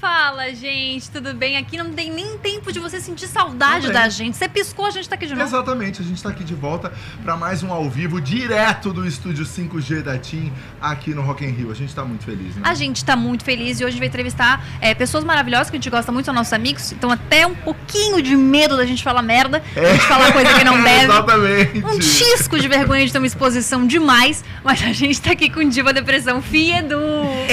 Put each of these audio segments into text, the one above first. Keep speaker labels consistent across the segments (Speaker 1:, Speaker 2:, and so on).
Speaker 1: Fala, gente, tudo bem? Aqui não tem nem tempo de você sentir saudade
Speaker 2: Não tem.
Speaker 1: da gente. Você piscou, a gente tá aqui de novo.
Speaker 2: Exatamente, a gente está aqui de volta para mais um ao vivo direto do estúdio 5G da TIM aqui no Rock in Rio. A gente está muito feliz, né?
Speaker 1: A gente tá muito feliz e hoje a gente vai entrevistar é, pessoas maravilhosas que a gente gosta muito, são nossos amigos, então até um pouquinho de medo da gente falar merda, da gente falar coisa que não deve.
Speaker 2: É. Exatamente.
Speaker 1: Um tisco de vergonha de ter uma exposição demais, mas a gente tá aqui com Diva Depressão Fiedu.
Speaker 2: É.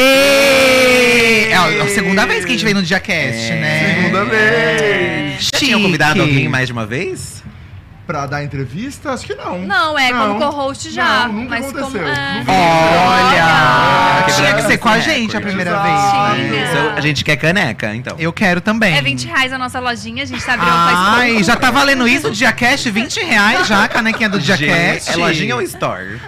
Speaker 3: Ê! É a é a segunda vez que a gente vem no Diacast, né?
Speaker 2: Segunda vez.
Speaker 3: Já
Speaker 4: É. Já
Speaker 3: tinham
Speaker 4: tinham convidado alguém
Speaker 3: mais?
Speaker 4: mais de uma vez?
Speaker 2: Para dar entrevista, acho que não.
Speaker 1: Não, é, como
Speaker 2: Não.
Speaker 1: co-host já.
Speaker 2: Não, nunca
Speaker 1: mas
Speaker 2: aconteceu.
Speaker 1: Como, é.
Speaker 2: Nunca
Speaker 3: Olha!
Speaker 4: Olha!
Speaker 3: Tinha que ser com a
Speaker 4: Ah, Quebrando
Speaker 3: gente a
Speaker 4: recorde.
Speaker 3: primeira
Speaker 2: Exato.
Speaker 3: vez.
Speaker 1: Tinha.
Speaker 3: né?
Speaker 4: Então, a gente quer caneca, então.
Speaker 3: Eu quero também.
Speaker 1: É 20 reais a nossa lojinha, a gente tá abrindo faz
Speaker 3: Ai,
Speaker 1: pouco.
Speaker 3: já tá valendo isso do Diacast? 20 reais já, a canequinha do Diacast.
Speaker 4: É lojinha ou store?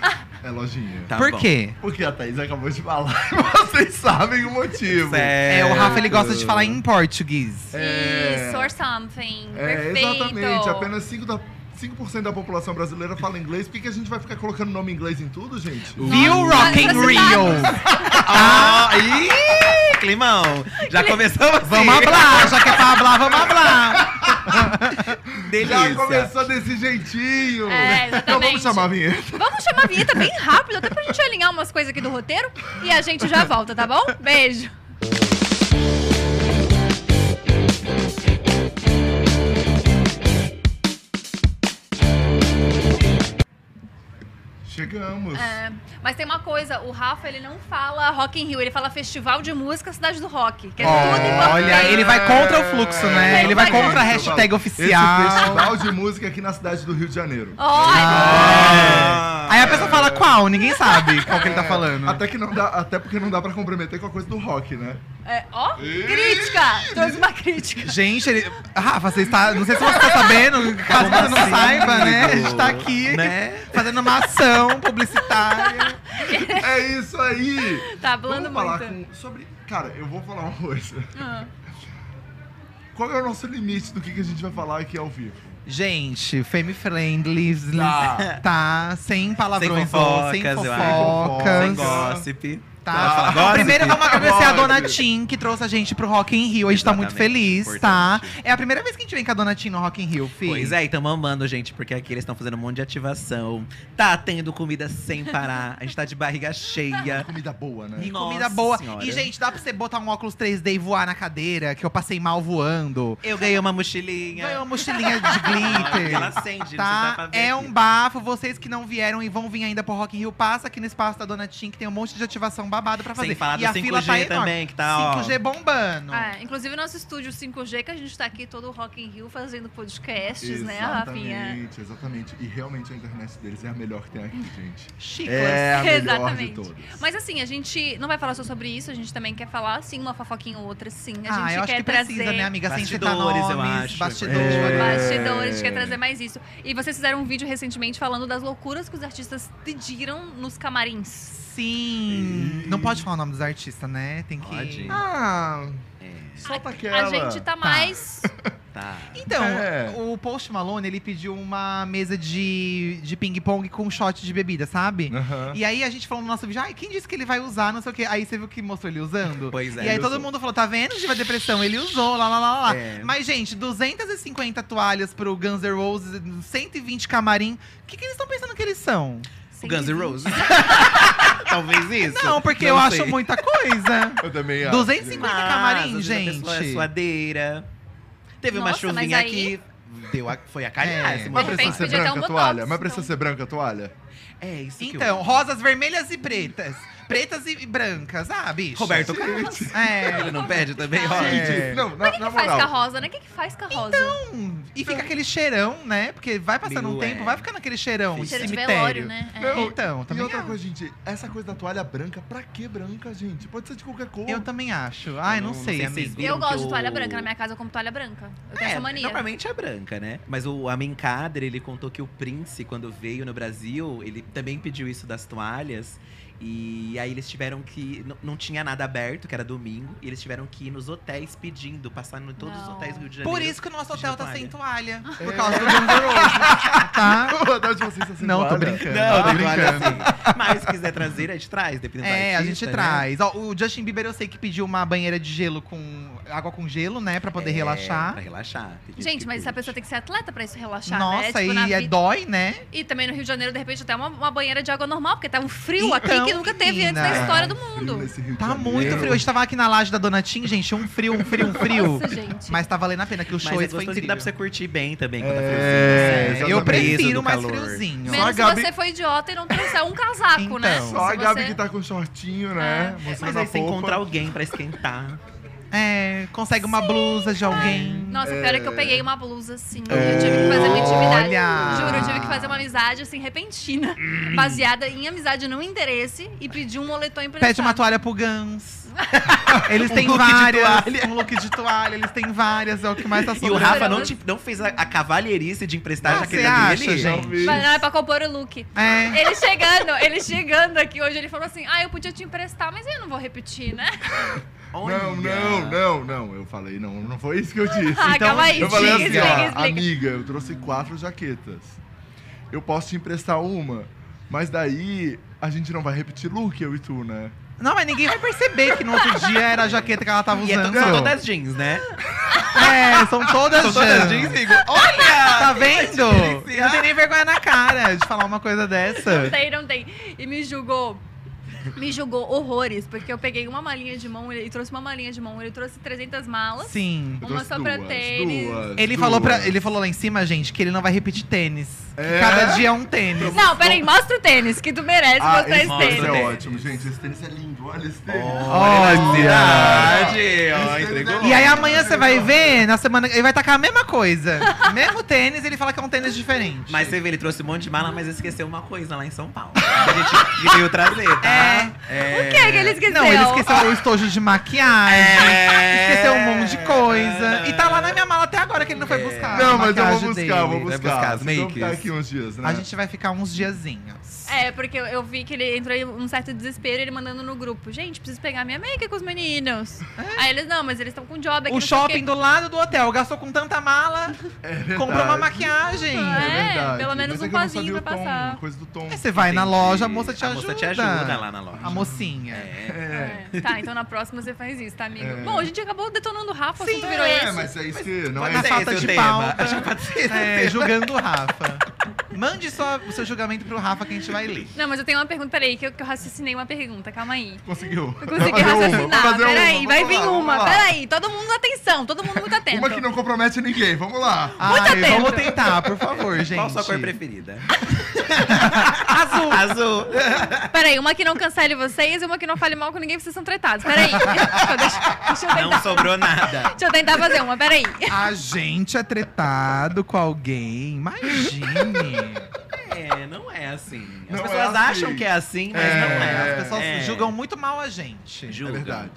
Speaker 2: É lojinha.
Speaker 4: Tá
Speaker 3: Por
Speaker 4: bom.
Speaker 3: quê?
Speaker 2: Porque a Thaís acabou de falar e vocês sabem o motivo.
Speaker 3: É, o Rafa ele gosta de falar em português.
Speaker 2: É.
Speaker 1: Isso, or something.
Speaker 2: É,
Speaker 1: Perfeito.
Speaker 2: exatamente. Apenas 5%, da, 5 da população brasileira fala inglês. Por que, que a gente vai ficar colocando nome inglês em tudo, gente?
Speaker 3: Viu,
Speaker 1: Nossa,
Speaker 3: Rock in
Speaker 1: atrocidades.
Speaker 3: Rio?
Speaker 4: Ah, ih, climão! Já começamos assim.
Speaker 3: Vamos hablar, já que é pra hablar, vamos hablar.
Speaker 2: Já
Speaker 4: Delícia.
Speaker 2: começou desse jeitinho.
Speaker 1: É,
Speaker 2: então
Speaker 1: exatamente.
Speaker 2: vamos chamar a vinheta.
Speaker 1: Vamos chamar a vinheta bem rápido, até pra gente alinhar umas coisas aqui do roteiro. E a gente já volta, tá bom? Beijo.
Speaker 2: Chegamos.
Speaker 1: É, mas tem uma coisa, o Rafa, ele não fala Rock in Rio, ele fala Festival de Música Cidade do Rock. Que é tudo importante.
Speaker 3: Olha, ele vai contra o fluxo,
Speaker 1: É,
Speaker 3: né? Ele vai contra a hashtag
Speaker 2: Esse
Speaker 3: oficial.
Speaker 2: festival de música aqui na cidade do Rio de Janeiro.
Speaker 4: É.
Speaker 1: Olha!
Speaker 3: Aí a pessoa fala qual? Ninguém sabe qual que ele tá falando.
Speaker 2: Até, que não dá, até porque não dá pra comprometer com a coisa do rock, né?
Speaker 1: É, ó, crítica! Trouxe uma crítica.
Speaker 3: Gente, ele. Rafa, você está. Não sei se você tá sabendo, caso você não saiba, né? A gente tá aqui
Speaker 4: assim, Né?
Speaker 3: fazendo uma ação publicitária.
Speaker 2: É isso aí!
Speaker 1: Tá falando
Speaker 2: Vamos falar
Speaker 1: muito.
Speaker 2: com- sobre... Cara, eu vou falar uma coisa.
Speaker 1: Ah.
Speaker 2: Qual é o nosso limite do que, que a gente vai falar aqui ao vivo?
Speaker 3: Gente, femme friendly,
Speaker 2: Tá.
Speaker 3: tá. Sem palavrões,
Speaker 4: Ah. Sem fofocas,
Speaker 3: sem
Speaker 4: eu acho.
Speaker 3: fofocas.
Speaker 4: Sem gossip. Pode
Speaker 3: Tá.
Speaker 4: falar
Speaker 3: Bom,
Speaker 4: gossip?
Speaker 3: Primeiro, vamos agradecer a Dona
Speaker 2: Gossip.
Speaker 3: Tim, que trouxe a gente pro Rock in Rio. A gente tá muito
Speaker 4: Exatamente,
Speaker 3: feliz, tá?
Speaker 4: importante.
Speaker 3: É a primeira vez que a gente vem com a Dona Tim no Rock in Rio, fi.
Speaker 4: Pois é, e tamo amando, gente, porque aqui eles estão fazendo um monte de ativação. Tá tendo comida sem parar. A gente tá de barriga cheia.
Speaker 2: Comida boa, né?
Speaker 3: E
Speaker 4: Nossa
Speaker 3: comida boa.
Speaker 4: Senhora.
Speaker 3: E, gente, dá pra você botar um óculos 3D e voar na cadeira, que eu passei mal voando.
Speaker 4: Eu ganhei uma mochilinha.
Speaker 3: Ganhou uma mochilinha de
Speaker 4: Olha, Ela
Speaker 3: glitter.
Speaker 4: acende, não dá pra
Speaker 3: Tá,
Speaker 4: ver
Speaker 3: é
Speaker 4: aqui.
Speaker 3: um bafo. Vocês que não vieram e vão vir ainda pro Rock in Rio, passa aqui no espaço da Dona Tim, que tem um monte de ativação babado pra fazer.
Speaker 4: Sem falar
Speaker 3: e
Speaker 4: do
Speaker 3: a fila
Speaker 4: 5G
Speaker 3: tá enorme.
Speaker 4: também, que tá, ó.
Speaker 3: 5G bombando.
Speaker 1: É, inclusive, nosso estúdio 5G, que a gente tá aqui todo Rock in Rio fazendo podcasts, né, Rafinha?
Speaker 2: Exatamente, exatamente. E realmente a internet deles é a melhor que tem aqui, gente.
Speaker 3: Chico. né?
Speaker 2: É a melhor de
Speaker 1: Exatamente.
Speaker 2: todas.
Speaker 1: Mas assim, a gente não vai falar só sobre isso, a gente também quer falar, sim, uma fofoquinha ou outra, sim. A
Speaker 3: ah,
Speaker 1: gente
Speaker 3: eu acho
Speaker 1: quer
Speaker 3: que
Speaker 1: trazer.
Speaker 3: precisa, né, amiga? Sem citar
Speaker 4: Bastidores, eu
Speaker 3: nomes,
Speaker 4: acho.
Speaker 3: Bastidores.
Speaker 2: É.
Speaker 1: Bastidores, a gente quer trazer mais isso. E vocês fizeram um vídeo recentemente falando das loucuras que os artistas pediram nos camarins.
Speaker 3: Sim.
Speaker 2: E-
Speaker 3: Não pode falar o nome dos artistas, né? Tem que.
Speaker 4: Pode.
Speaker 2: Ah,
Speaker 4: É,
Speaker 2: solta aquela.
Speaker 1: A gente tá mais.
Speaker 4: tá.
Speaker 3: Então,
Speaker 2: É.
Speaker 3: o Post Malone, ele pediu uma mesa de, de ping-pong com shot de bebida, sabe?
Speaker 4: Tá.
Speaker 2: Aham.
Speaker 3: E aí a gente falou no nosso vídeo, ai, quem disse que ele vai usar, não sei o quê. Aí você viu que mostrou ele usando?
Speaker 4: Pois é.
Speaker 3: e aí
Speaker 4: eu
Speaker 3: todo
Speaker 4: sou-
Speaker 3: mundo falou, tá vendo, Diva Depressão? Ele usou, lá, lá, lá, lá.
Speaker 4: É.
Speaker 3: Mas, gente, 250 toalhas pro Guns N' Roses, 120 camarim. O que, que eles estão pensando que eles são?
Speaker 4: O Guns N' Roses. Talvez isso.
Speaker 3: Não, porque eu
Speaker 4: sei.
Speaker 3: acho muita coisa.
Speaker 2: Eu também acho.
Speaker 3: 250
Speaker 4: Mas,
Speaker 3: camarim,
Speaker 4: às vezes a pessoa É
Speaker 3: gente.
Speaker 4: suadeira. Teve uma
Speaker 1: Nossa, mas
Speaker 4: chuvinha
Speaker 1: aí-
Speaker 4: aqui. Deu a- foi a calhar.
Speaker 3: É.
Speaker 4: esse
Speaker 2: Mas
Speaker 1: De
Speaker 4: momento.
Speaker 1: repente
Speaker 2: precisa ser
Speaker 1: podia ter
Speaker 2: branca
Speaker 1: um
Speaker 2: a
Speaker 1: botox,
Speaker 2: toalha? Mas precisa
Speaker 1: então.
Speaker 2: ser branca a toalha?
Speaker 4: É isso que
Speaker 3: Então,
Speaker 4: eu-
Speaker 3: rosas vermelhas e pretas. Pretas e e brancas, ah, bicho.
Speaker 4: Roberto Carlos.
Speaker 2: Gente,
Speaker 3: É.
Speaker 4: Ele não pede também, ó.
Speaker 3: É.
Speaker 2: Não,
Speaker 1: Mas
Speaker 2: na,
Speaker 1: o que,
Speaker 2: na
Speaker 1: que faz
Speaker 2: moral.
Speaker 1: com a rosa, né? O que, que faz com a rosa?
Speaker 4: Então,
Speaker 3: Hum, E fica aquele cheirão, né? Porque vai passando um
Speaker 4: Meu,
Speaker 3: tempo,
Speaker 4: é.
Speaker 3: vai ficar naquele cheirão de
Speaker 1: Cheiro de
Speaker 3: cemitério.
Speaker 1: velório, né? É.
Speaker 2: Não,
Speaker 3: Então,
Speaker 2: E
Speaker 3: também
Speaker 2: outra
Speaker 3: acho.
Speaker 2: coisa, gente, essa coisa da toalha branca, pra que branca, gente? Pode ser de qualquer cor.
Speaker 3: um.
Speaker 2: É.
Speaker 3: Eu também acho. Ai,
Speaker 4: Eu
Speaker 3: não,
Speaker 4: não- não
Speaker 3: sei, assim,
Speaker 4: sei se
Speaker 1: Eu
Speaker 4: vocês
Speaker 3: amigo.
Speaker 4: viram
Speaker 1: gosto
Speaker 4: que
Speaker 1: de toalha
Speaker 4: o-
Speaker 1: branca, na minha casa eu como toalha branca. Eu tenho
Speaker 4: É,
Speaker 1: essa mania.
Speaker 4: normalmente é branca, né? Mas o Amin Kader, ele contou que o Prince, quando veio no Brasil, ele também pediu isso das toalhas. E aí eles tiveram que. n- Não tinha nada aberto, que era domingo, e eles tiveram que ir nos hotéis pedindo, passar em todos os
Speaker 1: Não.
Speaker 4: hotéis do Rio de Janeiro.
Speaker 3: Por isso que o nosso
Speaker 4: Pedindo
Speaker 3: hotel tá
Speaker 4: toalha.
Speaker 3: sem toalha. Por
Speaker 2: É.
Speaker 3: causa do Guns N' Roses. Tá? Não, tô brincando.
Speaker 4: Não,
Speaker 2: Tá
Speaker 4: tem toalha
Speaker 2: brincando.
Speaker 4: assim. Mas se quiser trazer, a gente traz, dependendo do
Speaker 3: É, a
Speaker 4: artista,
Speaker 3: gente
Speaker 4: né?
Speaker 3: traz. Ó, o Justin Bieber eu sei que pediu uma banheira de gelo com água com gelo, né, Pra poder
Speaker 4: É,
Speaker 3: relaxar.
Speaker 4: Pra relaxar. Tem
Speaker 1: Gente,
Speaker 4: que
Speaker 1: mas essa
Speaker 4: curte.
Speaker 1: pessoa tem que ser atleta pra isso relaxar, né?
Speaker 3: Nossa,
Speaker 1: Tipo, na
Speaker 3: e é
Speaker 1: vida-
Speaker 3: dói, né?
Speaker 1: E também no Rio de Janeiro, de repente, até uma, uma banheira de água normal, porque tá um frio aqui
Speaker 3: Então,
Speaker 1: que nunca teve antes na
Speaker 3: menina.
Speaker 2: é
Speaker 1: história do
Speaker 2: Frio
Speaker 1: mundo.
Speaker 2: nesse Rio de
Speaker 3: Tá
Speaker 2: Janeiro.
Speaker 3: muito frio. A gente tava aqui na laje da Dona Tim, gente, um frio, um frio, um
Speaker 2: é
Speaker 3: frio.
Speaker 1: Nossa, gente.
Speaker 3: Mas tá valendo a pena, que o show
Speaker 4: Mas é
Speaker 3: esse foi
Speaker 4: gostosinho que dá pra você
Speaker 3: incrível.
Speaker 4: curtir bem também quando
Speaker 2: É,
Speaker 4: tá
Speaker 2: exatamente.
Speaker 4: friozinho. né?
Speaker 3: Eu
Speaker 2: Tá preso
Speaker 3: prefiro
Speaker 4: do
Speaker 3: mais
Speaker 4: calor.
Speaker 3: friozinho.
Speaker 2: Só a
Speaker 1: Menos se
Speaker 2: Gabi-
Speaker 1: você foi idiota e não trouxer um casaco, né?
Speaker 3: Então.
Speaker 1: Se
Speaker 2: Só a
Speaker 1: você- É.
Speaker 2: Gabi que tá com shortinho, né? Mostrando
Speaker 4: Mas
Speaker 2: a
Speaker 4: aí você
Speaker 2: polpa.
Speaker 4: encontra alguém pra esquentar.
Speaker 3: É, consegue uma blusa de alguém.
Speaker 1: Nossa, pior é que eu peguei uma blusa assim.
Speaker 2: É.
Speaker 1: Eu tive que fazer uma intimidade.
Speaker 3: Olha!
Speaker 1: Juro, eu tive que fazer uma amizade assim, repentina.
Speaker 2: Hum.
Speaker 1: Baseada em amizade no interesse e pedir um moletom emprestado.
Speaker 3: Pede uma toalha pro Gans. Eles
Speaker 4: Um
Speaker 3: têm
Speaker 4: look de
Speaker 3: várias.
Speaker 4: toalha.
Speaker 3: Um look de toalha, eles têm várias, é o que mais tá
Speaker 4: E o
Speaker 3: sobrando.
Speaker 4: Rafa não, te- não fez a, a cavalheirice de emprestar
Speaker 3: Ah,
Speaker 4: a jaqueta
Speaker 3: você acha,
Speaker 4: dele.
Speaker 3: gente?
Speaker 2: Talvez.
Speaker 1: Mas não, é pra compor o look.
Speaker 3: É.
Speaker 1: Ele chegando, ele chegando aqui hoje, ele falou assim: Ah, eu podia te emprestar, mas eu não vou repetir, né?
Speaker 4: Olha.
Speaker 2: Não, não, não, não. Eu falei, não, não foi isso que eu disse.
Speaker 1: ah,
Speaker 3: então,
Speaker 1: calma aí,
Speaker 2: Eu falei assim,
Speaker 1: explica,
Speaker 2: ó,
Speaker 1: explica, explica.
Speaker 2: amiga, eu trouxe quatro jaquetas. Eu posso te emprestar uma, mas daí a gente não vai repetir look, eu e tu, né?
Speaker 3: Não, mas ninguém vai perceber que no outro dia era a jaqueta que ela tava
Speaker 4: E é
Speaker 3: usando.
Speaker 4: to- são todas jeans, né?
Speaker 3: É, são todas
Speaker 4: São todas jeans,
Speaker 3: Igor. Olha! Tá vendo? Eu não tem nem vergonha na cara de falar uma coisa
Speaker 1: Não
Speaker 4: tá
Speaker 3: dessa.
Speaker 1: tem, não tem. E me julgou. Me julgou horrores, porque eu peguei uma malinha de mão, ele trouxe uma malinha de mão, ele trouxe 300 malas.
Speaker 3: Sim.
Speaker 1: Uma
Speaker 2: Eu trouxe
Speaker 1: só pra
Speaker 2: duas,
Speaker 1: tênis.
Speaker 2: duas,
Speaker 3: Ele falou, pra,
Speaker 2: duas.
Speaker 3: ele falou lá em cima, gente, que ele não vai repetir tênis. Que
Speaker 2: É?
Speaker 3: cada dia é um tênis.
Speaker 1: Não, peraí, mostra o tênis, que tu merece
Speaker 2: Ah,
Speaker 1: mostrar
Speaker 2: esse
Speaker 1: esse
Speaker 4: mostra
Speaker 2: tênis
Speaker 1: tênis.
Speaker 2: é
Speaker 4: tênis.
Speaker 2: ótimo, gente. Esse tênis é lindo, olha esse tênis.
Speaker 4: ó,
Speaker 2: Esse
Speaker 4: entregou.
Speaker 2: tênis é
Speaker 3: E aí amanhã você vai ver, na semana. Ele vai tacar a mesma coisa. Mesmo tênis, ele fala que é um tênis diferente.
Speaker 4: Mas você vê, ele trouxe um monte de mala, mas esqueceu uma coisa lá em São Paulo. A gente que veio trazer, tá? É.
Speaker 1: O que é que ele esqueceu?
Speaker 3: Não, ele esqueceu o estojo de maquiagem. É, Esqueceu um monte
Speaker 4: É,
Speaker 3: de coisa. E tá lá na minha mala até agora que ele não foi buscar. a
Speaker 2: Não, mas eu vou
Speaker 3: maquiagem
Speaker 2: buscar,
Speaker 3: dele.
Speaker 2: vou buscar.
Speaker 4: Vai né? buscar as
Speaker 2: Vocês vão
Speaker 4: makes.
Speaker 2: ficar aqui uns dias, né?
Speaker 3: A gente vai ficar uns diazinhos.
Speaker 1: É, porque eu- eu vi que ele entrou em um certo desespero, ele mandando no grupo. Gente, preciso pegar minha make com os meninos. Aí eles, não, mas eles estão com job aqui.
Speaker 3: É. O
Speaker 1: não sei
Speaker 3: shopping
Speaker 1: quê."
Speaker 3: do lado do hotel gastou com tanta mala,
Speaker 2: É verdade.
Speaker 3: comprou uma maquiagem.
Speaker 1: É,
Speaker 2: É verdade.
Speaker 1: pelo menos
Speaker 2: Mas
Speaker 1: um
Speaker 2: é que eu não
Speaker 1: pazinho
Speaker 2: sabia
Speaker 1: pra
Speaker 2: o tom,
Speaker 1: passar.
Speaker 2: Coisa do tom.
Speaker 3: Aí você vai na
Speaker 4: Entendi.
Speaker 3: loja, a moça te
Speaker 4: a
Speaker 3: ajuda.
Speaker 4: moça te ajuda lá na loja.
Speaker 3: A mocinha.
Speaker 4: É.
Speaker 2: É.
Speaker 1: É, Tá, então na próxima você faz isso, tá, amigo?
Speaker 2: É.
Speaker 1: Bom, a gente acabou detonando o Rafa, o
Speaker 3: Sim,
Speaker 1: assunto virou
Speaker 3: é,
Speaker 1: esse.
Speaker 2: mas é isso que... Não
Speaker 3: pode
Speaker 2: é
Speaker 3: dar
Speaker 2: isso.
Speaker 3: falta
Speaker 4: esse o
Speaker 3: de
Speaker 4: tema.
Speaker 3: pauta.
Speaker 4: Acho que pode ser esse o
Speaker 3: É,
Speaker 4: tema.
Speaker 3: julgando o Rafa. Mande só o seu julgamento pro Rafa que a gente vai ler.
Speaker 1: Não, mas eu tenho uma pergunta, peraí, que eu, que eu raciocinei uma pergunta, calma aí.
Speaker 2: Conseguiu.
Speaker 1: Eu
Speaker 2: Vai
Speaker 1: consegui
Speaker 2: fazer uma, vai
Speaker 1: raciocinar,
Speaker 2: fazer
Speaker 1: peraí,
Speaker 2: uma,
Speaker 1: vai
Speaker 2: vamos
Speaker 1: vir
Speaker 2: lá, vamos
Speaker 1: uma,
Speaker 2: lá.
Speaker 1: peraí, todo mundo atenção, todo mundo muito atento.
Speaker 2: Uma que não compromete ninguém, vamos lá.
Speaker 3: Ai,
Speaker 1: atento.
Speaker 3: vamos tentar, por favor, É, gente.
Speaker 4: Qual sua cor preferida?
Speaker 3: Azul.
Speaker 4: Azul.
Speaker 1: Peraí, uma que não cancele vocês e uma que não fale mal com ninguém, vocês são tretados, peraí. deixa, deixa eu
Speaker 4: Não
Speaker 1: tentar,
Speaker 4: sobrou nada.
Speaker 1: deixa eu tentar fazer uma, peraí.
Speaker 3: A gente é tretado com alguém. Imagine.
Speaker 4: É, não é assim. As
Speaker 2: Não é
Speaker 4: pessoas
Speaker 2: assim.
Speaker 4: acham que é assim, mas
Speaker 2: É,
Speaker 4: não é.
Speaker 3: As pessoas
Speaker 4: É.
Speaker 3: julgam muito mal a gente.
Speaker 2: É
Speaker 4: Julgam.
Speaker 2: verdade.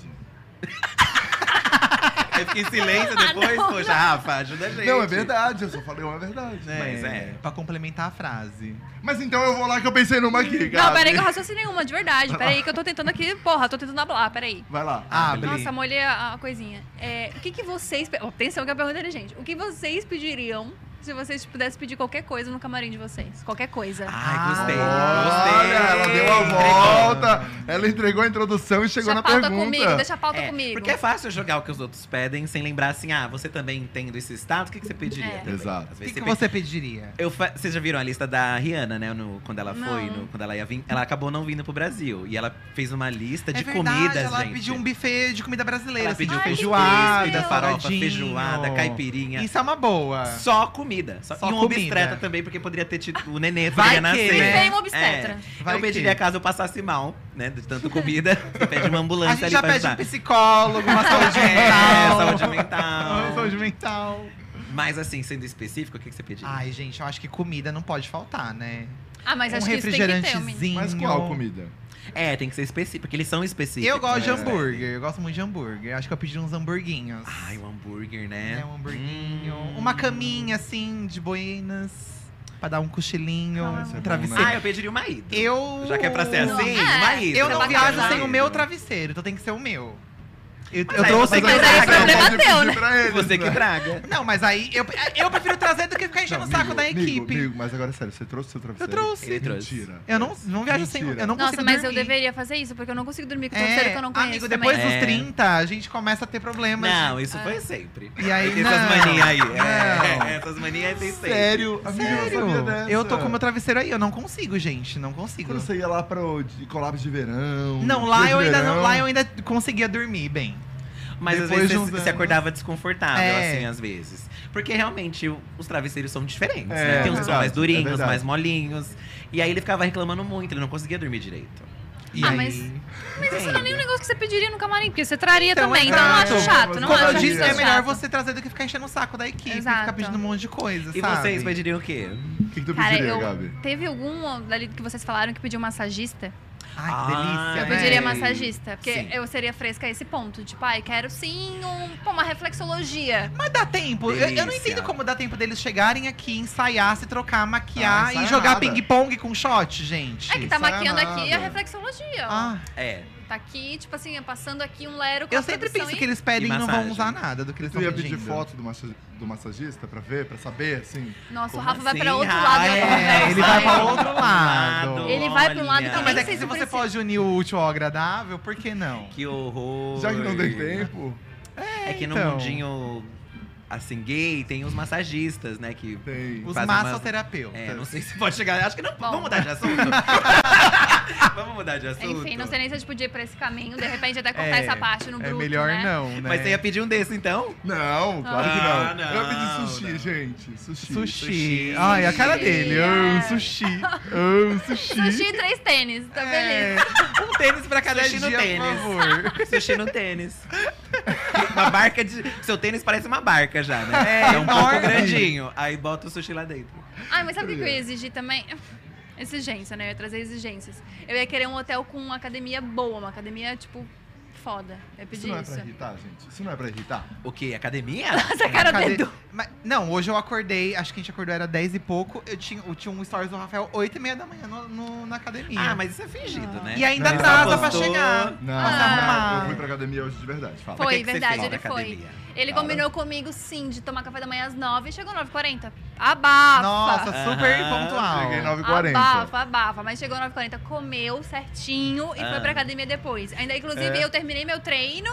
Speaker 4: Aí fica em silêncio depois,
Speaker 1: Ah, não,
Speaker 4: poxa, Rafa, ajuda a gente.
Speaker 2: Não, é verdade, eu só falei uma verdade.
Speaker 4: É. Mas é.
Speaker 3: Pra complementar a frase.
Speaker 2: Mas então eu vou lá que eu pensei numa aqui, cara.
Speaker 1: Não, peraí que eu raciocinei uma, de verdade, peraí que eu tô tentando aqui, porra, tô tentando hablar, peraí.
Speaker 2: Vai lá.
Speaker 3: Ah, Bli.
Speaker 1: Nossa, molhei a, a coisinha. É, o que, que vocês. pe- Atenção que a pergunta é gente. O que vocês pediriam se vocês pudessem pedir qualquer coisa no camarim de vocês? Qualquer coisa.
Speaker 2: Ah,
Speaker 4: Ai, gostei.
Speaker 2: Olha,
Speaker 4: gostei.
Speaker 2: ela deu a volta, ela entregou a introdução e
Speaker 1: deixa
Speaker 2: chegou
Speaker 1: a
Speaker 2: na
Speaker 1: pauta
Speaker 2: pergunta.
Speaker 1: comigo, deixa a pauta
Speaker 4: É,
Speaker 1: comigo.
Speaker 4: porque é fácil jogar o que os outros pedem sem lembrar assim, ah, você também tendo esse status, o que, que você pediria?
Speaker 1: É.
Speaker 4: também?
Speaker 2: Exato.
Speaker 4: Às
Speaker 3: O que,
Speaker 4: vezes
Speaker 3: que
Speaker 4: você pede-
Speaker 3: você pediria?
Speaker 4: Eu fa- Vocês já viram a lista da Rihanna, né? no- quando ela foi,
Speaker 1: Não.
Speaker 4: no- quando ela ia vir. Ela acabou não vindo pro Brasil. E ela fez uma lista de
Speaker 3: é verdade,
Speaker 4: comidas,
Speaker 3: ela
Speaker 4: gente.
Speaker 3: pediu um buffet de comida brasileira.
Speaker 4: ela
Speaker 3: assim,
Speaker 2: né?
Speaker 4: pediu
Speaker 1: Ai, que
Speaker 4: feijoada,
Speaker 1: delícia.
Speaker 4: farofa,
Speaker 3: saladinho.
Speaker 4: feijoada, caipirinha.
Speaker 3: Isso é uma boa.
Speaker 4: Só comida. Só,
Speaker 3: Só
Speaker 4: e um
Speaker 3: comida.
Speaker 4: obstetra também, porque poderia ter tido. O nenê
Speaker 3: Vai
Speaker 4: poderia nascer. É.
Speaker 3: que,
Speaker 1: Me
Speaker 3: né?
Speaker 1: vem uma obstetra.
Speaker 3: Vai
Speaker 4: eu
Speaker 3: que-
Speaker 4: pediria caso eu passasse mal, né? De tanta comida. Você pede uma
Speaker 3: A
Speaker 4: ambulância
Speaker 3: gente
Speaker 4: ali
Speaker 3: já
Speaker 4: pra
Speaker 3: pede um
Speaker 4: ajudar.
Speaker 3: psicólogo, uma saúde
Speaker 4: É,
Speaker 3: mental.
Speaker 4: saúde mental.
Speaker 3: Saúde mental.
Speaker 4: Mas assim, sendo específico, o que, que você pediu?
Speaker 3: Ai, gente, eu acho que comida não pode faltar, né?
Speaker 1: Ah, mas
Speaker 3: um
Speaker 1: acho que isso tem que ter, menino.
Speaker 3: refrigerantezinho.
Speaker 2: Mas qual comida?
Speaker 4: É, tem que ser específico, porque eles são específicos.
Speaker 3: Eu gosto de
Speaker 4: né?
Speaker 3: hambúrguer, eu gosto muito de hambúrguer. Acho que eu pedi uns hamburguinhos.
Speaker 4: Ai, o hambúrguer,
Speaker 3: É,
Speaker 4: né?
Speaker 3: um hamburguinho.
Speaker 4: Hum.
Speaker 3: Uma caminha, assim, de boinas. pra dar um cochilinho,
Speaker 1: Ah,
Speaker 2: isso é bom,
Speaker 3: um travesseiro.
Speaker 2: né?
Speaker 4: Ah, eu pediria uma ida.
Speaker 3: Eu.
Speaker 4: Já que é pra ser
Speaker 1: Não.
Speaker 4: assim,
Speaker 1: É,
Speaker 4: uma ida.
Speaker 3: Eu
Speaker 1: Você
Speaker 3: não
Speaker 1: vai
Speaker 3: viajo
Speaker 1: casar.
Speaker 3: sem o meu travesseiro, então tem que ser o meu. Eu,
Speaker 4: Mas
Speaker 3: eu
Speaker 4: aí
Speaker 3: trouxe
Speaker 4: você
Speaker 3: aqui
Speaker 1: Mas
Speaker 3: pra
Speaker 1: aí é
Speaker 3: trazer.
Speaker 1: problema teu, né?
Speaker 2: Pra eles,
Speaker 4: Você que traga.
Speaker 3: Não, mas aí eu, eu prefiro trazer do que ficar tá enchendo o saco da equipe.
Speaker 2: Amigo, amigo, mas agora é sério, você trouxe seu travesseiro?
Speaker 3: Eu trouxe.
Speaker 4: Ele trouxe.
Speaker 2: Mentira.
Speaker 3: Eu não, não viajo sem.
Speaker 2: Mentira.
Speaker 3: Eu não
Speaker 1: Nossa,
Speaker 3: consigo
Speaker 1: mas eu
Speaker 3: dormir.
Speaker 1: deveria fazer isso, porque eu não consigo dormir com o
Speaker 3: É,
Speaker 1: terceiro que eu não conheço.
Speaker 3: amigo,
Speaker 1: também.
Speaker 3: depois
Speaker 4: É.
Speaker 3: dos 30, a gente começa a ter problemas.
Speaker 4: Não, isso foi sempre.
Speaker 3: E aí,
Speaker 4: Tem
Speaker 3: não.
Speaker 4: essas manias aí.
Speaker 2: Não.
Speaker 4: É, essas manias tem sempre.
Speaker 2: Sério? Amigo, eu não sabia
Speaker 3: Sério?
Speaker 2: é dessa.
Speaker 3: Eu tô com o meu travesseiro aí, eu não consigo, gente. Não consigo.
Speaker 2: Quando você ia lá pro de- collabs de verão.
Speaker 3: Não, lá
Speaker 2: dias
Speaker 3: eu
Speaker 2: de
Speaker 3: ainda não,
Speaker 2: verão,
Speaker 3: lá eu ainda conseguia dormir bem.
Speaker 4: Mas às
Speaker 2: Depois
Speaker 4: vezes
Speaker 2: de
Speaker 4: você
Speaker 2: uns
Speaker 4: se acordava desconfortável,
Speaker 3: É.
Speaker 4: assim, às vezes. Porque realmente o- os travesseiros são diferentes,
Speaker 2: É,
Speaker 4: né? Tem uns que são
Speaker 2: verdade,
Speaker 4: mais
Speaker 2: é
Speaker 4: durinhos,
Speaker 2: verdade.
Speaker 4: mais molinhos. E aí ele ficava reclamando muito, ele não conseguia dormir direito. E
Speaker 1: Ah,
Speaker 4: aí-
Speaker 1: mas- Mas isso não é
Speaker 4: Entende?
Speaker 1: nenhum negócio que você pediria no camarim, porque você traria
Speaker 3: Então,
Speaker 1: também.
Speaker 3: é
Speaker 1: Então não
Speaker 2: chato.
Speaker 1: acho chato, não
Speaker 2: Como
Speaker 1: acho
Speaker 3: Como
Speaker 2: eu
Speaker 3: eu disse,
Speaker 1: isso
Speaker 3: é
Speaker 2: chato.
Speaker 3: melhor você trazer do que ficar enchendo o saco da equipe, ficar
Speaker 1: Exato.
Speaker 3: pedindo um monte de coisa,
Speaker 4: E
Speaker 3: sabe?
Speaker 4: vocês pediriam o quê?
Speaker 2: O que, que tu
Speaker 1: Cara,
Speaker 2: pediria,
Speaker 1: eu-
Speaker 2: Gabi?
Speaker 1: Teve algum dali que vocês falaram que pediu massagista?
Speaker 3: Ai, que
Speaker 4: Ah,
Speaker 3: delícia,
Speaker 1: Eu
Speaker 3: né?
Speaker 1: pediria massagista, porque
Speaker 4: Sim.
Speaker 1: eu seria fresca a esse ponto. Tipo, ai, quero sim um, pô, uma reflexologia.
Speaker 3: Mas dá tempo. Eu, eu não
Speaker 4: Delícia.
Speaker 3: entendo como dá tempo deles chegarem aqui, ensaiar, se trocar,
Speaker 2: Ah,
Speaker 3: maquiar
Speaker 2: ensaia
Speaker 3: e jogar
Speaker 2: nada.
Speaker 3: ping-pong com shot, gente.
Speaker 1: É que tá
Speaker 2: Isso é
Speaker 1: maquiando aqui
Speaker 2: nada.
Speaker 1: a reflexologia. ó.
Speaker 3: Ah,
Speaker 4: É.
Speaker 1: Tá aqui, tipo assim, passando aqui um lero com
Speaker 3: eu
Speaker 1: a
Speaker 3: sempre
Speaker 1: produção
Speaker 3: penso
Speaker 1: e-
Speaker 3: que eles pedem
Speaker 4: E
Speaker 3: e não vão
Speaker 4: massagem.
Speaker 3: usar nada do que eles
Speaker 2: Tu
Speaker 3: estão
Speaker 2: ia
Speaker 3: pedindo.
Speaker 2: pedir foto do, massa- do massagista pra ver, pra saber, assim?
Speaker 1: Nossa, o
Speaker 4: Como
Speaker 1: Rafa vai
Speaker 4: assim?
Speaker 1: pra outro
Speaker 4: Ah,
Speaker 1: lado. da
Speaker 4: é,
Speaker 1: conversa,
Speaker 3: ele vai pra
Speaker 1: eu-
Speaker 3: outro lado.
Speaker 1: Ele vai pra um lado que
Speaker 4: olha.
Speaker 3: Não, mas
Speaker 1: nem
Speaker 3: é que
Speaker 1: sei
Speaker 3: se
Speaker 1: se
Speaker 3: você
Speaker 1: precisa.
Speaker 3: pode unir o útil ao agradável, por que não?
Speaker 4: Que horror.
Speaker 2: Já que não tem tempo,
Speaker 4: É que no
Speaker 3: então.
Speaker 4: mundinho, assim, gay, tem os massagistas, né? Que
Speaker 2: tem.
Speaker 3: Os
Speaker 4: Faz uma-
Speaker 3: massoterapeutas.
Speaker 4: É, não sei se pode chegar. Acho que não.
Speaker 1: Bom.
Speaker 4: Vamos mudar de assunto? Vamos mudar de assunto.
Speaker 1: Enfim, não sei nem se a gente podia ir pra esse caminho. De repente, até cortar
Speaker 3: É,
Speaker 1: essa parte no
Speaker 3: É
Speaker 1: grupo.
Speaker 3: melhor
Speaker 1: né?
Speaker 3: não, né?
Speaker 4: Mas você ia pedir um desse, então?
Speaker 2: Não, claro
Speaker 4: Ah,
Speaker 2: que não. Eu ia
Speaker 4: não,
Speaker 2: pedir sushi,
Speaker 4: não.
Speaker 2: gente. Sushi.
Speaker 3: Sushi.
Speaker 4: Sushi.
Speaker 3: Ai, a cara dele. Ah, um
Speaker 1: É.
Speaker 3: sushi. Ah, um sushi.
Speaker 1: Sushi e três tênis, tá beleza.
Speaker 3: É,
Speaker 4: Um tênis pra cada
Speaker 3: sushi
Speaker 4: dia no
Speaker 3: dia,
Speaker 4: tênis.
Speaker 3: por favor.
Speaker 4: Sushi no tênis. Uma barca de. Seu tênis parece uma barca já, né?
Speaker 3: É,
Speaker 4: um
Speaker 3: enorme.
Speaker 4: pouco grandinho. Aí bota o sushi lá dentro.
Speaker 1: Ai, mas sabe o que eu ia exigir também? Exigência, né? Eu ia trazer exigências. Eu ia querer um hotel com uma academia boa, uma academia, tipo, foda. Eu ia
Speaker 2: Isso
Speaker 1: pedir
Speaker 2: não é
Speaker 1: isso.
Speaker 2: pra irritar, gente. Isso não é pra irritar.
Speaker 4: O quê? Academia?
Speaker 1: Essa cara
Speaker 3: Cadê-
Speaker 1: do Edu.
Speaker 3: Mas- não, hoje eu acordei, acho que a gente acordou, era 10 e pouco. Eu tinha, eu tinha um stories do Rafael 8 e meia da manhã no- no- na academia.
Speaker 4: Ah, mas isso é fingido, né?
Speaker 3: E ainda
Speaker 2: Não,
Speaker 3: atrasa
Speaker 2: postou.
Speaker 3: pra chegar.
Speaker 2: Não,
Speaker 3: Ah.
Speaker 2: não, eu fui pra academia hoje de verdade. Fala.
Speaker 1: Foi,
Speaker 4: Mas o que que você
Speaker 1: verdade,
Speaker 4: fez na
Speaker 1: ele foi.
Speaker 4: academia?
Speaker 1: Ele
Speaker 2: Cara.
Speaker 1: combinou comigo, sim, de tomar café da manhã às 9 e chegou 9h40. Abafa!
Speaker 3: Nossa, super
Speaker 4: Aham.
Speaker 3: pontual.
Speaker 2: Cheguei
Speaker 1: Ah,
Speaker 2: 9h40.
Speaker 1: Abafa, abafa, mas chegou 9h40, comeu certinho e
Speaker 4: Ah.
Speaker 1: foi pra academia depois. Ainda, inclusive,
Speaker 2: É.
Speaker 1: eu terminei meu treino,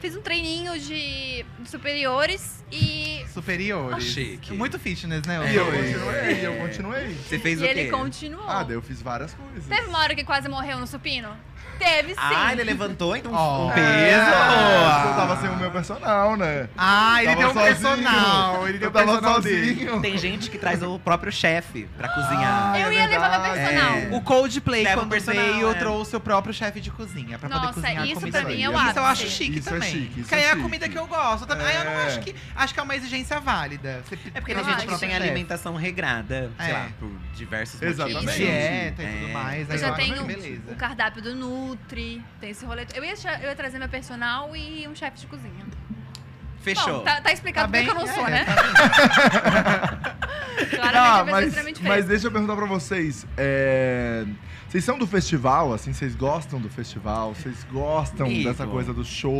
Speaker 1: fiz um treininho de de superiores e
Speaker 3: Superiores.
Speaker 4: Chique.
Speaker 3: Muito fitness, né?
Speaker 2: E eu
Speaker 3: hoje?
Speaker 2: continuei, e eu continuei.
Speaker 4: Você fez
Speaker 1: e
Speaker 4: o quê?
Speaker 1: ele continuou.
Speaker 2: Ah, daí eu fiz várias coisas.
Speaker 1: Teve uma hora que quase morreu no supino? Teve sim.
Speaker 4: Ah, ele levantou então um-
Speaker 3: Ó.
Speaker 4: um
Speaker 2: É,
Speaker 4: peso.
Speaker 2: Eu tava sem o meu personal, né?
Speaker 3: Ah, ele
Speaker 2: Tava
Speaker 3: deu um
Speaker 2: sozinho.
Speaker 3: personal. Ele deu
Speaker 2: Eu
Speaker 3: um
Speaker 2: tava
Speaker 3: personal dele.
Speaker 2: sozinho.
Speaker 4: Tem gente que traz o próprio chefe pra cozinhar.
Speaker 2: Ah,
Speaker 1: Eu
Speaker 2: é
Speaker 1: ia levar meu
Speaker 2: verdade.
Speaker 1: personal.
Speaker 4: É.
Speaker 3: O Coldplay,
Speaker 4: Leva um
Speaker 3: quando
Speaker 4: personal,
Speaker 3: veio,
Speaker 4: é.
Speaker 3: trouxe o próprio chefe de cozinha pra poder
Speaker 1: Nossa,
Speaker 3: cozinhar
Speaker 1: isso
Speaker 3: a comida
Speaker 1: pra mim
Speaker 3: dele.
Speaker 1: é o
Speaker 3: Isso eu
Speaker 1: ápice.
Speaker 3: acho chique
Speaker 2: Isso é
Speaker 3: também.
Speaker 2: chique, isso
Speaker 3: Porque aí
Speaker 2: é
Speaker 3: é a
Speaker 2: chique.
Speaker 3: comida que eu gosto também. Aí eu não
Speaker 2: É.
Speaker 3: acho que. Acho que é uma exigência válida. Você
Speaker 4: É porque tem
Speaker 1: Eu
Speaker 4: gente
Speaker 1: acho.
Speaker 4: que não tem
Speaker 1: Chefe.
Speaker 4: alimentação regrada, sei
Speaker 3: É.
Speaker 4: lá, por diversos
Speaker 2: Exatamente.
Speaker 4: motivos.
Speaker 3: Dieta e
Speaker 4: É.
Speaker 3: tudo mais.
Speaker 1: Eu
Speaker 3: aí
Speaker 1: já
Speaker 3: acho "Ah, que
Speaker 1: tenho um
Speaker 3: beleza. Tá
Speaker 1: o cardápio do Nutri, tem esse rolê. Eu ia, tra- eu ia trazer meu personal e um chefe de cozinha.
Speaker 4: Fechou.
Speaker 1: Bom, tá, tá explicado
Speaker 3: Tá
Speaker 1: porque
Speaker 3: bem?
Speaker 1: eu não sou,
Speaker 3: É,
Speaker 1: né?
Speaker 2: Ah,
Speaker 1: Claramente eu pensei
Speaker 2: mas,
Speaker 1: extremamente
Speaker 2: mas
Speaker 1: diferente.
Speaker 2: deixa eu perguntar pra vocês. é, Vocês são do festival, assim? Vocês gostam do festival? Vocês gostam
Speaker 4: Amigo.
Speaker 2: dessa coisa do show?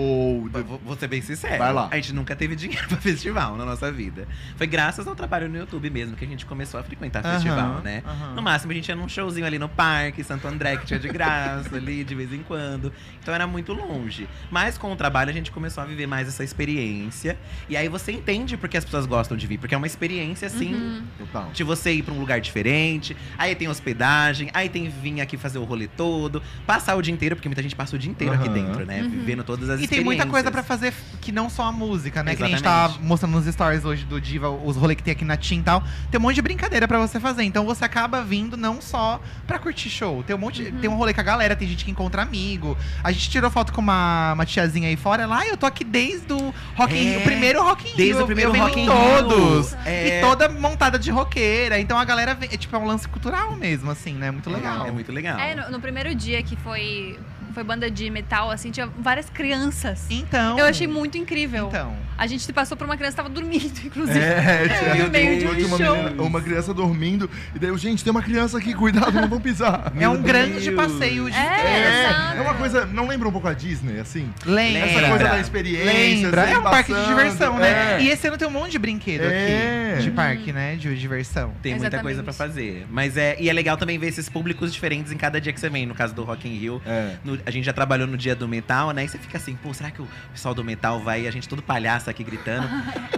Speaker 4: Vou-
Speaker 2: do-
Speaker 4: Vou, vou ser bem sincero.
Speaker 2: Vai lá.
Speaker 4: A gente nunca teve dinheiro pra festival na nossa vida. Foi graças ao trabalho no YouTube mesmo que a gente começou a frequentar festival,
Speaker 3: Aham,
Speaker 4: né?
Speaker 3: aham.
Speaker 4: No máximo, a gente ia num showzinho ali no parque, Santo André, que tinha de graça ali, de vez em quando. Então era muito longe. Mas com o trabalho, a gente começou a viver mais essa experiência. E aí você entende porque as pessoas gostam de vir. Porque é uma experiência, assim,
Speaker 1: Uhum.
Speaker 2: Total.
Speaker 4: de você ir pra um lugar diferente, aí tem hospedagem, aí tem vir aqui fazer o rolê todo, passar o dia inteiro, porque muita gente passa o dia inteiro aqui
Speaker 2: Aham.
Speaker 4: dentro, né?
Speaker 1: Uhum.
Speaker 4: Vivendo todas as
Speaker 3: E tem muita coisa pra
Speaker 4: experiências.
Speaker 3: fazer f- que não só a música, né? Que nem a gente
Speaker 4: Exatamente.
Speaker 3: tá mostrando nos stories hoje do Diva, os rolês que tem aqui na Tim e tal. Tem um monte de brincadeira pra você fazer. Então você acaba vindo não só pra curtir show. Tem um monte. Tem um rolê com a galera, tem gente que encontra amigo. A gente tirou foto com uma, uma tiazinha aí fora. Ela, ah, eu tô aqui desde o Rock in
Speaker 4: É,
Speaker 3: Rio, o primeiro Rock in Rio.
Speaker 4: Desde
Speaker 3: eu-
Speaker 4: o primeiro
Speaker 3: eu venho
Speaker 4: Rock
Speaker 3: em
Speaker 4: in
Speaker 3: todos.
Speaker 4: Rio.
Speaker 3: E
Speaker 4: É,
Speaker 3: toda montada de roqueira. Então a galera vem. É tipo é um lance cultural mesmo, assim, né? Muito legal.
Speaker 4: É muito legal.
Speaker 1: É, no, no primeiro dia que foi foi banda de metal, assim, tinha várias crianças.
Speaker 3: Então.
Speaker 1: Eu achei muito incrível.
Speaker 3: Então.
Speaker 1: A gente se passou por uma criança que tava dormindo, inclusive.
Speaker 2: É, tinha-
Speaker 1: Tipo, no meio de um
Speaker 2: tinha uma,
Speaker 1: show.
Speaker 2: menina- uma criança dormindo. E daí, eu, gente, tem uma criança aqui, cuidado, não vão pisar.
Speaker 3: É um
Speaker 4: Meu
Speaker 3: grande
Speaker 4: Deus.
Speaker 3: passeio de.
Speaker 1: É, exato.
Speaker 2: É uma coisa, não lembra um pouco a Disney, assim?
Speaker 3: Lembra.
Speaker 2: Essa coisa da experiência.
Speaker 3: É. Lembra?
Speaker 2: assim,
Speaker 3: É um parque de
Speaker 2: passando,
Speaker 3: diversão, né?
Speaker 2: é.
Speaker 3: E esse ano tem um monte de brinquedo
Speaker 2: É.
Speaker 3: aqui. De parque, né? De diversão.
Speaker 4: Tem muita
Speaker 1: Exatamente.
Speaker 4: coisa pra fazer. Mas é. E é legal também ver esses públicos diferentes em cada dia que você vem. No caso do Rock in Rio,
Speaker 2: É.
Speaker 4: no- a gente já trabalhou no dia do metal, né? E você fica assim, pô, será que o pessoal do metal vai? E a gente todo palhaço aqui gritando.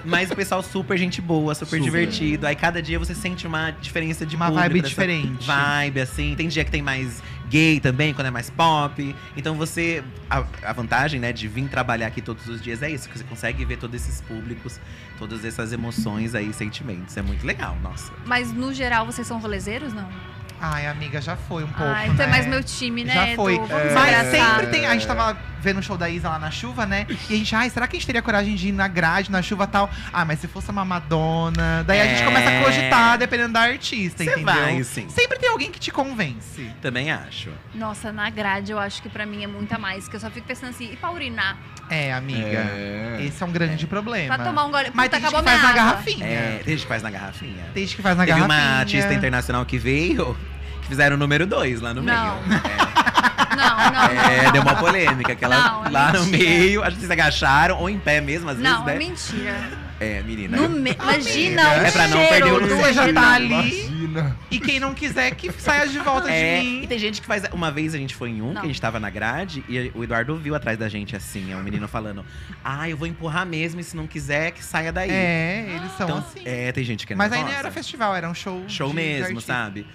Speaker 4: Mas o pessoal super gente boa, super,
Speaker 2: Super.
Speaker 4: divertido. Aí cada dia você sente uma diferença de
Speaker 3: Uma
Speaker 4: público,
Speaker 3: vibe
Speaker 4: dessa
Speaker 3: diferente.
Speaker 4: Vibe, assim. Tem dia que tem mais gay também, quando é mais pop. Então você. A, a vantagem, né, de vir trabalhar aqui todos os dias é isso, que você consegue ver todos esses públicos, todas essas emoções aí, sentimentos. É muito legal, nossa.
Speaker 1: Mas no geral, vocês são rolezeiros, não?
Speaker 3: Ai, amiga, já foi um pouco.
Speaker 1: ah, então
Speaker 3: né?
Speaker 1: é mais meu time, né?
Speaker 3: Já foi.
Speaker 1: Do, vamos
Speaker 2: É.
Speaker 3: Mas
Speaker 1: abraçar.
Speaker 3: sempre tem. A gente tava vendo o show da Isa lá na chuva, né? E a gente, ai, será que a gente teria coragem de ir na grade, na chuva e tal? Ah, mas se fosse uma Madonna. Daí a gente
Speaker 4: É.
Speaker 3: começa a cogitar, dependendo da artista,
Speaker 4: Você
Speaker 3: entendeu?
Speaker 4: vai, sim.
Speaker 3: Sempre tem alguém que te convence.
Speaker 4: Também acho.
Speaker 1: Nossa, na grade eu acho que pra mim é muita mais. Que eu só fico pensando assim, e pra urinar?
Speaker 3: É, amiga.
Speaker 2: É.
Speaker 3: Esse é um grande problema.
Speaker 1: Pra tomar um gole. Puta,
Speaker 3: Mas tem gente
Speaker 1: acabou
Speaker 3: que
Speaker 1: a minha
Speaker 3: faz na
Speaker 1: água.
Speaker 3: garrafinha.
Speaker 4: É, tem gente que faz na garrafinha.
Speaker 3: Tem gente que faz na
Speaker 4: Teve
Speaker 3: garrafinha.
Speaker 4: uma artista internacional que veio, que fizeram o número 2 lá no
Speaker 1: Não.
Speaker 4: meio.
Speaker 1: Não, não, não.
Speaker 4: É, deu uma polêmica, que ela
Speaker 1: Não, é
Speaker 4: lá no
Speaker 1: mentira.
Speaker 4: meio, acho que vocês agacharam, ou em pé mesmo, às
Speaker 1: Não, é
Speaker 4: vezes, né?
Speaker 1: mentira.
Speaker 4: É, menina.
Speaker 1: No me- Imagina
Speaker 2: É
Speaker 1: o
Speaker 4: pra não perder o
Speaker 1: cheiro
Speaker 4: lugar.
Speaker 1: do
Speaker 3: Você já
Speaker 1: gelo.
Speaker 3: tá ali.
Speaker 2: Imagina.
Speaker 3: E quem não quiser, que saia de volta
Speaker 4: É,
Speaker 3: de
Speaker 4: e
Speaker 3: mim.
Speaker 4: tem gente que faz. Uma vez a gente foi em um,
Speaker 1: Não.
Speaker 4: que a gente tava na grade, e o Eduardo viu atrás da gente assim, é um menino falando: Ah, eu vou empurrar mesmo, e se não quiser, que saia daí.
Speaker 3: É, eles são
Speaker 4: então,
Speaker 3: assim.
Speaker 4: é, tem gente que é
Speaker 3: Mas aí não
Speaker 4: nervosa.
Speaker 3: era festival, era um show.
Speaker 4: show
Speaker 3: de- de
Speaker 4: mesmo,
Speaker 3: artista.
Speaker 4: sabe?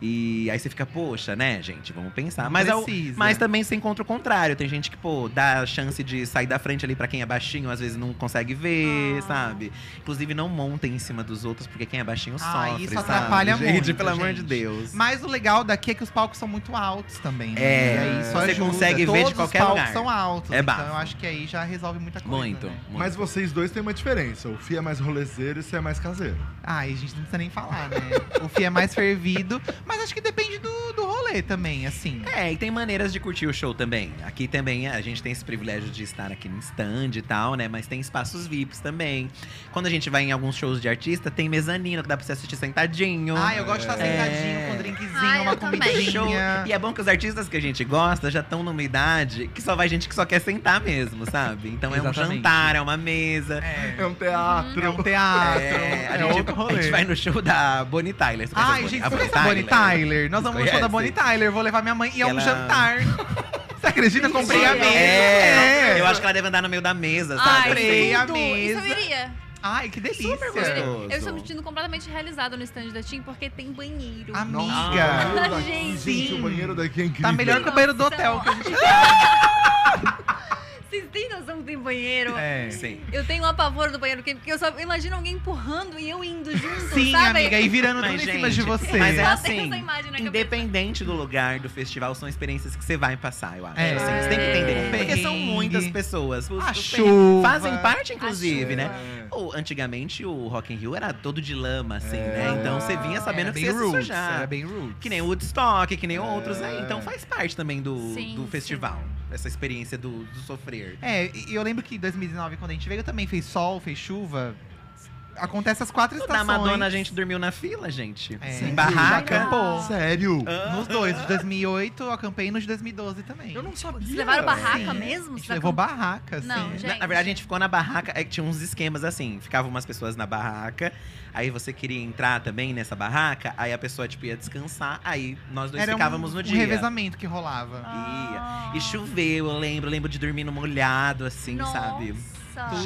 Speaker 4: E aí você fica, poxa, né, gente? Vamos pensar. Mas, é o-
Speaker 3: Precisa.
Speaker 4: mas também você encontra o contrário. Tem gente que, pô, dá a chance de sair da frente ali pra quem é baixinho, às vezes não consegue ver,
Speaker 1: Ah.
Speaker 4: sabe? Inclusive, não montem em cima dos outros, porque quem é baixinho
Speaker 3: Ah,
Speaker 4: sofre.
Speaker 3: isso
Speaker 4: sabe?
Speaker 3: atrapalha
Speaker 4: gente,
Speaker 3: muito,
Speaker 4: pelo amor de
Speaker 3: gente.
Speaker 4: Deus.
Speaker 3: Mas o legal daqui é que os palcos são muito altos também. Né?
Speaker 4: É,
Speaker 3: E aí isso
Speaker 4: você
Speaker 3: ajuda.
Speaker 4: consegue ver de
Speaker 3: Todos
Speaker 4: qualquer
Speaker 3: os palcos
Speaker 4: lugar.
Speaker 3: são altos.
Speaker 4: É
Speaker 3: então
Speaker 4: bafo.
Speaker 3: eu acho que aí já resolve muita coisa.
Speaker 4: muito,
Speaker 3: né?
Speaker 4: muito.
Speaker 2: Mas vocês dois têm uma diferença. O Fih é mais rolezeiro e você é mais caseiro.
Speaker 3: Ai, gente, não precisa nem falar, né? o Fih é mais fervido, mas acho que depende do, do rolê também, assim.
Speaker 4: É, e tem maneiras de curtir o show também. Aqui também a gente tem esse privilégio de estar aqui no stand e tal, né? Mas tem espaços VIPs também. Quando a gente vai em alguns shows de artista, tem mezanino que dá pra você assistir sentadinho.
Speaker 3: Ai, Ah, eu gosto de estar
Speaker 4: É.
Speaker 3: sentadinho com um drinkzinho,
Speaker 1: Ai, Ah, eu
Speaker 3: uma
Speaker 1: também.
Speaker 3: comidinha.
Speaker 4: Show. E é bom que os artistas que a gente gosta já estão numa idade que só vai gente que só quer sentar mesmo, sabe? Então é um
Speaker 3: Exatamente.
Speaker 4: jantar, é uma mesa.
Speaker 3: É.
Speaker 2: É um teatro.
Speaker 3: É um teatro.
Speaker 4: É, a,
Speaker 3: é
Speaker 4: gente,
Speaker 3: outro
Speaker 4: a gente
Speaker 3: rolê.
Speaker 4: vai no show da Bonnie Tyler. Você conhece
Speaker 3: Ai, gente,
Speaker 4: a
Speaker 3: você
Speaker 4: Bonnie,
Speaker 3: conhece a Bonnie Tyler? Nós vamos no show da
Speaker 4: Conhece?
Speaker 3: Bonnie Tyler. Vou levar minha mãe e é um
Speaker 4: Ela-
Speaker 3: jantar. Você acredita? Eu comprei a
Speaker 1: Mentira.
Speaker 3: mesa.
Speaker 4: É, eu acho que ela deve andar no meio da mesa, sabe? Assim.
Speaker 1: Ai,
Speaker 3: Comprei a
Speaker 1: tudo.
Speaker 3: mesa.
Speaker 1: Isso eu iria.
Speaker 3: Ai, que delícia.
Speaker 4: Super
Speaker 1: Eu iria.
Speaker 4: Gostoso.
Speaker 1: Eu estou me sentindo completamente realizado no stand da Tim porque tem banheiro.
Speaker 3: Amiga.
Speaker 2: Nossa, o banheiro
Speaker 3: Ah.
Speaker 2: daqui,
Speaker 1: Gente.
Speaker 2: gente, o banheiro daqui é incrível.
Speaker 3: Tá melhor que o banheiro do hotel. Que a gente...
Speaker 1: Vocês têm noção que tem banheiro?
Speaker 3: É.
Speaker 4: Sim.
Speaker 1: Eu tenho um apavor do banheiro, porque porque eu só imagino alguém empurrando e eu indo junto,
Speaker 3: Sim,
Speaker 1: sabe?
Speaker 3: amiga, e virando
Speaker 4: Mas,
Speaker 3: tudo em cima
Speaker 4: gente,
Speaker 3: de você.
Speaker 4: Mas é
Speaker 1: Só tem essa
Speaker 4: assim,
Speaker 1: imagem na
Speaker 4: independente do lugar, do festival, são experiências que você vai passar, eu acho.
Speaker 3: É.
Speaker 4: Assim, você tem que entender. Porque são
Speaker 3: Perrengue.
Speaker 4: muitas pessoas. Os-
Speaker 3: A
Speaker 4: os
Speaker 3: chuva.
Speaker 4: Fazem parte, inclusive, né?
Speaker 2: É.
Speaker 4: Ou, antigamente, o Rock in Rio era todo de lama, assim,
Speaker 2: É.
Speaker 4: né? Então, você vinha sabendo
Speaker 3: Era
Speaker 4: que
Speaker 3: bem
Speaker 4: você ia se
Speaker 3: roots,
Speaker 4: sujar.
Speaker 3: era bem É. roots.
Speaker 4: Que nem o Woodstock, que nem outros aí. Então, faz parte também do,
Speaker 1: Sim,
Speaker 4: do
Speaker 1: sim.
Speaker 4: festival. Essa experiência do, do sofrer.
Speaker 3: É, e eu lembro que em 2019, quando a gente veio, também fez sol, fez chuva. Acontece as quatro
Speaker 4: Na
Speaker 3: estações.
Speaker 4: Madonna, a gente dormiu na fila, gente.
Speaker 3: É.
Speaker 4: Em
Speaker 3: Já
Speaker 4: barraca.
Speaker 3: acampou.
Speaker 2: Sério?
Speaker 4: Ah.
Speaker 3: Nos dois, de 2008, eu acampei nos de 2012 também.
Speaker 2: Eu não sabia.
Speaker 1: Vocês levaram barraca
Speaker 3: Sim.
Speaker 1: mesmo?
Speaker 3: A gente
Speaker 1: Vocês
Speaker 3: levou
Speaker 1: acamp-
Speaker 3: barraca, assim.
Speaker 1: Não,
Speaker 4: Na,
Speaker 1: gente.
Speaker 4: na verdade, a gente ficou na barraca, é que tinha uns esquemas assim. Ficavam umas pessoas na barraca, aí você queria entrar também nessa barraca, aí a pessoa tipo, ia descansar, aí nós dois
Speaker 3: Era um-
Speaker 4: ficávamos no
Speaker 3: um
Speaker 4: dia.
Speaker 3: revezamento que rolava.
Speaker 1: Ah.
Speaker 4: E choveu, eu lembro, eu lembro de dormir no molhado, assim, sabe?
Speaker 1: Nossa.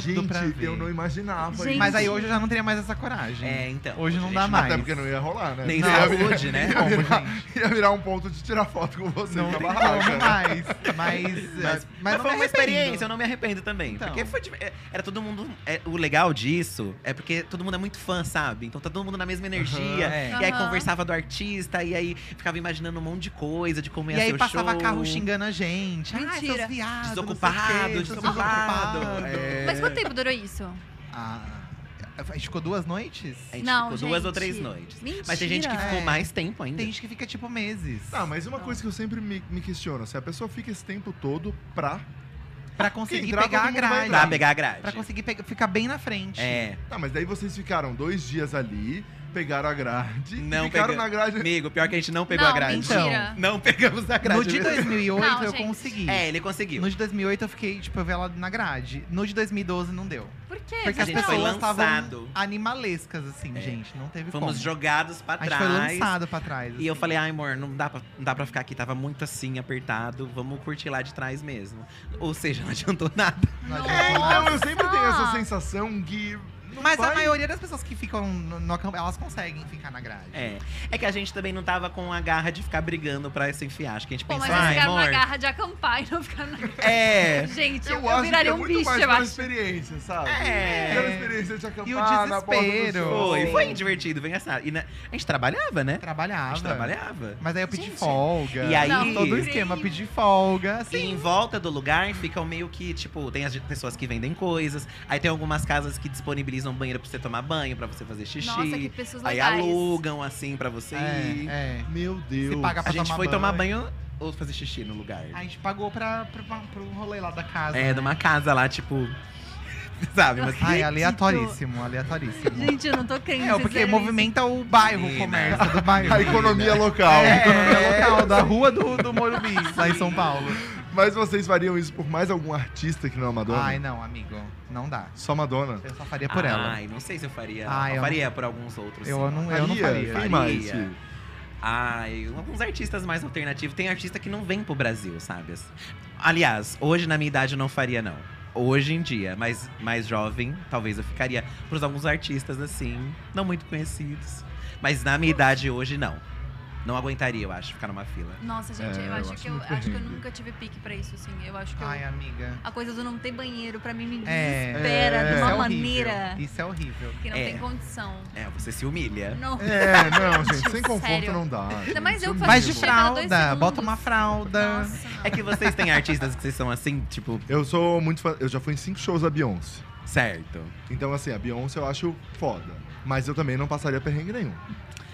Speaker 3: Tudo pra
Speaker 2: Gente,
Speaker 3: ver.
Speaker 2: eu não imaginava.
Speaker 1: Gente.
Speaker 2: isso.
Speaker 3: Mas aí hoje eu já não teria mais essa coragem.
Speaker 4: É, então.
Speaker 3: Hoje não
Speaker 4: a
Speaker 3: dá
Speaker 4: gente
Speaker 3: mais.
Speaker 2: Até porque não ia rolar, né?
Speaker 4: Nem
Speaker 2: Ia
Speaker 4: saúde, né?
Speaker 2: Ia
Speaker 3: Como,
Speaker 2: virar,
Speaker 3: gente?
Speaker 2: ia virar um ponto de tirar foto com você
Speaker 3: Não
Speaker 2: na
Speaker 3: tem
Speaker 2: barraca.
Speaker 3: como mais. Mas,
Speaker 4: Mas,
Speaker 3: é,
Speaker 4: mas
Speaker 3: mas não
Speaker 4: foi
Speaker 3: me
Speaker 4: uma
Speaker 3: arrependo.
Speaker 4: experiência, um eu não me arrependo também.
Speaker 3: Então.
Speaker 4: Porque foi. diver- é, Era todo mundo. é, o legal disso é porque todo mundo é muito fã, sabe? Então tá todo mundo na mesma energia.
Speaker 3: Aham, é.
Speaker 4: E aí
Speaker 1: Aham.
Speaker 4: conversava do artista, e aí ficava imaginando um monte de coisa, de como ia
Speaker 3: E
Speaker 4: ser
Speaker 3: aí
Speaker 4: o
Speaker 3: passava
Speaker 4: show.
Speaker 3: carro xingando a gente. Ai,
Speaker 1: Mentira.
Speaker 3: seus viados. não sei o quê,
Speaker 4: Desocupado,
Speaker 3: seus
Speaker 4: desocupado.
Speaker 3: desocupados.
Speaker 4: É.
Speaker 1: Mas quanto tempo durou isso?
Speaker 3: Ah, A gente ficou duas noites?
Speaker 4: A gente
Speaker 1: Não,
Speaker 4: ficou duas ou
Speaker 1: gente.
Speaker 4: três noites.
Speaker 1: Mentira.
Speaker 4: Mas tem gente que ficou
Speaker 3: É.
Speaker 4: mais tempo ainda.
Speaker 3: Tem gente que fica tipo meses.
Speaker 2: Tá, mas uma
Speaker 1: Não.
Speaker 2: coisa que eu sempre me, me questiono, se a pessoa fica esse tempo todo pra...
Speaker 3: Pra conseguir
Speaker 2: entrar,
Speaker 3: pegar
Speaker 2: todo
Speaker 3: a
Speaker 2: mundo vai
Speaker 3: grade.
Speaker 4: Pra pegar a grade.
Speaker 3: Pra conseguir pegar- ficar bem na frente.
Speaker 4: É.
Speaker 2: Tá, mas daí vocês ficaram dois dias ali, pegaram a grade, e
Speaker 4: Não
Speaker 2: ficaram
Speaker 4: pega-
Speaker 2: na grade...
Speaker 4: Amigo, pior que a gente não pegou
Speaker 1: Não,
Speaker 4: a grade.
Speaker 3: Então,
Speaker 1: mentira.
Speaker 4: Não pegamos a grade.
Speaker 3: No de
Speaker 2: né?
Speaker 3: 2008
Speaker 1: Não,
Speaker 3: eu
Speaker 1: gente.
Speaker 3: consegui.
Speaker 4: É, ele conseguiu.
Speaker 3: No de 2008 eu fiquei, tipo, eu vi ela na grade. No de 2012 não deu.
Speaker 1: Por quê?
Speaker 3: Porque
Speaker 4: É, a
Speaker 3: as
Speaker 4: gente foi
Speaker 3: pessoas
Speaker 4: lançado.
Speaker 3: estavam animalescas, assim, gente. Não teve
Speaker 4: É. Fomos
Speaker 3: como.
Speaker 4: jogados pra
Speaker 3: A gente
Speaker 4: trás.
Speaker 3: foi lançado pra trás.
Speaker 4: E eu
Speaker 3: assim.
Speaker 4: falei, ai, amor, não dá, pra, não dá pra ficar aqui, tava muito assim, apertado, vamos curtir lá de trás mesmo. Ou seja, não adiantou nada.
Speaker 3: Não
Speaker 1: Nossa.
Speaker 3: adiantou
Speaker 2: É, então eu sempre tenho essa
Speaker 1: Nossa.
Speaker 2: sensação que... não
Speaker 3: Mas
Speaker 2: vai-
Speaker 3: a maioria das pessoas que ficam no, no acamp- elas conseguem ficar na grade.
Speaker 4: É. É que a gente também não tava com a garra de ficar brigando pra se enfiar. Acho que a gente
Speaker 1: Pô, mas
Speaker 4: pensou,
Speaker 1: eles
Speaker 4: ai,
Speaker 1: ficaram na
Speaker 4: amor.
Speaker 1: garra de acampar e não ficaram na grade.
Speaker 4: É.
Speaker 1: Gente, eu,
Speaker 2: Eu, acho que
Speaker 1: viraria
Speaker 2: é
Speaker 1: um
Speaker 2: muito
Speaker 1: bicho,
Speaker 2: mais
Speaker 1: eu
Speaker 2: pela
Speaker 1: acho.
Speaker 2: experiência, sabe?
Speaker 4: É.
Speaker 2: Pela experiência de acampar
Speaker 3: E o
Speaker 2: na porta do
Speaker 3: desespero.
Speaker 2: show.
Speaker 4: Foi, foi divertido, vem essa. E na- a gente trabalhava, né? A
Speaker 3: Trabalhava.
Speaker 4: gente trabalhava.
Speaker 3: Mas aí eu pedi
Speaker 4: Gente.
Speaker 3: folga.
Speaker 4: E aí-
Speaker 3: Não, todo o
Speaker 1: Sim.
Speaker 3: esquema, pedi folga,
Speaker 4: E
Speaker 3: assim.
Speaker 4: em volta do lugar ficam meio que, tipo, tem as pessoas que vendem coisas, aí tem algumas casas que disponibilizam banheiro pra você tomar banho, pra você fazer xixi.
Speaker 1: Nossa, que pessoas
Speaker 4: aí
Speaker 1: legais.
Speaker 4: alugam assim pra você ir.
Speaker 3: É, é.
Speaker 2: Meu Deus.
Speaker 3: Se paga pra
Speaker 4: A gente
Speaker 3: tomar
Speaker 4: foi
Speaker 3: banho.
Speaker 4: tomar banho ou fazer xixi no lugar.
Speaker 3: A gente pagou pra, pra, pra, pro rolê lá da casa. né?
Speaker 4: É, de uma casa lá, tipo. Sabe? Mas...
Speaker 3: Ai, aleatoríssimo, aleatoríssimo.
Speaker 1: Gente, eu não tô crendo.
Speaker 3: É, porque
Speaker 1: sinceramente.
Speaker 3: movimenta o bairro, o
Speaker 4: Menina.
Speaker 3: comércio do bairro.
Speaker 2: né? A economia local.
Speaker 3: É, a economia local, da rua do, do Morumbi, lá em São Paulo.
Speaker 2: Mas vocês fariam isso por mais algum artista que não é Madonna?
Speaker 3: Ai, não, amigo, não dá.
Speaker 2: Só Madonna.
Speaker 3: Eu só faria por ela.
Speaker 4: Ai, não sei se eu faria.
Speaker 3: Ai,
Speaker 4: eu,
Speaker 3: eu-
Speaker 4: faria por alguns outros. assim,
Speaker 3: Eu
Speaker 4: sim.
Speaker 3: não- eu não faria.
Speaker 2: Quem mais?
Speaker 4: Faria. Ai, alguns artistas mais alternativos. Tem artista que não vem pro Brasil, sabe? Assim. Aliás, hoje na minha idade eu não faria, não. Hoje em dia, mas mais jovem, talvez eu ficaria pros alguns artistas assim, não muito conhecidos. Mas na minha idade hoje, não. Não aguentaria, eu acho, ficar numa fila.
Speaker 1: Nossa, gente,
Speaker 2: É,
Speaker 1: eu,
Speaker 2: eu
Speaker 1: acho,
Speaker 2: acho
Speaker 1: que eu,
Speaker 2: muito
Speaker 1: acho que eu
Speaker 2: horrível.
Speaker 1: nunca tive pique pra isso, assim. Eu acho que eu-
Speaker 3: Ai, amiga.
Speaker 1: a coisa do não ter banheiro, pra mim, me
Speaker 3: É.
Speaker 1: desespera
Speaker 2: É.
Speaker 1: de
Speaker 3: Isso
Speaker 1: uma
Speaker 3: é horrível.
Speaker 1: maneira
Speaker 3: Isso é horrível.
Speaker 1: que não
Speaker 4: É.
Speaker 1: tem condição.
Speaker 4: É, você se humilha.
Speaker 1: Não.
Speaker 2: É, não, gente, sem conforto
Speaker 1: Sério.
Speaker 2: não dá.
Speaker 1: Ainda mais eu que
Speaker 3: Faz de
Speaker 1: Chega a dois
Speaker 3: fralda, bota
Speaker 1: segundos.
Speaker 3: uma fralda.
Speaker 1: Nossa, não.
Speaker 4: É que vocês têm artistas que vocês são assim, tipo,
Speaker 2: Eu sou muito fã. Eu já fui em cinco shows da Beyoncé.
Speaker 4: certo.
Speaker 2: Então, assim, a Beyoncé eu acho foda. Mas eu também não passaria perrengue nenhum.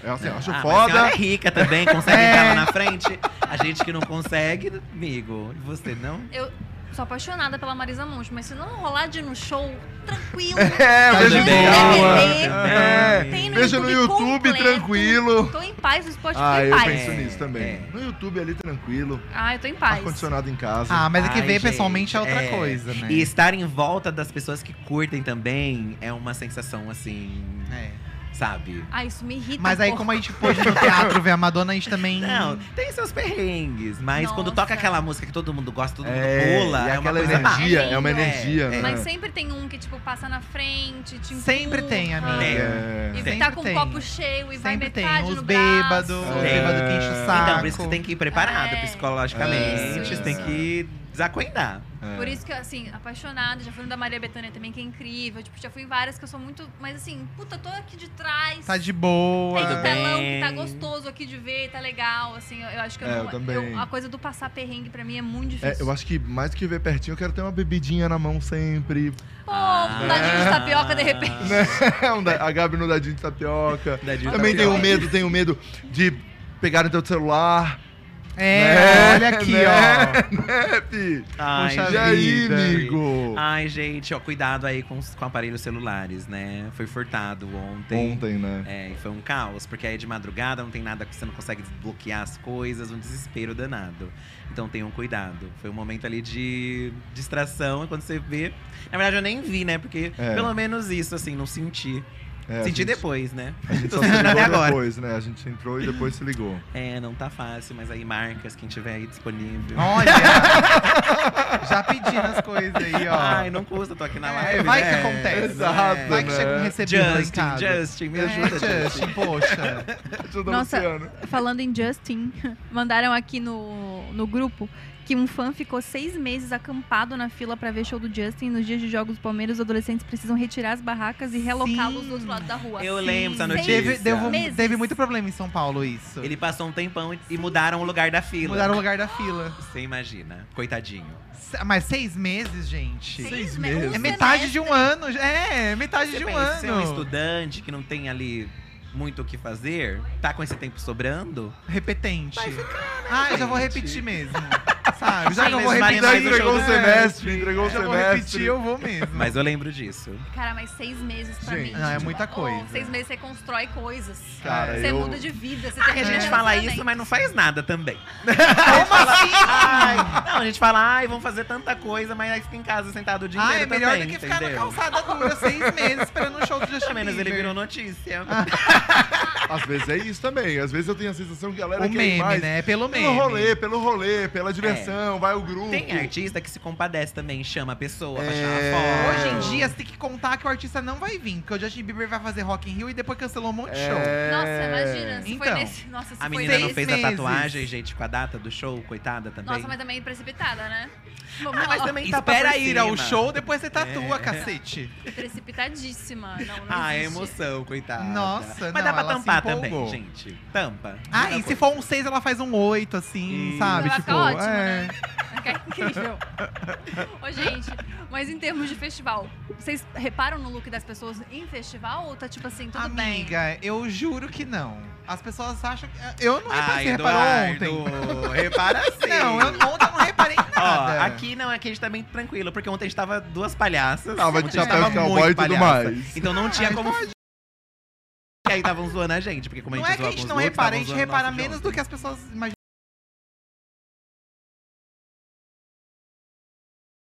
Speaker 2: Eu, assim, eu acho
Speaker 4: Ah, mas a senhora
Speaker 2: foda.
Speaker 4: é rica também, consegue
Speaker 3: É.
Speaker 4: entrar lá na frente. A gente que não consegue, amigo. E você não?
Speaker 1: Eu sou apaixonada pela Marisa Monte, mas se não rolar de ir no show, tranquilo.
Speaker 2: É,
Speaker 3: Tá
Speaker 2: vejo
Speaker 3: de
Speaker 2: em
Speaker 3: bem.
Speaker 2: boa.
Speaker 4: É.
Speaker 1: Tem no
Speaker 2: Vejo no
Speaker 1: YouTube
Speaker 2: YouTube
Speaker 1: completo.
Speaker 2: tranquilo.
Speaker 1: Tô em paz, o Spotify
Speaker 2: Ah,
Speaker 1: em
Speaker 2: eu
Speaker 1: paz.
Speaker 2: penso
Speaker 4: É,
Speaker 2: nisso também.
Speaker 4: é.
Speaker 2: No YouTube ali tranquilo,
Speaker 1: Ah, eu tô em paz.
Speaker 2: ar-condicionado em casa.
Speaker 3: Ah, mas é que
Speaker 4: Ai,
Speaker 3: ver
Speaker 4: gente,
Speaker 3: pessoalmente é outra
Speaker 4: é.
Speaker 3: coisa, né?
Speaker 4: E estar em volta das pessoas que curtem também é uma sensação assim,
Speaker 3: É.
Speaker 4: sabe?
Speaker 1: Ah, isso me irrita.
Speaker 3: Mas
Speaker 1: um
Speaker 3: aí,
Speaker 1: pouco.
Speaker 3: como a gente pôde no teatro ver a Madonna, a gente também.
Speaker 4: Não, tem seus perrengues, mas quando
Speaker 1: Nossa.
Speaker 4: toca aquela música que todo mundo gosta, todo mundo
Speaker 2: É, e
Speaker 4: pula, é uma
Speaker 2: aquela
Speaker 4: coisa
Speaker 2: energia,
Speaker 1: má.
Speaker 2: é uma
Speaker 1: É,
Speaker 2: energia,
Speaker 4: é.
Speaker 2: né?
Speaker 1: Mas sempre tem um que, tipo, passa na frente, te
Speaker 3: Sempre
Speaker 1: empurra.
Speaker 3: tem, amiga.
Speaker 4: É.
Speaker 2: É.
Speaker 1: E
Speaker 3: Sempre
Speaker 1: tá com
Speaker 3: tem.
Speaker 1: o copo cheio e vai
Speaker 3: Sempre tem.
Speaker 1: metade
Speaker 3: Os
Speaker 1: no
Speaker 3: bêbados,
Speaker 1: braço.
Speaker 3: os
Speaker 2: É.
Speaker 3: bêbados que enchem o saco.
Speaker 4: Então, por isso que tem que ir preparado
Speaker 1: É.
Speaker 4: psicologicamente,
Speaker 1: É.
Speaker 4: você tem que desacoendar.
Speaker 2: É.
Speaker 1: Por isso que, assim, apaixonada. Já fui no da Maria Bethânia também, que é incrível. Tipo, já fui em várias que eu sou muito... Mas, assim, puta, tô aqui de trás.
Speaker 3: Tá de boa.
Speaker 1: Tem um
Speaker 4: Tudo
Speaker 1: telão
Speaker 4: bem.
Speaker 1: que tá gostoso aqui de ver, tá legal, assim, eu, eu acho que eu
Speaker 2: É,
Speaker 1: não...
Speaker 2: eu também.
Speaker 1: a coisa do passar perrengue pra mim é muito difícil.
Speaker 2: É, eu acho que mais do que ver pertinho, eu quero ter uma bebidinha na mão sempre.
Speaker 1: Pô, vontade de
Speaker 2: Ah.
Speaker 1: tapioca, de repente.
Speaker 2: Né? Um da- a Gabi no dadinho de tapioca.
Speaker 4: Dadinho de
Speaker 2: Também
Speaker 4: tapioca.
Speaker 2: tenho medo, tenho medo de pegarem teu celular.
Speaker 3: É,
Speaker 2: Né?
Speaker 3: olha aqui,
Speaker 2: Né?
Speaker 3: ó.
Speaker 2: É, fi.
Speaker 4: Ai,
Speaker 3: Puxa
Speaker 2: E aí,
Speaker 3: vida.
Speaker 2: amigo?
Speaker 4: Ai, gente, ó, cuidado aí com, os- com aparelhos celulares, né? Foi furtado ontem.
Speaker 2: Ontem, né?
Speaker 4: É, e foi um caos, porque aí de madrugada não tem nada que você não consegue desbloquear as coisas, um desespero danado. Então tenham cuidado. Foi um momento ali de distração, e quando você vê. Na verdade, eu nem vi, né? Porque
Speaker 2: É.
Speaker 4: pelo menos isso, assim, não senti.
Speaker 2: É, a
Speaker 4: senti
Speaker 2: gente-
Speaker 4: depois, né?
Speaker 2: A gente só
Speaker 4: Tô
Speaker 2: se
Speaker 4: sentindo
Speaker 2: ligou
Speaker 4: até agora.
Speaker 2: depois, né? A gente entrou e depois se ligou.
Speaker 4: É, não tá fácil, mas aí marcas, quem tiver aí disponível.
Speaker 3: Olha. Já pedindo as coisas aí, ó.
Speaker 4: Ai, não custa, tô aqui na
Speaker 3: É,
Speaker 4: live.
Speaker 3: vai
Speaker 4: né?
Speaker 3: que acontece.
Speaker 2: exato,
Speaker 3: Vai que
Speaker 2: né?
Speaker 3: chega um recebido lá em
Speaker 4: Justin,
Speaker 3: casa.
Speaker 4: Justin, me
Speaker 3: É,
Speaker 4: ajuda, Justin.
Speaker 3: Justin, poxa.
Speaker 2: Ajuda
Speaker 1: Nossa.
Speaker 2: É Luciano.
Speaker 1: Falando em Justin, mandaram aqui no, no grupo que um fã ficou seis meses acampado na fila pra ver show do Justin. Nos dias de jogos do Palmeiras, os adolescentes precisam retirar as barracas e relocá-los
Speaker 3: Sim.
Speaker 1: do outro lado da rua.
Speaker 4: Eu lembro essa
Speaker 1: Seis
Speaker 4: notícia.
Speaker 3: Teve, devo-
Speaker 1: meses.
Speaker 3: teve muito problema em São Paulo isso.
Speaker 4: Ele passou um tempão e- e mudaram o lugar da fila.
Speaker 3: Mudaram o lugar da fila.
Speaker 4: Você imagina. Coitadinho.
Speaker 3: Se- Mas seis meses, gente.
Speaker 2: Seis meses.
Speaker 1: um
Speaker 3: É metade
Speaker 1: semestre.
Speaker 3: de um ano. É, é metade
Speaker 4: Você
Speaker 3: de um
Speaker 4: pensa,
Speaker 3: ano.
Speaker 4: Você é um estudante que não tem ali muito o que fazer, tá com esse tempo sobrando.
Speaker 3: Repetente. Ah, eu já vou
Speaker 4: gente?
Speaker 3: repetir mesmo. Sabe? Já que eu
Speaker 4: Mas
Speaker 3: vou
Speaker 4: vale mais
Speaker 3: repetir. É.
Speaker 2: Já
Speaker 4: o
Speaker 2: entregou
Speaker 4: jogo
Speaker 2: o
Speaker 4: do
Speaker 2: um semestre, entregou o
Speaker 3: um né? Já vou repetir,
Speaker 2: semestre.
Speaker 3: eu vou mesmo.
Speaker 4: Mas eu lembro disso.
Speaker 1: Cara, mas seis meses pra
Speaker 2: Gente,
Speaker 1: mim.
Speaker 3: não, é
Speaker 1: tipo,
Speaker 3: muita
Speaker 1: oh,
Speaker 3: coisa.
Speaker 1: seis meses você constrói coisas.
Speaker 2: Cara,
Speaker 1: você
Speaker 2: eu-
Speaker 1: muda de vida, você tem
Speaker 4: A gente
Speaker 1: referência
Speaker 4: fala
Speaker 1: também.
Speaker 4: isso, mas não faz nada também.
Speaker 3: É. Como assim?
Speaker 4: Ai, não, a gente fala, ai, vamos fazer tanta coisa, mas aí fica em casa sentado o dia
Speaker 3: Ah, é
Speaker 4: inteiro
Speaker 3: melhor
Speaker 4: também,
Speaker 3: do que ficar
Speaker 4: entendeu?
Speaker 3: na calçada dura seis meses esperando um show do Justin
Speaker 4: Pelo menos ele
Speaker 3: Bieber. Ah,
Speaker 4: virou notícia.
Speaker 2: Às vezes é isso também. Às vezes eu tenho a sensação que a galera
Speaker 3: O
Speaker 2: quer ir
Speaker 3: meme,
Speaker 2: mais
Speaker 3: né? Pelo
Speaker 2: Pelo
Speaker 3: meme.
Speaker 2: rolê, pelo rolê, pela diversão, vai o grupo.
Speaker 4: Tem artista que se compadece também, chama a pessoa pra
Speaker 2: É.
Speaker 4: chamar foto.
Speaker 3: Hoje em dia, você tem que contar que o artista não vai vir, porque o Justin Bieber vai fazer Rock in Rio e depois cancelou um monte de show.
Speaker 2: É.
Speaker 1: Nossa, imagina. Se foi
Speaker 3: Então,
Speaker 1: nesse... Nossa, se
Speaker 4: a
Speaker 1: foi
Speaker 4: menina não
Speaker 1: nesse-
Speaker 4: fez
Speaker 3: meses.
Speaker 4: a tatuagem, gente, com a data do show, coitada também.
Speaker 1: Nossa, mas também precipitada, né?
Speaker 4: Ah, mas também tá
Speaker 3: Espera
Speaker 4: pra É.
Speaker 3: ir
Speaker 4: cima.
Speaker 3: ao show, depois você tatua, cacete.
Speaker 1: Precipitadíssima. Não, não
Speaker 4: Ah, é
Speaker 1: existe.
Speaker 4: emoção, coitada.
Speaker 3: Nossa,
Speaker 4: Mas
Speaker 3: não,
Speaker 4: dá pra
Speaker 3: ela se
Speaker 4: tampar também,
Speaker 3: empolgou.
Speaker 4: gente. Tampa.
Speaker 3: Ah, e se for um 6, ela faz um 8, assim,
Speaker 4: Isso.
Speaker 3: sabe?
Speaker 1: Vai
Speaker 3: tipo,
Speaker 1: ficar ótimo,
Speaker 3: é.
Speaker 1: né? Vai ficar incrível. Ô, gente, mas em termos de festival, vocês reparam no look das pessoas em festival ou tá tipo assim, tudo bem?
Speaker 3: Amiga, eu juro que não. As pessoas acham que. Eu não reparei,
Speaker 4: Ai,
Speaker 3: você reparou
Speaker 4: Ah, Eduardo,
Speaker 3: ontem.
Speaker 4: Repara sim.
Speaker 3: Não, eu, ontem eu não reparei em nada.
Speaker 4: Ó, aqui não, aqui a gente tá bem tranquilo, porque ontem a gente tava duas palhaças.
Speaker 2: Tava
Speaker 4: Ontem
Speaker 2: de
Speaker 4: a gente
Speaker 2: chapéu de cowboy e tudo
Speaker 4: palhaça.
Speaker 2: mais.
Speaker 4: Então não tinha como. E aí estavam zoando a gente, porque como a
Speaker 3: Não
Speaker 4: gente
Speaker 3: é que a
Speaker 4: zoa
Speaker 3: gente
Speaker 4: com os
Speaker 3: não
Speaker 4: outros,
Speaker 3: repara,
Speaker 4: estavam
Speaker 3: a gente
Speaker 4: zoando
Speaker 3: repara
Speaker 4: nosso de
Speaker 3: menos
Speaker 4: ontem.
Speaker 3: do que as pessoas imaginam.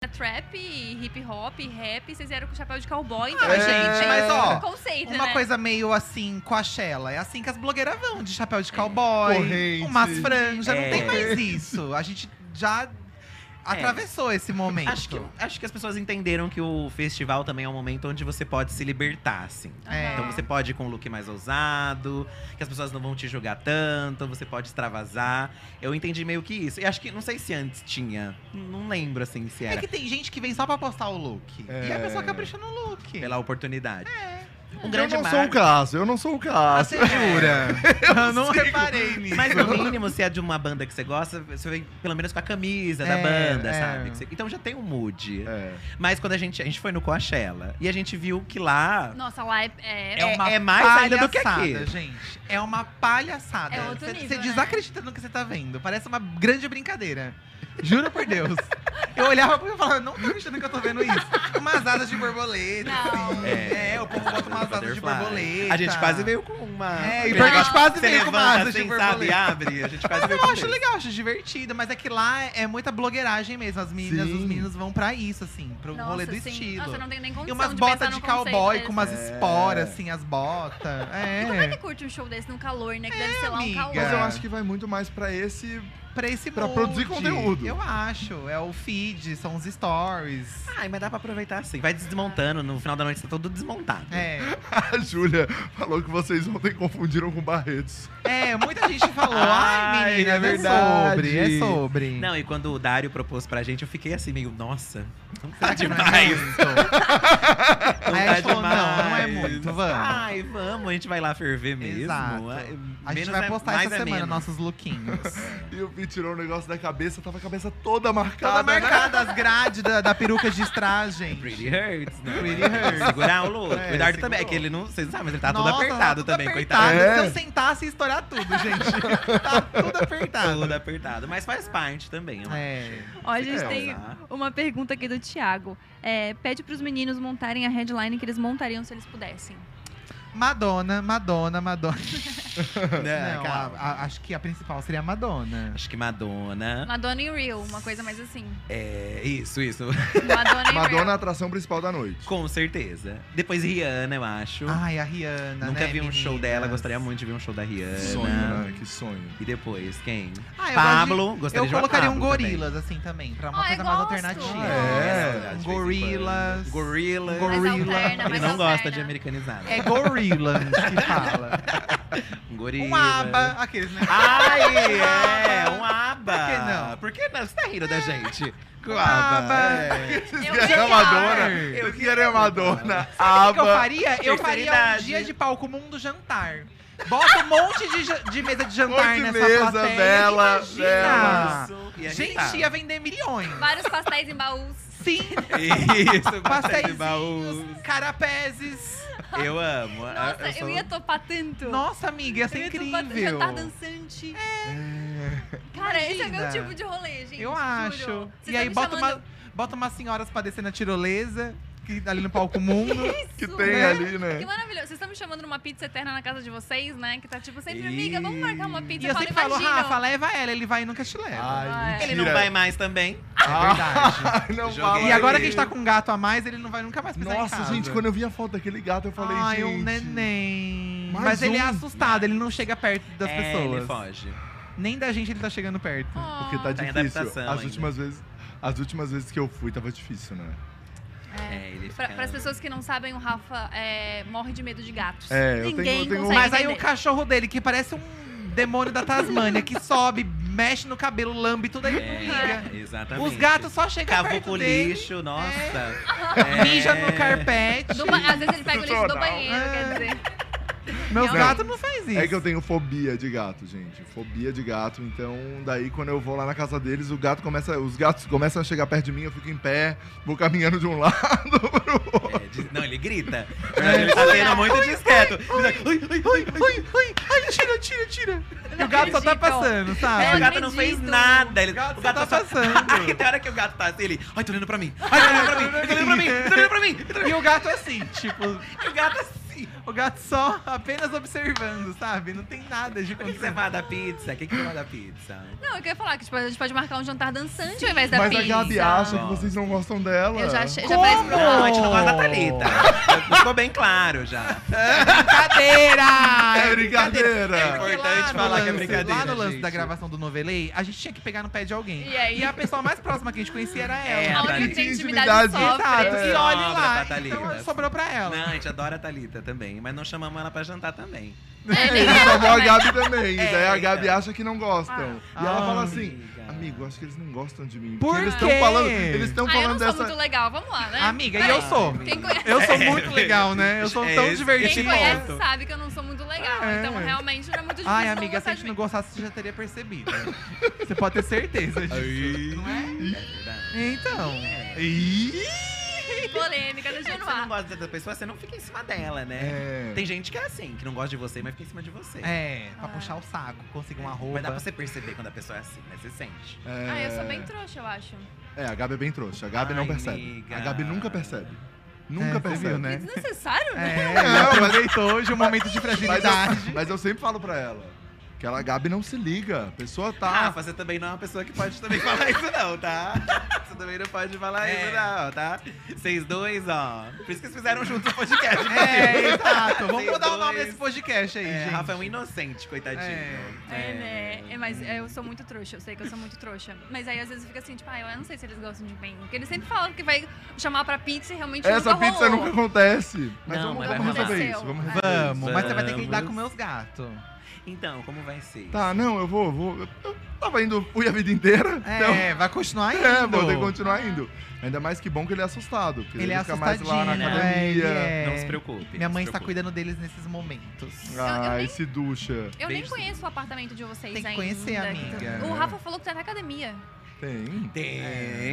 Speaker 1: É Trap, hip hop, rap, vocês vieram com chapéu de cowboy, então
Speaker 3: Ah,
Speaker 1: a gente.
Speaker 3: gente, mas, ó,
Speaker 1: Conceito,
Speaker 3: Uma
Speaker 1: né?
Speaker 3: coisa meio assim, com a Shella. É assim que as blogueiras vão, de chapéu de cowboy,
Speaker 2: Corrente.
Speaker 3: umas franjas. Não
Speaker 4: É.
Speaker 3: tem mais isso. A gente já atravessou esse momento.
Speaker 4: Acho que, acho que as pessoas entenderam que o festival também é um momento onde você pode se libertar, assim.
Speaker 3: É.
Speaker 1: Aham.
Speaker 4: Então você pode ir com um look mais ousado, que as pessoas não vão te julgar tanto, você pode extravasar. Eu entendi meio que isso. E acho que, não sei se antes tinha, não lembro assim se
Speaker 3: É
Speaker 4: era,
Speaker 3: que tem gente que vem só pra postar o look. E a
Speaker 2: É.
Speaker 3: pessoa capricha no look.
Speaker 4: pela oportunidade.
Speaker 3: É.
Speaker 4: Um
Speaker 2: Eu
Speaker 4: grande
Speaker 2: não sou o
Speaker 4: marco. é.
Speaker 2: caso, eu não sou o
Speaker 3: Ah,
Speaker 2: caso.
Speaker 3: Você jura? Eu não reparei nisso.
Speaker 4: Mas no mínimo, se é de uma banda que você gosta, você vem pelo menos com a camisa da
Speaker 3: É,
Speaker 4: banda,
Speaker 3: é.
Speaker 4: sabe? Que você- Então já tem um mood.
Speaker 2: É.
Speaker 4: Mas quando a gente, a gente foi no Coachella e a gente viu que lá
Speaker 1: Nossa, lá é. é-
Speaker 4: É um-
Speaker 1: é-
Speaker 4: é mais ainda do que
Speaker 3: palhaçada,
Speaker 4: aqui.
Speaker 3: gente. É uma palhaçada.
Speaker 1: É outro
Speaker 3: Cê-
Speaker 1: nível,
Speaker 3: cê
Speaker 1: né?
Speaker 3: desacredita no que você tá vendo. Parece uma grande brincadeira. Juro por Deus. Eu olhava pra mim e falava, não tô acreditando que eu tô vendo isso. Umas asas de borboleta.
Speaker 1: Não.
Speaker 3: assim. É, o povo bota umas asas
Speaker 4: Butterfly.
Speaker 3: de borboleta.
Speaker 4: A gente quase veio com uma.
Speaker 3: É, e
Speaker 4: aquele
Speaker 3: pior que a gente
Speaker 4: negócio
Speaker 3: quase
Speaker 4: que
Speaker 3: veio com uma
Speaker 4: levanta
Speaker 3: asa de
Speaker 4: assim, sabe?
Speaker 3: borboleta.
Speaker 4: Abre. A gente quase
Speaker 3: Mas
Speaker 4: veio
Speaker 3: eu
Speaker 4: com
Speaker 3: acho
Speaker 4: isso.
Speaker 3: legal, acho divertido. Mas é que lá é muita blogueiragem mesmo. As meninas,
Speaker 2: Sim.
Speaker 3: os meninos vão pra isso, assim. Pro
Speaker 1: Nossa,
Speaker 3: rolê do
Speaker 1: sim.
Speaker 3: estilo.
Speaker 1: Nossa, eu não tenho nem
Speaker 3: E
Speaker 1: condição
Speaker 3: umas
Speaker 1: de
Speaker 3: botas
Speaker 1: pensar
Speaker 3: de
Speaker 1: num conceito
Speaker 3: cowboy
Speaker 1: desse.
Speaker 4: né?
Speaker 3: com umas
Speaker 2: É.
Speaker 3: esporas, assim, as botas.
Speaker 1: E como é que
Speaker 3: É,
Speaker 1: curte um show desse num calor, né? Que deve ser lá um
Speaker 3: amiga.
Speaker 1: calor.
Speaker 2: Mas eu
Speaker 3: É.
Speaker 2: acho que vai muito mais pra esse.
Speaker 3: pra esse
Speaker 2: Pra
Speaker 3: mood.
Speaker 2: produzir conteúdo.
Speaker 3: Eu acho. É o feed, são os stories.
Speaker 4: Ai, mas dá pra aproveitar assim. Vai desmontando, no final da noite tá todo desmontado.
Speaker 3: É.
Speaker 2: A Júlia falou que vocês ontem confundiram com Barretos.
Speaker 3: É, muita gente falou.
Speaker 4: Ai,
Speaker 3: Ai, menina,
Speaker 2: é
Speaker 3: é
Speaker 2: verdade."
Speaker 3: sobre. É sobre.
Speaker 4: Não, e quando o Dário propôs pra gente, eu fiquei assim, meio, nossa, não tá
Speaker 3: Será que não é
Speaker 4: demais.
Speaker 3: muito?
Speaker 4: Não
Speaker 3: Aí a
Speaker 4: tá
Speaker 3: gente falou, não, não é
Speaker 4: demais. Ah,
Speaker 3: muito, vamos.
Speaker 4: Ai, vamos, a gente vai lá ferver mesmo.
Speaker 3: Exato.
Speaker 4: Ai,
Speaker 3: A gente
Speaker 4: menos
Speaker 3: vai
Speaker 4: é-
Speaker 3: postar
Speaker 4: mais
Speaker 3: essa
Speaker 4: é
Speaker 3: semana
Speaker 4: menos.
Speaker 3: nossos lookinhos.
Speaker 2: E o Pi tirou o negócio da cabeça, tava a cabeça toda marcada.
Speaker 3: Toda
Speaker 2: né?
Speaker 3: marcada, as grades da, da peruca de estragem.
Speaker 4: Pretty Hurts, né?
Speaker 3: Pretty hurts.
Speaker 4: Segurar o look.
Speaker 3: É,
Speaker 4: o Eduardo também.
Speaker 3: segurou.
Speaker 4: É que ele não. Vocês não sabem, mas ele tá
Speaker 3: Nossa,
Speaker 4: todo apertado
Speaker 3: tudo
Speaker 4: também,
Speaker 3: apertado.
Speaker 4: coitado.
Speaker 2: É.
Speaker 3: Se eu sentasse, ia estourar tudo, gente. tá tudo apertado.
Speaker 4: Todo apertado. Mas faz parte também. É uma
Speaker 3: É.
Speaker 1: Ó, a gente
Speaker 2: É,
Speaker 1: tem
Speaker 4: usar.
Speaker 1: uma pergunta aqui do Thiago. É, pede pros meninos montarem a headline que eles montariam se eles pudessem.
Speaker 3: Madonna, Madonna, Madonna.
Speaker 4: Né,
Speaker 3: Não,
Speaker 4: calma.
Speaker 3: a- a- acho que a principal seria a Madonna.
Speaker 4: Acho que Madonna.
Speaker 1: Madonna e Real, uma coisa mais assim.
Speaker 4: É. Isso, isso.
Speaker 1: Madonna e
Speaker 2: Madonna, a
Speaker 1: Real.
Speaker 2: atração principal da noite.
Speaker 4: Com certeza. Depois Rihanna, eu acho.
Speaker 3: Ai, a Ah, Rihanna.
Speaker 4: Nunca
Speaker 3: né,
Speaker 4: vi um show
Speaker 3: meninas?
Speaker 4: dela. Gostaria muito de ver um show da
Speaker 2: Que
Speaker 3: É,
Speaker 4: Rihanna.
Speaker 2: sonho, né? Que sonho.
Speaker 4: E depois, quem?
Speaker 3: Ah, eu
Speaker 4: Pablo.
Speaker 3: gosto de-
Speaker 4: gostaria
Speaker 3: Eu
Speaker 4: de ver
Speaker 3: colocaria um
Speaker 4: Pablo também.
Speaker 3: Gorilas, assim, também, pra uma
Speaker 1: Ah, eu
Speaker 3: coisa mais
Speaker 1: gosto.
Speaker 3: alternativa.
Speaker 2: É.
Speaker 4: tipo
Speaker 3: Um Gorilas.
Speaker 4: Gorilas.
Speaker 3: Gorillaz.
Speaker 1: Mais alterna, mais
Speaker 4: Ele não
Speaker 1: alterna.
Speaker 4: gosta de americanizado.
Speaker 3: É Gorilas que É fala.
Speaker 4: né? Um gorila.
Speaker 3: Um aba, aqueles, né?
Speaker 4: Ai, é, um aba.
Speaker 3: Por que não? É.
Speaker 4: Por que não? Você tá rindo da gente? Com
Speaker 3: Um
Speaker 4: aba.
Speaker 3: aba.
Speaker 4: é.
Speaker 2: Vocês
Speaker 1: Eu
Speaker 2: querem
Speaker 1: queria.
Speaker 2: a Madonna?
Speaker 3: Eu
Speaker 2: Vocês querem a Madonna?
Speaker 3: Sabe o que eu
Speaker 2: Aba.
Speaker 3: faria? Eu faria um
Speaker 4: Sinceridade.
Speaker 3: dia de palco mundo jantar. Bota um monte de, ja- de mesa de jantar
Speaker 2: Monte de
Speaker 3: nessa
Speaker 2: mesa,
Speaker 3: plateia.
Speaker 2: vela,
Speaker 3: Imagina!
Speaker 2: vela.
Speaker 4: Ia agitar.
Speaker 3: Gente, ia vender milhões.
Speaker 1: Vários pastéis em baús.
Speaker 3: Sim,
Speaker 4: Isso, pastéis de baú.
Speaker 3: pastéizinhos, carapézes.
Speaker 4: Eu amo.
Speaker 1: Nossa, eu,
Speaker 4: sou-
Speaker 1: ia topar tanto.
Speaker 3: É, Nossa, amiga, ia
Speaker 1: eu
Speaker 3: ser
Speaker 1: ia topar tanto
Speaker 3: incrível.
Speaker 1: jantar dançante. Cara, esse é o meu
Speaker 3: Imagina.
Speaker 1: tipo de rolê, gente.
Speaker 3: Eu acho.
Speaker 1: juro. Você
Speaker 3: E
Speaker 1: tá
Speaker 3: aí
Speaker 1: me
Speaker 3: bota,
Speaker 1: chamando-
Speaker 3: uma, bota umas senhoras pra descer na tirolesa, que ali no palco mundo.
Speaker 2: Que
Speaker 1: Isso,
Speaker 2: tem
Speaker 1: né?
Speaker 2: ali, né?
Speaker 1: Que maravilhoso. Vocês estão me chamando numa pizza eterna na casa de vocês, né? Que tá tipo sempre, amiga, vamos marcar uma pizza.
Speaker 3: e eu sempre falo,
Speaker 1: falo,
Speaker 3: Rafa, leva ela, ele vai e nunca te leva.
Speaker 2: Ai,
Speaker 4: Ele
Speaker 2: mentira.
Speaker 4: não vai mais também.
Speaker 3: é verdade.
Speaker 2: não
Speaker 4: Joguei.
Speaker 2: fala
Speaker 3: E agora
Speaker 2: aí.
Speaker 3: que a gente tá com um gato a mais, ele não vai nunca mais pisar em
Speaker 2: Nossa,
Speaker 3: casa.
Speaker 2: gente, quando eu vi a foto daquele gato, eu falei,
Speaker 3: Ai,
Speaker 2: gente...
Speaker 3: um neném.
Speaker 2: Mais
Speaker 3: Mas ele é
Speaker 2: um.
Speaker 3: assustado, ele não chega perto das
Speaker 4: É,
Speaker 3: pessoas.
Speaker 4: Ele foge.
Speaker 3: Nem da gente ele tá chegando perto.
Speaker 2: Porque tá
Speaker 4: Tá em
Speaker 2: difícil.
Speaker 4: adaptação
Speaker 2: As
Speaker 4: ainda.
Speaker 2: últimas vezes... As últimas vezes que eu fui, tava difícil, né?
Speaker 4: É, ele
Speaker 1: Pra,
Speaker 4: fica-
Speaker 1: pras pessoas que não sabem, o Rafa é, morre de medo de gatos.
Speaker 2: É, eu tenho-
Speaker 1: Ninguém
Speaker 2: eu tenho-
Speaker 1: consegue
Speaker 3: Mas aí o
Speaker 1: entender.
Speaker 3: cachorro dele, que parece um demônio da Tasmânia, que sobe, mexe no cabelo, lambe tudo aí.
Speaker 4: É, exatamente.
Speaker 3: Os gatos só chegam
Speaker 4: Cavou
Speaker 3: perto
Speaker 4: com
Speaker 3: dele,
Speaker 4: lixo, nossa. É.
Speaker 3: mijam no carpete.
Speaker 1: Do ba- Às vezes ele pega o lixo do
Speaker 2: Jornal.
Speaker 1: banheiro,
Speaker 3: É.
Speaker 1: quer dizer.
Speaker 3: Meus
Speaker 1: Não.
Speaker 3: gatos não faz isso.
Speaker 2: É que eu tenho fobia de gato, gente. Fobia de gato. Então, daí quando eu vou lá na casa deles, o gato começa, os gatos começam a chegar perto de mim, eu fico em pé, vou caminhando de um lado pro outro.
Speaker 4: É, diz- Não, ele grita. Ele tá sendo muito discreto. Ele tá- Ui, ui,
Speaker 3: É. Ui, ui, ui, ai, tira, tira, tira. E o gato só tá
Speaker 1: acredito.
Speaker 3: passando, sabe?
Speaker 4: É,
Speaker 1: não
Speaker 4: o gato não fez
Speaker 1: acredito.
Speaker 4: nada. Ele,
Speaker 3: O gato
Speaker 4: o gato
Speaker 3: só tá passando.
Speaker 4: Aí tem hora que o gato tá assim, ele. Ai, tô olhando pra mim. Ai, tô olhando pra mim. Tô olhando pra mim. Tô olhando pra mim. Tô olhando pra mim.
Speaker 3: E o gato é assim, tipo,
Speaker 4: E o gato assim.
Speaker 3: O gato só apenas observando, sabe? Não tem nada de
Speaker 4: O que, que você
Speaker 3: acontecendo.
Speaker 4: vai da pizza? O que, que você vai da pizza?
Speaker 1: Não, eu queria falar que tipo, a gente pode marcar um jantar dançante ao invés da
Speaker 2: Mas
Speaker 1: pizza.
Speaker 2: a Gabi acha que
Speaker 4: Nossa.
Speaker 2: vocês não gostam dela. É
Speaker 1: Eu já, achei- já
Speaker 3: Como?
Speaker 1: parece pro
Speaker 4: Não, a gente não gosta da
Speaker 3: Oh.
Speaker 4: Thalita. Ficou bem claro já.
Speaker 2: É
Speaker 1: Ah,
Speaker 3: Brincadeira!
Speaker 2: brincadeira!
Speaker 4: É importante
Speaker 3: no
Speaker 4: falar que é
Speaker 3: lance-
Speaker 4: brincadeira,
Speaker 3: Lá no lance
Speaker 4: gente.
Speaker 3: da gravação do Novelei, a gente tinha que pegar no pé de alguém.
Speaker 1: E aí?
Speaker 3: a pessoa mais próxima que a gente conhecia era
Speaker 4: É,
Speaker 1: A
Speaker 3: ela.
Speaker 1: única que tem
Speaker 2: Intimidade.
Speaker 1: intimidade
Speaker 3: Exato.
Speaker 1: sofre.
Speaker 3: E
Speaker 4: Sobra
Speaker 3: olha lá,
Speaker 4: pra Thalita.
Speaker 3: então sobrou pra ela.
Speaker 4: Não, a gente adora a Thalita também, mas não chamamos ela pra jantar também.
Speaker 1: É, nem
Speaker 2: Ele
Speaker 1: ela
Speaker 2: chamou a
Speaker 1: também.
Speaker 2: Gabi também.
Speaker 4: É,
Speaker 2: daí a Gabi
Speaker 4: então.
Speaker 2: acha que não gostam.
Speaker 3: Ah.
Speaker 2: e ela
Speaker 3: Ah,
Speaker 2: fala assim:
Speaker 4: amiga.
Speaker 2: Amigo, acho que eles não gostam de mim.
Speaker 3: Por
Speaker 2: porque eles estão
Speaker 3: quê?
Speaker 2: falando, eles estão
Speaker 1: Ah, eu não
Speaker 2: falando
Speaker 1: sou
Speaker 2: dessa.
Speaker 1: muito legal, vamos lá, né?
Speaker 3: Amiga, e eu
Speaker 1: Peraí.
Speaker 3: sou.
Speaker 1: Quem conhece,
Speaker 3: Eu sou muito legal, né? Eu sou
Speaker 4: É Tipo,
Speaker 3: tão
Speaker 4: esse-
Speaker 1: quem
Speaker 3: divertido.
Speaker 1: conhece
Speaker 4: ponto.
Speaker 1: sabe que eu não sou muito legal.
Speaker 3: É.
Speaker 1: Então, realmente, não é muito difícil
Speaker 3: Ai,
Speaker 1: não
Speaker 3: amiga, se
Speaker 1: gostar
Speaker 3: a
Speaker 1: de
Speaker 3: gente
Speaker 1: mim.
Speaker 3: não gostasse, você já teria percebido. Você pode ter certeza disso. Não é?
Speaker 4: É verdade.
Speaker 3: Então.
Speaker 1: Polêmica,
Speaker 4: Se
Speaker 1: deixa
Speaker 4: É você
Speaker 1: no
Speaker 4: não
Speaker 1: ar.
Speaker 4: gosta da pessoa, você não fica em cima dela, né?
Speaker 2: É.
Speaker 4: Tem gente que é assim, que não gosta de você, mas fica em cima de você.
Speaker 3: É, pra
Speaker 1: Ah.
Speaker 3: puxar o saco, conseguir uma roupa.
Speaker 4: Mas dá pra você perceber quando a pessoa é assim, né? Você sente.
Speaker 2: É,
Speaker 1: Ah, eu sou bem trouxa, eu acho.
Speaker 2: É, a Gabi é bem trouxa. A Gabi não
Speaker 4: Ai,
Speaker 2: percebe.
Speaker 4: amiga.
Speaker 2: A Gabi nunca percebe. Nunca
Speaker 3: você
Speaker 2: percebe.
Speaker 3: viu, né?
Speaker 1: É desnecessário, né?
Speaker 3: É,
Speaker 2: mas-
Speaker 3: ela aproveitou hoje o momento de
Speaker 2: Mas
Speaker 3: fragilidade.
Speaker 2: eu, mas eu sempre falo pra ela que ela, a Gabi não se liga. A pessoa tá.
Speaker 4: Rafa, você também não é uma pessoa que pode também falar isso, não, tá? Você também não pode falar
Speaker 3: É.
Speaker 4: isso, não, tá? Vocês dois, ó. Por isso que eles fizeram juntos o podcast.
Speaker 3: É, exato. Vamos
Speaker 4: Vocês
Speaker 3: mudar o nome
Speaker 4: dois.
Speaker 3: desse podcast aí,
Speaker 4: É,
Speaker 3: gente.
Speaker 4: Rafa é um inocente, coitadinho.
Speaker 3: É.
Speaker 1: É, né? É, mas é, eu sou muito trouxa, eu sei que eu sou muito trouxa. Mas aí às vezes fica assim, tipo, ah, eu não sei se eles gostam de mim. Porque eles sempre falam que vai chamar pra pizza e realmente
Speaker 2: Essa
Speaker 1: nunca
Speaker 2: pizza
Speaker 1: rolou.
Speaker 2: nunca acontece. Mas
Speaker 4: Não,
Speaker 2: vamos,
Speaker 4: mas vai
Speaker 2: vamos resolver
Speaker 1: acontecer.
Speaker 2: isso. Vamos
Speaker 1: É.
Speaker 2: resolver
Speaker 3: Vamos,
Speaker 2: isso.
Speaker 3: mas você vai ter que lidar
Speaker 4: Vamos.
Speaker 3: com meus gatos.
Speaker 4: Então, como vai ser?
Speaker 2: Tá, não, eu vou, vou. Eu eu tava indo, fui a vida inteira. então-
Speaker 3: É, vai continuar indo.
Speaker 2: É, vou ter que continuar indo. Ainda mais que bom que ele é assustado. Porque
Speaker 3: Ele é
Speaker 2: fica mais
Speaker 3: assustadinho,
Speaker 2: lá na
Speaker 4: né?
Speaker 2: academia.
Speaker 3: É, ele
Speaker 4: Não
Speaker 3: é.
Speaker 4: se preocupe.
Speaker 3: Minha mãe
Speaker 4: não se
Speaker 3: está
Speaker 4: preocupe.
Speaker 3: cuidando deles nesses momentos.
Speaker 1: Eu- eu
Speaker 2: Ai,
Speaker 1: nem-
Speaker 2: se Ah, ducha.
Speaker 1: Eu nem
Speaker 4: Beijo.
Speaker 1: conheço o apartamento de vocês
Speaker 3: Tem que
Speaker 1: ainda.
Speaker 3: conhecer, amiga.
Speaker 1: O Rafa falou que tem até academia.
Speaker 2: Tem.
Speaker 4: Tem,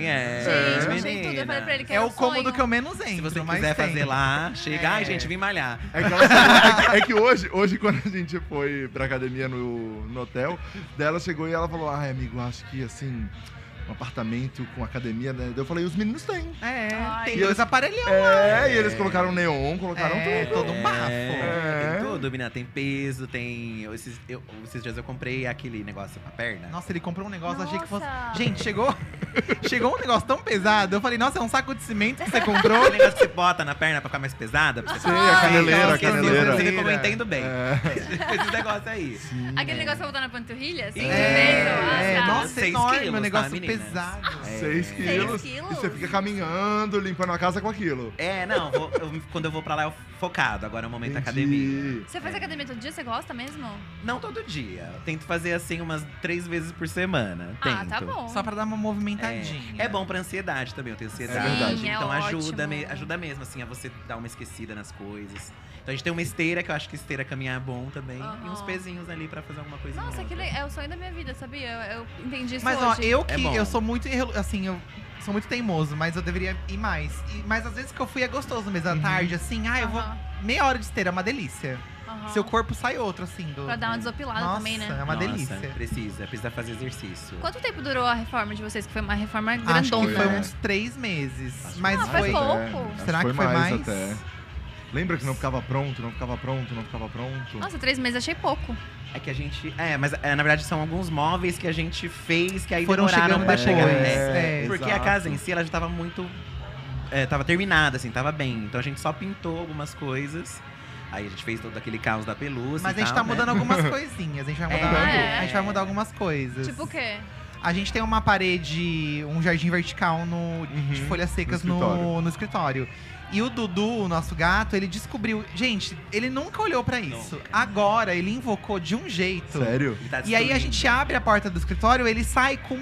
Speaker 4: é.
Speaker 1: Gente, eu achei
Speaker 4: menina.
Speaker 1: tudo, eu falei pra ele que
Speaker 3: É
Speaker 1: era
Speaker 3: o
Speaker 1: um
Speaker 3: cômodo
Speaker 1: sonho.
Speaker 3: que eu menos entro,
Speaker 4: Se você
Speaker 3: mas
Speaker 4: quiser
Speaker 3: tem.
Speaker 4: fazer lá, chega. Ai,
Speaker 3: É.
Speaker 4: gente, vim malhar.
Speaker 2: É que, ela- é que hoje, hoje, quando a gente foi pra academia no, no hotel, daí ela chegou e ela falou: Ai, amigo, acho que assim, um apartamento com academia, né? Daí Eu falei, os meninos têm.
Speaker 3: É,
Speaker 1: Ai.
Speaker 3: tem dois aparelhão.
Speaker 2: É, e eles colocaram neon, colocaram
Speaker 3: É,
Speaker 2: tudo.
Speaker 3: todo um bafo.
Speaker 4: É,
Speaker 2: É.
Speaker 4: Tem tudo, menina. Tem peso, tem. Esses, eu- esses dias eu comprei aquele negócio pra perna.
Speaker 3: Nossa, ele comprou um negócio, achei que fosse...
Speaker 1: Nossa.
Speaker 3: Gente, chegou... chegou um negócio tão pesado, eu falei, nossa, é um saco de cimento que você comprou?
Speaker 4: Aquele negócio que você bota na perna pra ficar mais pesada. Pra você
Speaker 2: Sei, a caneleira, a
Speaker 4: Esqueci,
Speaker 2: caneleira.
Speaker 4: Você vê como eu entendo bem.
Speaker 2: É.
Speaker 4: Esse negócio aí.
Speaker 1: Aquele negócio pra botar na panturrilha, assim,
Speaker 4: É,
Speaker 1: de vez, eu acho,
Speaker 3: É,
Speaker 1: tá?
Speaker 3: nossa,
Speaker 4: Seis
Speaker 3: enorme,
Speaker 4: quilos,
Speaker 3: um
Speaker 4: tá,
Speaker 3: negócio
Speaker 4: menina?
Speaker 3: pesado.
Speaker 4: É.
Speaker 2: Seis quilos.
Speaker 1: quilos?
Speaker 2: E você fica caminhando, limpando a casa com aquilo.
Speaker 4: É, não, vou- eu- quando eu vou pra lá, eu focado. Agora é o momento
Speaker 2: Entendi.
Speaker 4: academia.
Speaker 1: Você faz academia todo dia? Você gosta mesmo?
Speaker 4: Não todo dia. Eu Tento fazer assim umas três vezes por semana.
Speaker 1: Ah,
Speaker 4: Tento.
Speaker 1: tá bom.
Speaker 3: Só pra dar uma movimentadinha.
Speaker 4: É bom pra ansiedade também, eu tenho ansiedade.
Speaker 2: verdade.
Speaker 1: É
Speaker 4: então ajuda,
Speaker 1: ótimo.
Speaker 4: me- ajuda mesmo, assim, a você dar uma esquecida nas coisas. Então a gente tem uma esteira, que eu acho que esteira caminhar é bom também. E
Speaker 1: Aham.
Speaker 4: uns pezinhos ali pra fazer alguma coisa.
Speaker 1: Nossa, que legal. É o sonho da minha vida, sabia? Eu, eu entendi isso
Speaker 3: Mas ó,
Speaker 1: hoje.
Speaker 3: eu que
Speaker 4: É bom.
Speaker 3: eu sou muito irrelu- assim, eu sou muito teimoso, mas eu deveria ir mais. E- mas às vezes que eu fui é gostoso mesmo à
Speaker 4: Uhum.
Speaker 3: tarde, assim, ah, eu vou
Speaker 1: Aham,
Speaker 3: meia hora de esteira é uma delícia.
Speaker 1: aham.
Speaker 3: Seu corpo sai outro assim do
Speaker 1: Pra dar uma desopilada
Speaker 3: Nossa,
Speaker 1: também, né?
Speaker 3: É uma
Speaker 4: Nossa, um
Speaker 3: delícia.
Speaker 4: Precisa, precisa fazer exercício.
Speaker 1: Quanto tempo durou a reforma de vocês? Que foi uma reforma
Speaker 3: Acho
Speaker 1: grandona,
Speaker 3: que foi
Speaker 1: né?
Speaker 3: uns três meses,
Speaker 4: Acho que
Speaker 3: mas
Speaker 1: Não,
Speaker 3: foi
Speaker 1: faz Ah, pouco.
Speaker 2: acho
Speaker 3: Será que foi mais?
Speaker 2: até. Lembra que não ficava pronto, não ficava pronto, não ficava
Speaker 3: um
Speaker 2: pronto?
Speaker 1: Nossa, três meses achei pouco.
Speaker 4: É que a gente. É, mas é, na verdade são alguns móveis que a gente fez que aí
Speaker 3: Foram
Speaker 4: demoraram
Speaker 3: chegando
Speaker 4: pra
Speaker 3: depois.
Speaker 4: chegar. né?
Speaker 3: É,
Speaker 4: Porque a
Speaker 2: exato.
Speaker 4: casa em si, ela já tava muito. É, tava terminada, assim, tava bem. Então a gente só pintou algumas coisas. Aí a gente fez todo aquele caos da pelúcia.
Speaker 3: Mas
Speaker 4: e
Speaker 3: a gente
Speaker 4: tal,
Speaker 3: tá
Speaker 4: né?
Speaker 3: mudando algumas coisinhas, a gente vai
Speaker 4: É.
Speaker 3: mudar,
Speaker 1: É.
Speaker 3: a gente vai mudar algumas coisas.
Speaker 1: Tipo o quê?
Speaker 3: A gente tem uma parede, um jardim vertical no, de
Speaker 4: Uhum,
Speaker 3: folhas secas
Speaker 2: no
Speaker 3: no
Speaker 2: escritório.
Speaker 3: no escritório. E o Dudu, o nosso gato, ele descobriu. Gente, ele nunca olhou pra isso.
Speaker 4: Nunca.
Speaker 3: Agora ele invocou de um jeito.
Speaker 2: Sério?
Speaker 4: Ele tá
Speaker 3: E aí a
Speaker 4: destruindo.
Speaker 3: gente abre a porta do escritório, ele sai com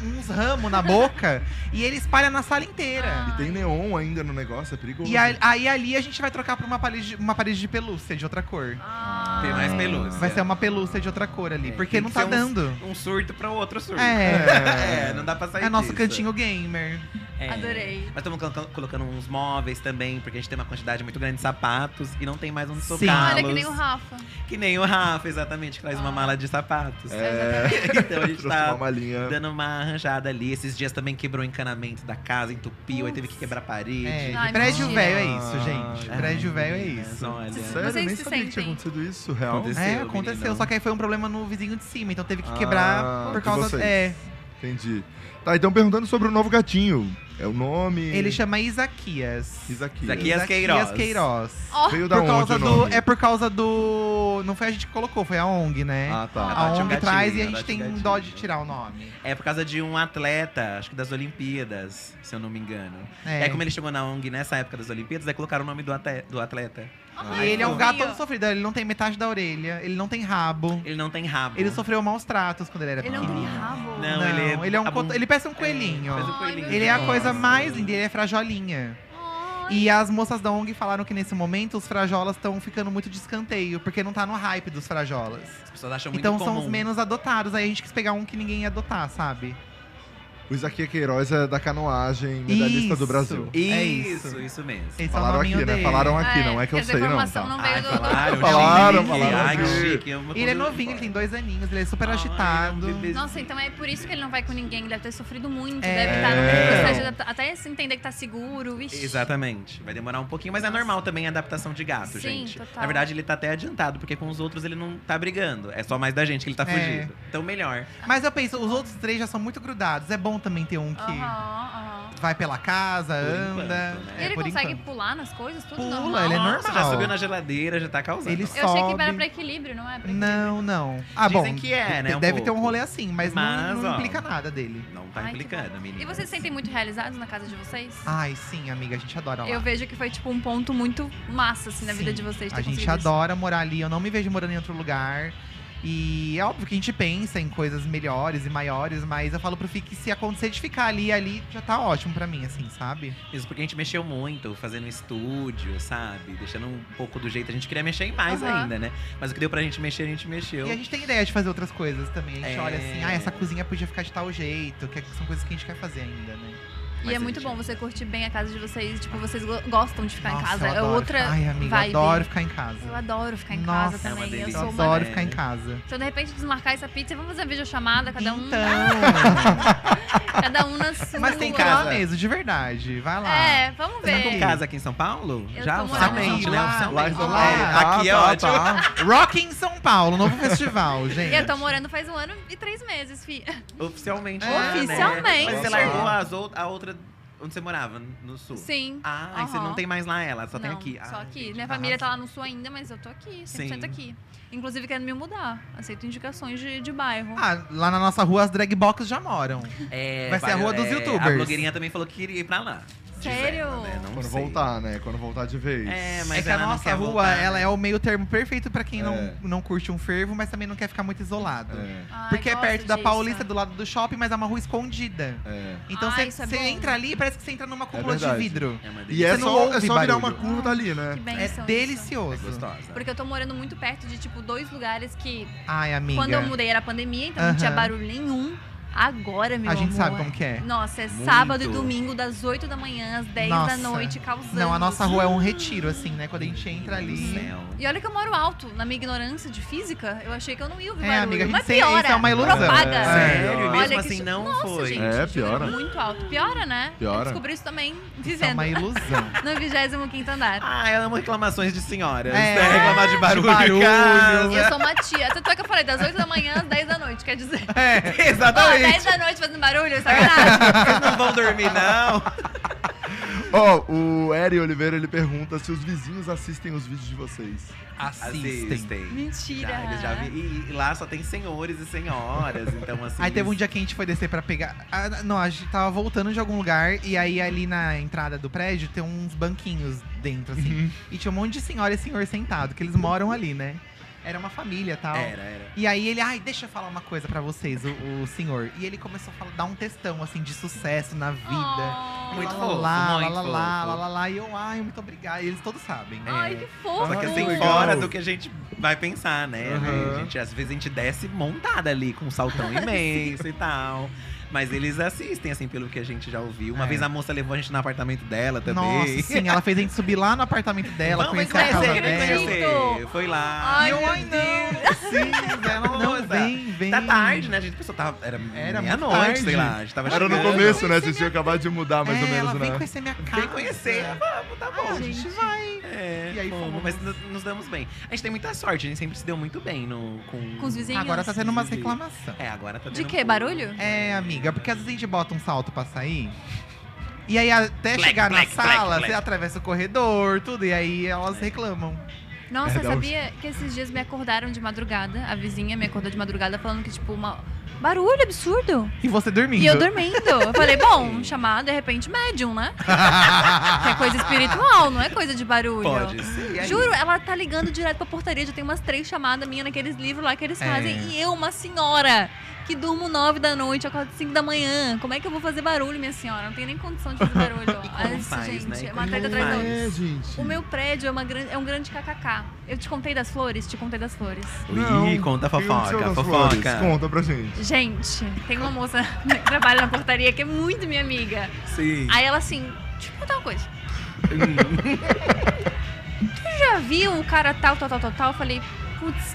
Speaker 3: uns ramos na boca e ele espalha na sala inteira.
Speaker 1: Ah.
Speaker 2: Tem neon ainda no negócio, é perigoso.
Speaker 3: E a- aí ali a gente vai trocar por uma parede, uma parede de pelúcia de outra cor.
Speaker 1: Ah,
Speaker 4: Tem mais pelúcia.
Speaker 3: É. Vai ser um uma pelúcia de outra cor ali,
Speaker 4: É,
Speaker 3: porque
Speaker 4: tem
Speaker 3: não
Speaker 4: que
Speaker 3: tá
Speaker 4: ser uns-
Speaker 3: dando.
Speaker 4: Um surto pra outro surto.
Speaker 3: É.
Speaker 4: É, não dá pra sair
Speaker 3: É nosso
Speaker 4: disso.
Speaker 3: cantinho gamer.
Speaker 4: É.
Speaker 1: Adorei.
Speaker 4: Mas estamos colocando, colocando uns móveis também, porque a gente tem uma quantidade muito grande de sapatos e não tem mais onde
Speaker 3: Sim.
Speaker 4: socá-los.
Speaker 1: Olha que nem o Rafa.
Speaker 4: Que nem o Rafa, exatamente, que traz uma
Speaker 1: Ah.
Speaker 4: mala de sapatos.
Speaker 2: É,
Speaker 4: Então a gente
Speaker 2: trouxe uma
Speaker 4: tá
Speaker 2: malinha.
Speaker 4: dando uma arranjada ali. Esses dias também quebrou o encanamento da casa, entupiu, aí teve que quebrar a parede.
Speaker 3: É,
Speaker 1: Ai,
Speaker 3: prédio
Speaker 1: mentira.
Speaker 3: velho é isso, gente.
Speaker 4: Ai,
Speaker 3: Prédio velho é
Speaker 4: meninas,
Speaker 3: isso.
Speaker 4: Olha.
Speaker 2: Sério,
Speaker 1: Vocês
Speaker 2: nem
Speaker 1: se
Speaker 2: sabia que tinha
Speaker 1: sentem?
Speaker 2: aconteceu isso, real.
Speaker 4: Aconteceu.
Speaker 3: É,
Speaker 4: menino.
Speaker 3: aconteceu, só que aí foi um problema no vizinho de cima, então teve que
Speaker 2: Ah,
Speaker 3: quebrar por
Speaker 2: de
Speaker 3: causa.
Speaker 2: vocês.
Speaker 3: É,
Speaker 2: Entendi. Tá, então perguntando sobre o novo gatinho. É o nome.
Speaker 3: ele chama Isaquias.
Speaker 2: Isaquias.
Speaker 4: Isaquias. Queiroz.
Speaker 3: Queiroz.
Speaker 1: Ó,
Speaker 2: Veio da
Speaker 3: Por
Speaker 2: onde
Speaker 3: causa
Speaker 2: o
Speaker 3: do,
Speaker 2: nome?
Speaker 3: é por causa do. Não foi a gente que colocou, foi a ONG, né?
Speaker 2: Ah, tá.
Speaker 4: Ah,
Speaker 3: a
Speaker 4: bate um
Speaker 3: ONG
Speaker 4: gatilho,
Speaker 3: traz e a
Speaker 4: bate
Speaker 3: gente
Speaker 4: um
Speaker 3: tem
Speaker 4: gatilho.
Speaker 3: dó de tirar o nome.
Speaker 4: É por causa de um atleta, acho que das Olimpíadas, se eu não me engano. É, como ele chegou na ONG nessa época das Olimpíadas, aí colocaram o nome do, ate- do atleta.
Speaker 1: ai,
Speaker 3: E ele é um
Speaker 1: fofinho.
Speaker 3: gato todo sofrido, ele não tem metade da orelha, ele não tem rabo.
Speaker 4: Ele não tem rabo.
Speaker 3: Ele sofreu maus tratos quando ele era
Speaker 1: Ele é um não
Speaker 3: pequeno.
Speaker 1: tem rabo.
Speaker 4: Uhum. Não, ele é-
Speaker 3: ele é um
Speaker 4: a
Speaker 3: co-
Speaker 4: bom-
Speaker 3: ele parece um
Speaker 4: É,
Speaker 3: coelhinho.
Speaker 4: faz um
Speaker 1: Ai,
Speaker 4: coelhinho.
Speaker 1: meu
Speaker 3: ele é a
Speaker 1: Nossa.
Speaker 3: coisa mais linda, ele é frajolinha.
Speaker 1: Ai.
Speaker 3: E as moças da ONG falaram que nesse momento os frajolas estão ficando muito de escanteio, porque não tá no hype dos frajolas.
Speaker 4: As pessoas acham muito
Speaker 3: Então
Speaker 4: comum.
Speaker 3: são os menos adotados, aí a gente quis pegar um que ninguém ia adotar, sabe?
Speaker 2: O Isaquias Queiroz é da canoagem, medalhista
Speaker 3: Isso.
Speaker 2: do Brasil.
Speaker 3: É
Speaker 4: Isso, isso, mesmo.
Speaker 3: Esse é o
Speaker 2: Falaram aqui,
Speaker 3: nominho
Speaker 2: né?
Speaker 3: dele.
Speaker 2: Falaram aqui, não é que
Speaker 1: quer
Speaker 2: eu
Speaker 1: dizer,
Speaker 2: sei,
Speaker 1: a
Speaker 2: não.
Speaker 1: informação não
Speaker 3: Ah,
Speaker 1: veio
Speaker 3: é
Speaker 4: Ai,
Speaker 1: do- do-
Speaker 4: falaram, eu
Speaker 2: Falaram,
Speaker 4: já lembrei.
Speaker 2: falaram
Speaker 4: Ai, que
Speaker 2: aqui.
Speaker 4: chique. eu amo
Speaker 3: Ele é
Speaker 4: quando-
Speaker 3: novinho, ele tem dois aninhos, ele é super
Speaker 4: Ai, ele é um
Speaker 3: agitado.
Speaker 4: bebezinho.
Speaker 1: Nossa, então é por isso que ele não vai com ninguém. Ele deve ter sofrido muito,
Speaker 3: É.
Speaker 1: deve estar no processo de
Speaker 4: É.
Speaker 1: adapta- até se entender que tá seguro. Vixe.
Speaker 4: Exatamente. Vai demorar um pouquinho, mas é
Speaker 1: Nossa.
Speaker 4: normal também a adaptação de gato,
Speaker 1: Sim,
Speaker 4: gente.
Speaker 1: total.
Speaker 4: Na verdade, ele tá até adiantado, porque com os outros ele não tá brigando. É só mais da gente que ele tá
Speaker 3: É.
Speaker 4: fugindo. Então, melhor.
Speaker 3: Mas eu penso, os outros três já são muito grudados. É bom também ter um que
Speaker 1: Aham, aham.
Speaker 3: vai pela casa,
Speaker 4: Por
Speaker 3: anda.
Speaker 4: enquanto, né?
Speaker 3: É,
Speaker 1: ele
Speaker 3: por
Speaker 1: consegue
Speaker 3: enquanto.
Speaker 1: pular nas coisas, tudo
Speaker 3: Pula,
Speaker 1: normal.
Speaker 3: ele é
Speaker 4: Nossa, já
Speaker 3: normal.
Speaker 4: subiu na geladeira, já tá causando.
Speaker 3: Ele
Speaker 1: Eu achei que
Speaker 3: sobe.
Speaker 1: era pra equilíbrio, não é? Pra
Speaker 3: Não, não. Ah,
Speaker 4: Dizem
Speaker 3: bom.
Speaker 4: que é, né, um
Speaker 3: deve ter um
Speaker 4: pouco.
Speaker 3: rolê assim, mas, não-
Speaker 4: Mas,
Speaker 3: não,
Speaker 4: ó.
Speaker 3: implica nada dele.
Speaker 4: Não tá
Speaker 1: Ai, que
Speaker 4: implicando,
Speaker 1: bom.
Speaker 4: menina.
Speaker 1: E vocês se sentem muito realizados na casa de vocês?
Speaker 3: Ai, sim, amiga, a gente adora lá.
Speaker 1: Eu vejo que foi, tipo, um ponto muito massa, assim, na vida
Speaker 3: ah. Sim,
Speaker 1: de vocês. ter
Speaker 3: A gente
Speaker 1: conseguido isso.
Speaker 3: adora morar ali, eu não me vejo morando em outro lugar. E é óbvio que a gente pensa em coisas melhores e maiores, mas eu falo pro Fih que se acontecer de ficar ali, ali já tá ótimo pra mim, assim, sabe?
Speaker 4: Isso porque a gente mexeu muito, fazendo estúdio, sabe? Deixando um pouco do jeito. A gente queria mexer em mais
Speaker 1: Aham.
Speaker 4: ainda, né? Mas o que deu pra gente mexer, a gente mexeu.
Speaker 3: E a gente tem ideia de fazer outras coisas também. A gente
Speaker 4: É.
Speaker 3: olha assim, ah, essa cozinha podia ficar de tal jeito, que é, são coisas que a gente quer fazer ainda, né?
Speaker 1: E
Speaker 4: Mas
Speaker 1: é
Speaker 4: a
Speaker 1: muito
Speaker 4: gente-
Speaker 1: bom você curtir bem a casa de vocês. Tipo, vocês go- gostam de ficar
Speaker 3: Nossa,
Speaker 1: em casa.
Speaker 3: eu
Speaker 1: É
Speaker 3: adoro
Speaker 1: outra
Speaker 3: ficar- Ai, amiga,
Speaker 1: vibe.
Speaker 3: eu adoro ficar em casa.
Speaker 1: Eu adoro ficar em
Speaker 3: Nossa,
Speaker 1: casa
Speaker 4: é
Speaker 1: também.
Speaker 4: uma
Speaker 1: eu
Speaker 4: delícia.
Speaker 1: sou
Speaker 3: eu
Speaker 1: uma...
Speaker 3: adoro
Speaker 4: né?
Speaker 3: ficar em casa.
Speaker 1: Se eu, de repente, desmarcar essa pizza, vamos fazer uma videochamada, cada um,
Speaker 3: Então,
Speaker 1: cada um na sua.
Speaker 3: mas tem que ir lá
Speaker 4: casa.
Speaker 3: mesmo, de verdade. Vai lá.
Speaker 1: É, vamos
Speaker 4: Você tá
Speaker 1: ver.
Speaker 4: com casa aqui em São Paulo?
Speaker 1: Eu
Speaker 4: Já?
Speaker 1: tô morando
Speaker 4: Oficialmente,
Speaker 3: em
Speaker 4: né?
Speaker 3: São Paulo.
Speaker 4: Oficialmente.
Speaker 3: Lá, lá,
Speaker 4: É, aqui é
Speaker 2: Ah,
Speaker 4: ótimo.
Speaker 2: tá, tá.
Speaker 3: Rock em São Paulo, novo festival, gente.
Speaker 1: Eu tô morando faz um ano e três meses, fi.
Speaker 4: Oficialmente.
Speaker 3: É,
Speaker 4: lá, né?
Speaker 1: Oficialmente.
Speaker 4: Mas você largou as out- a outra Onde você morava? No sul?
Speaker 1: Sim.
Speaker 4: Ah, e você
Speaker 1: Aham.
Speaker 4: não tem mais lá ela, Ah, só tem
Speaker 1: Não,
Speaker 4: aqui.
Speaker 1: Só
Speaker 4: Ai,
Speaker 1: aqui.
Speaker 4: gente,
Speaker 1: Minha
Speaker 4: que
Speaker 1: família tá lá
Speaker 4: arraso.
Speaker 1: no sul ainda, mas eu tô aqui, 100%
Speaker 4: Sim.
Speaker 1: aqui. Inclusive querendo me mudar. Aceito indicações de, de bairro.
Speaker 3: Ah, lá na nossa rua as drag box já moram.
Speaker 4: É,
Speaker 3: Vai ser a rua dos
Speaker 4: é, A
Speaker 3: youtubers.
Speaker 4: blogueirinha também falou que queria ir pra lá.
Speaker 1: Sério?
Speaker 4: Diz ela, né? Não
Speaker 2: Quando
Speaker 4: sei.
Speaker 2: voltar, né? Quando voltar de vez.
Speaker 4: É, mas
Speaker 3: é que a
Speaker 4: ela não
Speaker 3: nossa
Speaker 4: quer
Speaker 3: rua,
Speaker 4: voltar, né?
Speaker 3: ela é o meio termo perfeito pra quem
Speaker 2: É.
Speaker 3: não, não curte um fervo, mas também não quer ficar muito isolado.
Speaker 2: É,
Speaker 1: Ai,
Speaker 3: Porque é
Speaker 1: gosto
Speaker 3: perto da
Speaker 1: disso.
Speaker 3: Paulista, do lado do shopping, mas é uma rua escondida.
Speaker 2: é.
Speaker 3: Então
Speaker 1: Ah,
Speaker 3: você
Speaker 1: isso é
Speaker 3: você
Speaker 1: bom.
Speaker 3: entra ali e parece que você entra numa cúpula de
Speaker 2: verdade.
Speaker 3: vidro.
Speaker 4: É uma
Speaker 2: E é
Speaker 4: delícia.
Speaker 3: Você não
Speaker 2: só,
Speaker 3: ouve
Speaker 2: é só virar
Speaker 3: barulho.
Speaker 2: uma curva tá ali, né?
Speaker 1: Que bem
Speaker 3: É
Speaker 4: É
Speaker 3: delicioso.
Speaker 4: gostosa.
Speaker 1: Porque eu tô morando muito perto de, tipo, dois lugares que
Speaker 3: Ai, amiga.
Speaker 1: quando eu mudei era pandemia, então não
Speaker 3: Aham.
Speaker 1: tinha barulho nenhum. Agora, meu
Speaker 3: a gente
Speaker 1: amor.
Speaker 3: sabe como que é.
Speaker 1: Nossa, é
Speaker 4: Muito.
Speaker 1: sábado e domingo, das 8 da manhã às 10 da
Speaker 3: Nossa.
Speaker 1: noite, causando.
Speaker 3: Não, a nossa rua é um retiro, assim, né? Quando a gente entra ali. é
Speaker 1: E olha que eu moro alto. Na minha ignorância de física, eu achei que eu não ia ouvir
Speaker 3: É,
Speaker 1: barulho.
Speaker 3: amiga, a gente
Speaker 1: mas
Speaker 3: sente-
Speaker 1: piora.
Speaker 3: isso é uma ilusão.
Speaker 1: Propaga.
Speaker 3: É.
Speaker 4: Sério,
Speaker 2: Olha
Speaker 4: mesmo
Speaker 1: que
Speaker 4: assim
Speaker 1: cho-
Speaker 4: não
Speaker 1: Nossa,
Speaker 4: foi.
Speaker 1: gente,
Speaker 2: É,
Speaker 1: isso era
Speaker 2: piora.
Speaker 1: Muito alto. Piora, né?
Speaker 2: Piora.
Speaker 1: Eu descobri isso também
Speaker 3: Isso é
Speaker 1: vivendo
Speaker 3: uma ilusão.
Speaker 1: no 25º andar.
Speaker 4: Ah, eu amo reclamações de senhoras.
Speaker 3: É.
Speaker 4: né? Reclamar de barulho.
Speaker 3: barulho.
Speaker 4: em casa.
Speaker 1: E eu sou uma tia. Tanto é que eu falei das 8 da manhã às 10 da noite, quer dizer.
Speaker 3: É.
Speaker 1: Ó, 10
Speaker 4: Exatamente.
Speaker 1: da noite fazendo barulho, sacanagem.
Speaker 4: Vocês não vão dormir, não.
Speaker 2: Ó, o Eri Oliveira, ele pergunta se os vizinhos assistem os vídeos de vocês.
Speaker 3: Assistem.
Speaker 1: Mentira.
Speaker 4: Já, eles já vi- e, e lá só tem senhores e senhoras, então assim.
Speaker 3: Aí teve um dia que a gente foi descer pra pegar. Ah, não, a gente tava voltando de algum lugar e aí ali na entrada do prédio tem uns banquinhos dentro, assim.
Speaker 4: Uhum.
Speaker 3: E tinha um monte de senhora e senhor sentado, que eles moram ali, né? Era uma família e tal.
Speaker 4: Era, era.
Speaker 3: E aí ele, ai, deixa eu falar uma coisa pra vocês, o, o senhor. E ele começou a falar- dar um textão, assim, de sucesso na vida.
Speaker 1: Oh.
Speaker 4: Muito
Speaker 3: lá,
Speaker 4: fofo,
Speaker 3: lá,
Speaker 4: muito
Speaker 3: lá, lá,
Speaker 4: fofo.
Speaker 3: lá, lá, lá. E eu, ai, muito obrigado. E eles todos sabem. né?
Speaker 1: Ai, que fofo.
Speaker 4: Só que assim,
Speaker 2: legal.
Speaker 4: fora do que a gente vai pensar, né?
Speaker 2: Uhum.
Speaker 4: A gente, às vezes a gente desce montada ali, com um saltão imenso e tal. Mas eles assistem, assim, pelo que a gente já ouviu. Uma
Speaker 3: É.
Speaker 4: vez a moça levou a gente no apartamento dela também.
Speaker 3: Nossa, sim, ela fez a gente subir lá no apartamento dela,
Speaker 4: Vamos
Speaker 3: conhecer a casa
Speaker 4: conhecer,
Speaker 1: vamos
Speaker 3: dela.
Speaker 4: conhecer.
Speaker 1: dela.
Speaker 4: Foi lá.
Speaker 1: Ai,
Speaker 3: E eu,
Speaker 1: meu
Speaker 3: ai, não.
Speaker 1: Deus.
Speaker 3: Sim, ela não
Speaker 4: Nossa.
Speaker 3: vem, vem.
Speaker 4: Tá tarde, né? A gente pensou, tava, era,
Speaker 3: Era muito
Speaker 4: meia-noite, sei
Speaker 3: tarde.
Speaker 4: lá. A gente tava
Speaker 2: Era no
Speaker 4: chegando.
Speaker 2: começo, né? Vocês tinham acabado de mudar mais
Speaker 3: é,
Speaker 2: ou menos,
Speaker 3: ela vem
Speaker 2: né?
Speaker 3: conhecer minha casa.
Speaker 4: Vem conhecer, vamos, tá bom.
Speaker 3: a Ah. gente,
Speaker 1: gente.
Speaker 3: vai.
Speaker 4: É,
Speaker 3: E aí
Speaker 4: fomos,
Speaker 3: fomos.
Speaker 4: mas nos, nos damos bem. A gente tem muita sorte, a gente sempre se deu muito bem no, com...
Speaker 1: Com os vizinhos.
Speaker 3: Agora tá tendo umas
Speaker 4: Sim.
Speaker 3: reclamações.
Speaker 4: É, agora tá
Speaker 1: De
Speaker 4: tendo
Speaker 1: que?
Speaker 4: um-
Speaker 1: Barulho?
Speaker 3: É, amiga, porque às vezes a gente bota um salto pra sair. E aí, até
Speaker 4: Black,
Speaker 3: chegar
Speaker 4: black,
Speaker 3: na
Speaker 4: black,
Speaker 3: sala,
Speaker 4: black.
Speaker 3: você atravessa o corredor, tudo, e aí elas reclamam.
Speaker 4: É,
Speaker 1: Nossa,
Speaker 4: um
Speaker 2: Perdão.
Speaker 1: sabia que esses dias me acordaram de madrugada. A vizinha me acordou de madrugada falando que, tipo, uma... Barulho absurdo.
Speaker 3: E você dormindo.
Speaker 1: E eu dormindo. Eu falei, bom, chamar de repente médium, né? Que é coisa espiritual, não é coisa de barulho.
Speaker 4: Pode ser. E aí?
Speaker 1: Juro, ela tá ligando direto pra portaria. Já tem umas três chamadas minhas naqueles livros lá que eles
Speaker 3: É.
Speaker 1: fazem. E eu, uma senhora, que durmo nove da noite, acordo cinco da manhã. Como é que eu vou fazer barulho, minha senhora? Não tenho nem condição de fazer barulho.
Speaker 4: como
Speaker 1: Olha isso,
Speaker 4: faz,
Speaker 1: gente.
Speaker 4: né? E
Speaker 1: É uma
Speaker 4: como
Speaker 1: treta atrás da
Speaker 4: faz?
Speaker 1: outra.
Speaker 2: É, gente.
Speaker 1: O meu prédio é, uma gran- é um grande kkk. Eu te contei das flores? Te contei das flores.
Speaker 4: Ih, conta a
Speaker 2: Quem é o seu
Speaker 4: fofoca,
Speaker 2: das
Speaker 4: fofoca.
Speaker 2: flores? Conta pra gente.
Speaker 1: Gente, tem uma moça que trabalha na portaria que é muito minha amiga.
Speaker 4: Sim.
Speaker 1: Aí ela assim, deixa eu contar uma coisa. Tu já viu o cara tal, tal, tal, tal, tal? Eu falei, putz,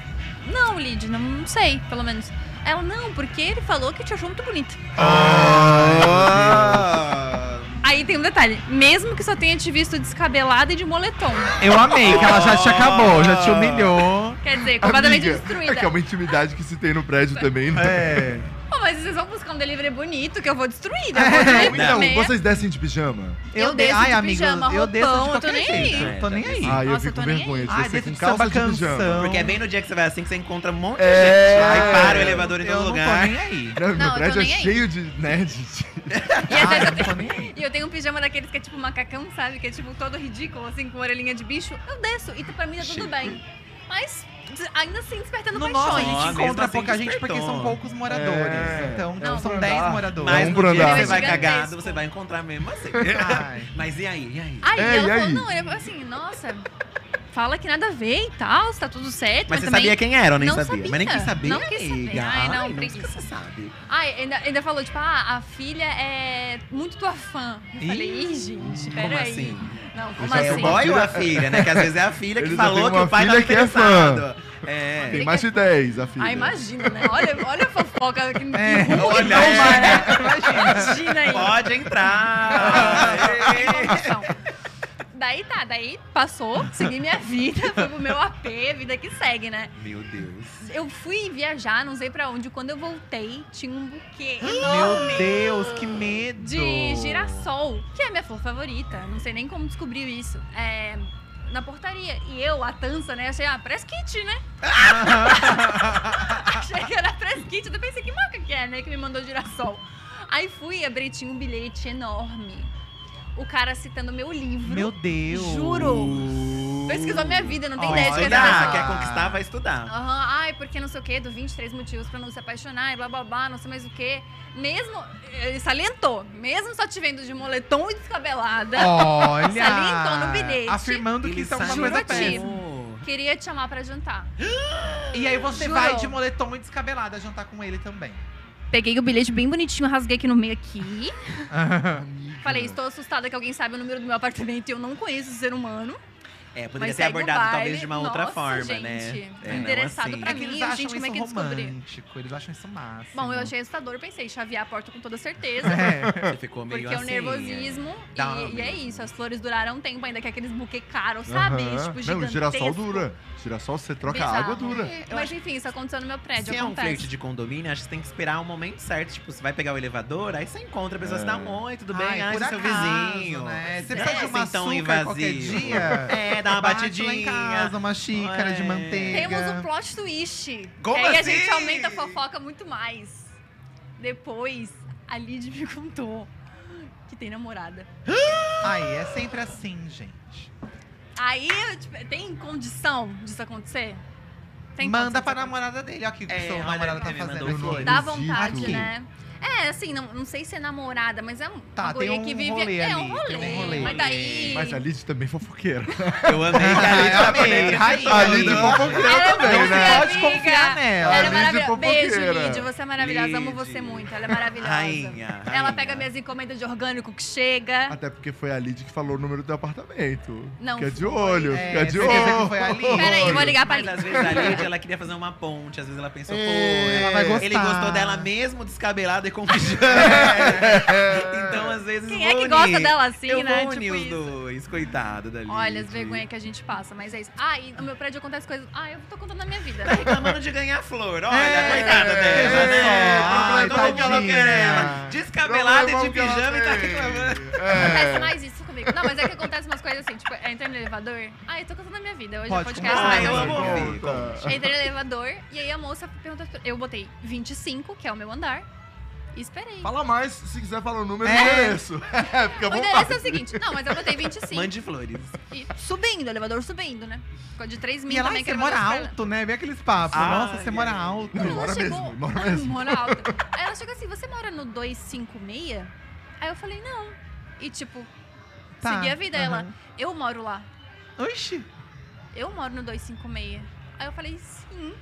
Speaker 1: não, Lid, não, não sei, pelo menos. Ela, não, porque ele falou que te achou muito bonita.
Speaker 4: Ah.
Speaker 1: Aí tem um detalhe, mesmo que só tenha te visto descabelada e de moletom.
Speaker 3: Eu amei, que ela já te acabou, já te humilhou.
Speaker 1: Quer dizer, completamente
Speaker 2: Amiga,
Speaker 1: destruída.
Speaker 2: É que é uma intimidade que se tem no prédio também, né?
Speaker 3: É.
Speaker 1: Pô, mas vocês vão buscar um delivery bonito que eu vou destruída. Eu vou
Speaker 4: É.
Speaker 1: destruir
Speaker 2: Então,
Speaker 1: também.
Speaker 2: vocês descem de pijama?
Speaker 1: Eu
Speaker 3: dei-
Speaker 1: desço
Speaker 3: ai,
Speaker 1: de
Speaker 3: amigo,
Speaker 1: pijama,
Speaker 3: eu
Speaker 1: roupão,
Speaker 3: desço
Speaker 1: eu
Speaker 3: de
Speaker 1: tô
Speaker 3: qualquer
Speaker 1: nem
Speaker 3: jeito.
Speaker 1: aí.
Speaker 3: Eu tô nem aí.
Speaker 2: Ai, eu
Speaker 1: Nossa, eu
Speaker 2: fico
Speaker 1: tô
Speaker 2: com
Speaker 1: nem
Speaker 2: vergonha de
Speaker 3: Ai,
Speaker 2: descer
Speaker 3: desse
Speaker 2: com
Speaker 3: samba
Speaker 2: calça de pijama.
Speaker 3: canção.
Speaker 4: Porque é bem no dia que você vai assim que você encontra um monte
Speaker 2: É.
Speaker 4: de gente. Aí para o elevador em
Speaker 3: Eu
Speaker 4: todo
Speaker 3: não tô
Speaker 4: lugar.
Speaker 3: nem aí.
Speaker 2: Não,
Speaker 1: Não, eu
Speaker 2: meu
Speaker 1: tô
Speaker 2: prédio é
Speaker 1: nem aí.
Speaker 2: cheio de nerds.
Speaker 1: E às vezes
Speaker 3: Ai, eu
Speaker 1: eu
Speaker 3: não tô
Speaker 1: tenho-
Speaker 3: nem aí.
Speaker 1: E eu tenho um pijama daqueles que é tipo macacão, sabe? Que é tipo todo ridículo, assim, com orelhinha de bicho. Eu desço e pra mim tá tudo
Speaker 4: Chique.
Speaker 1: bem. Mas ainda assim despertando
Speaker 3: No nosso, a
Speaker 1: paixões.
Speaker 4: Ó,
Speaker 3: gente
Speaker 4: mesmo
Speaker 3: encontra
Speaker 4: assim,
Speaker 3: pouca gente porque
Speaker 4: despertou.
Speaker 3: são poucos moradores.
Speaker 2: É.
Speaker 3: Então,
Speaker 1: É um
Speaker 3: tipo, são
Speaker 2: pra
Speaker 3: 10
Speaker 2: andar.
Speaker 3: moradores.
Speaker 4: Mas
Speaker 2: Vamos
Speaker 4: no
Speaker 2: pro
Speaker 4: dia
Speaker 2: andar.
Speaker 4: que você vai
Speaker 1: Gigantesco.
Speaker 4: cagado, você vai encontrar mesmo assim.
Speaker 3: Ai.
Speaker 4: Mas e aí? E aí?
Speaker 1: Aí
Speaker 2: É,
Speaker 1: ela
Speaker 2: e
Speaker 1: falou,
Speaker 2: aí?
Speaker 1: não, eu assim, nossa, fala que nada a ver e tal, se tá tudo certo.
Speaker 4: Mas,
Speaker 1: Mas,
Speaker 4: você
Speaker 1: também...
Speaker 4: sabia quem era, eu nem
Speaker 1: não
Speaker 4: sabia. Mas nem quis
Speaker 1: sabia.
Speaker 4: saber.
Speaker 1: Não quis saber.
Speaker 4: amiga.
Speaker 1: Ai, não,
Speaker 4: nunca
Speaker 1: preguiça.
Speaker 4: Você sabe.
Speaker 1: Ai, ainda, ainda falou, tipo, ah, a filha é muito tua fã. Eu falei, ih, gente,
Speaker 4: Como
Speaker 1: peraí.
Speaker 4: assim?
Speaker 1: Não, como
Speaker 2: Mas
Speaker 4: é
Speaker 1: assim?
Speaker 4: o boy ou a filha, né? Que às vezes é a filha que
Speaker 2: Eles já
Speaker 4: falou
Speaker 2: têm
Speaker 4: que
Speaker 2: uma
Speaker 4: o pai
Speaker 2: filha
Speaker 4: tá
Speaker 2: que é fã.
Speaker 4: interessado. É.
Speaker 2: Tem mais de 10, a filha.
Speaker 1: Ah, imagina, né? Olha, olha a fofoca que que
Speaker 3: É,
Speaker 1: ruim,
Speaker 4: olha,
Speaker 1: toma,
Speaker 4: é.
Speaker 1: né? Imagina aí.
Speaker 4: Pode entrar!
Speaker 1: Sem condição. Daí tá, daí passou, segui minha vida, fui pro meu AP, vida que segue, né?
Speaker 4: Meu Deus.
Speaker 1: Eu fui viajar, não sei pra onde. Quando eu voltei, tinha um buquê
Speaker 4: Meu Deus, que medo.
Speaker 1: de girassol, que é a minha flor favorita. Não sei nem como descobriu isso. É, na portaria. E eu, a tança, né? Achei, ah, press kit, né? Achei que era press kit. Eu pensei, que marca que é, né? Que me mandou girassol. Aí fui e abri, tinha um bilhete enorme. O cara citando meu livro.
Speaker 3: Meu Deus.
Speaker 1: Juro. Pesquisou minha vida, não tem
Speaker 3: Olha,
Speaker 1: ideia de que essa
Speaker 4: Estudar,
Speaker 1: pessoa.
Speaker 4: quer conquistar, vai estudar.
Speaker 1: Aham, ai, porque não sei o quê, do 23 motivos pra não se apaixonar, e blá blá blá, não sei mais o quê. Mesmo, eh, ele salientou, mesmo só te vendo de moletom e descabelada,
Speaker 3: Olha.
Speaker 1: salientou no bilhete.
Speaker 3: Afirmando que isso é uma
Speaker 1: sabe
Speaker 3: coisa
Speaker 1: juro a ti.
Speaker 3: péssima.
Speaker 1: Queria te chamar pra jantar.
Speaker 3: E aí você
Speaker 1: Jurou.
Speaker 3: vai de moletom e descabelada jantar com ele também.
Speaker 1: Peguei o bilhete bem bonitinho, rasguei aqui no meio aqui.
Speaker 2: Amiga.
Speaker 1: Falei, estou assustada que alguém sabe o número do meu apartamento e eu não conheço esse ser humano.
Speaker 4: É,
Speaker 1: mas
Speaker 4: poderia ser
Speaker 1: segue o
Speaker 4: abordado
Speaker 1: baile.
Speaker 4: talvez de uma outra
Speaker 1: Nossa,
Speaker 4: forma,
Speaker 1: gente,
Speaker 4: né? não
Speaker 1: interessado pra
Speaker 3: É
Speaker 1: mim.
Speaker 3: que eles
Speaker 1: gente,
Speaker 3: acham
Speaker 1: como é que
Speaker 3: isso
Speaker 1: descobri?
Speaker 3: romântico, eles acham isso máximo.
Speaker 1: Bom, eu achei assustador, pensei, chavear a porta com toda certeza.
Speaker 3: É.
Speaker 4: Você ficou meio
Speaker 1: Porque é o
Speaker 4: assim.
Speaker 1: nervosismo e-
Speaker 4: Dá
Speaker 1: e, é
Speaker 4: mesmo.
Speaker 1: isso. As flores duraram um tempo, ainda que aqueles buquê caros, sabe?
Speaker 2: Aham.
Speaker 1: Tipo,
Speaker 2: Não, o
Speaker 1: gigantesco.
Speaker 2: girassol dura. Girassol, você troca
Speaker 1: bizarro.
Speaker 2: a água, dura.
Speaker 1: É, Mas enfim, isso aconteceu no meu
Speaker 4: Se
Speaker 1: prédio,
Speaker 4: é um
Speaker 1: acontece.
Speaker 4: flerte de condomínio, acho que você tem que esperar o momento certo. Tipo, você vai pegar o elevador, aí você encontra a pessoa, se dá um oi, tudo bem,
Speaker 3: É. Ai,
Speaker 4: ai,
Speaker 3: por
Speaker 4: seu
Speaker 3: acaso,
Speaker 4: vizinho.
Speaker 3: Né? Você
Speaker 4: Não
Speaker 3: precisa de
Speaker 4: é
Speaker 3: uma
Speaker 4: assim tão
Speaker 3: açúcar qualquer
Speaker 4: invasivo.
Speaker 3: dia?
Speaker 4: É, dá uma
Speaker 3: Bate
Speaker 4: batidinha.
Speaker 3: lá em casa, uma xícara de
Speaker 4: É.
Speaker 3: manteiga.
Speaker 1: Temos um plot twist.
Speaker 4: Como
Speaker 1: e aí
Speaker 4: assim?
Speaker 1: a gente aumenta a fofoca muito mais. Depois, a Lid me contou que tem namorada.
Speaker 3: Aí, é sempre assim, gente.
Speaker 1: Aí, eu, tipo, tem condição disso acontecer? Tem condição
Speaker 3: Manda
Speaker 1: disso
Speaker 3: pra
Speaker 1: acontecer?
Speaker 3: namorada dele. Olha o que
Speaker 4: É,
Speaker 3: que sua
Speaker 4: olha,
Speaker 3: namorada tá
Speaker 4: ele mandou
Speaker 3: fazendo
Speaker 4: um
Speaker 3: aqui.
Speaker 4: flores.
Speaker 1: Dá
Speaker 2: Exito.
Speaker 1: vontade,
Speaker 3: Aqui.
Speaker 1: né? É, assim, não, não sei se é namorada, mas é um
Speaker 3: Tá,
Speaker 1: uma
Speaker 3: tem
Speaker 1: guria
Speaker 3: um
Speaker 1: que vive.
Speaker 3: rolê
Speaker 1: é
Speaker 3: ali,
Speaker 1: um rolê.
Speaker 3: tem um rolê.
Speaker 1: Mas daí.
Speaker 2: Mas a Liz também fofoqueira.
Speaker 4: Eu amei que a Lid
Speaker 3: Ah, eu amei.
Speaker 4: também.
Speaker 3: Rainha.
Speaker 2: A Lid é fofoqueira
Speaker 1: Ela é
Speaker 2: também,
Speaker 1: muito
Speaker 2: né?
Speaker 1: legal.
Speaker 3: Pode confiar
Speaker 1: amiga.
Speaker 3: nela.
Speaker 1: Ela é
Speaker 2: Lid
Speaker 1: maravilhosa. Beijo,
Speaker 2: fofoqueira.
Speaker 1: Lid. Você é maravilhosa. Amo
Speaker 4: Lid.
Speaker 1: você muito. Ela é maravilhosa.
Speaker 4: Rainha,
Speaker 1: Ela
Speaker 4: rainha.
Speaker 1: pega minhas encomendas de orgânico que chega.
Speaker 2: Até porque foi a Lid que falou o número do apartamento.
Speaker 1: Não
Speaker 2: Fica de
Speaker 1: foi.
Speaker 2: olho,
Speaker 3: É,
Speaker 2: fica de
Speaker 3: você quer ver
Speaker 2: olho.
Speaker 3: que foi a Lid?
Speaker 1: Peraí, vou ligar pra
Speaker 4: Mas às
Speaker 1: Lid.
Speaker 4: vezes a Lid, ela queria fazer uma ponte, às vezes ela pensou, pô,
Speaker 2: É.
Speaker 4: ela-
Speaker 3: Ela vai gostar.
Speaker 4: ele gostou dela mesmo descabelada e conquistando. então, às vezes.
Speaker 1: Quem é
Speaker 4: vou
Speaker 1: que gosta
Speaker 4: unir.
Speaker 1: dela assim,
Speaker 4: Eu
Speaker 1: né?
Speaker 4: vou unir
Speaker 1: Tipo
Speaker 4: os
Speaker 1: isso.
Speaker 4: dois, coitado da Lid.
Speaker 1: Olha as vergonhas que a gente passa, mas é isso. Ah, e no meu prédio acontece coisas. Ah, eu tô contando a minha vida.
Speaker 4: Tá reclamando de ganhar flor. Olha,
Speaker 3: É,
Speaker 4: coitada dela, né?
Speaker 2: é,
Speaker 4: Ai,
Speaker 2: ai,
Speaker 4: todo mundo
Speaker 2: tadinha.
Speaker 4: querendo. Descabelada e de
Speaker 2: Vamos ver o É, que ela
Speaker 4: pijama e tá
Speaker 2: tem.
Speaker 4: reclamando.
Speaker 1: Acontece mais isso comigo. Não, mas é que acontece umas coisas assim, tipo, eu entrei no elevador. Ah, eu tô contando a minha vida. Hoje
Speaker 3: Pode
Speaker 1: é podcast,
Speaker 3: contar.
Speaker 1: mas
Speaker 4: Ah, eu amo
Speaker 1: assim,
Speaker 4: ouvir.
Speaker 2: Conta.
Speaker 1: Entrei no elevador e aí a moça perguntou. Eu botei 25, que é o meu andar, e esperei.
Speaker 2: Fala mais, se quiser falar o número, o
Speaker 3: É.
Speaker 2: endereço. Fica à
Speaker 1: O
Speaker 2: vontade.
Speaker 1: endereço é o seguinte, não, mas eu botei 25.
Speaker 4: Mande flores.
Speaker 1: E subindo, o elevador subindo, né? Ficou de 3 mil
Speaker 3: E ela
Speaker 1: também, que
Speaker 3: você
Speaker 1: era
Speaker 3: mora
Speaker 1: uma das pernas.
Speaker 3: alto, né? Vê aqueles papos.
Speaker 4: Ai,
Speaker 3: Nossa, você
Speaker 4: ai,
Speaker 3: mora
Speaker 4: ai.
Speaker 3: alto.
Speaker 2: Não, mora
Speaker 1: chegou-
Speaker 2: mesmo, mora mesmo.
Speaker 1: Mora alto. Aí ela chegou assim, você mora no 256? Aí eu falei, não. E tipo,
Speaker 3: Tá,
Speaker 1: segui a vida. Aí Ela,
Speaker 3: aham.
Speaker 1: eu moro lá.
Speaker 3: Oxi.
Speaker 1: Eu moro no 256. Aí eu falei, sim.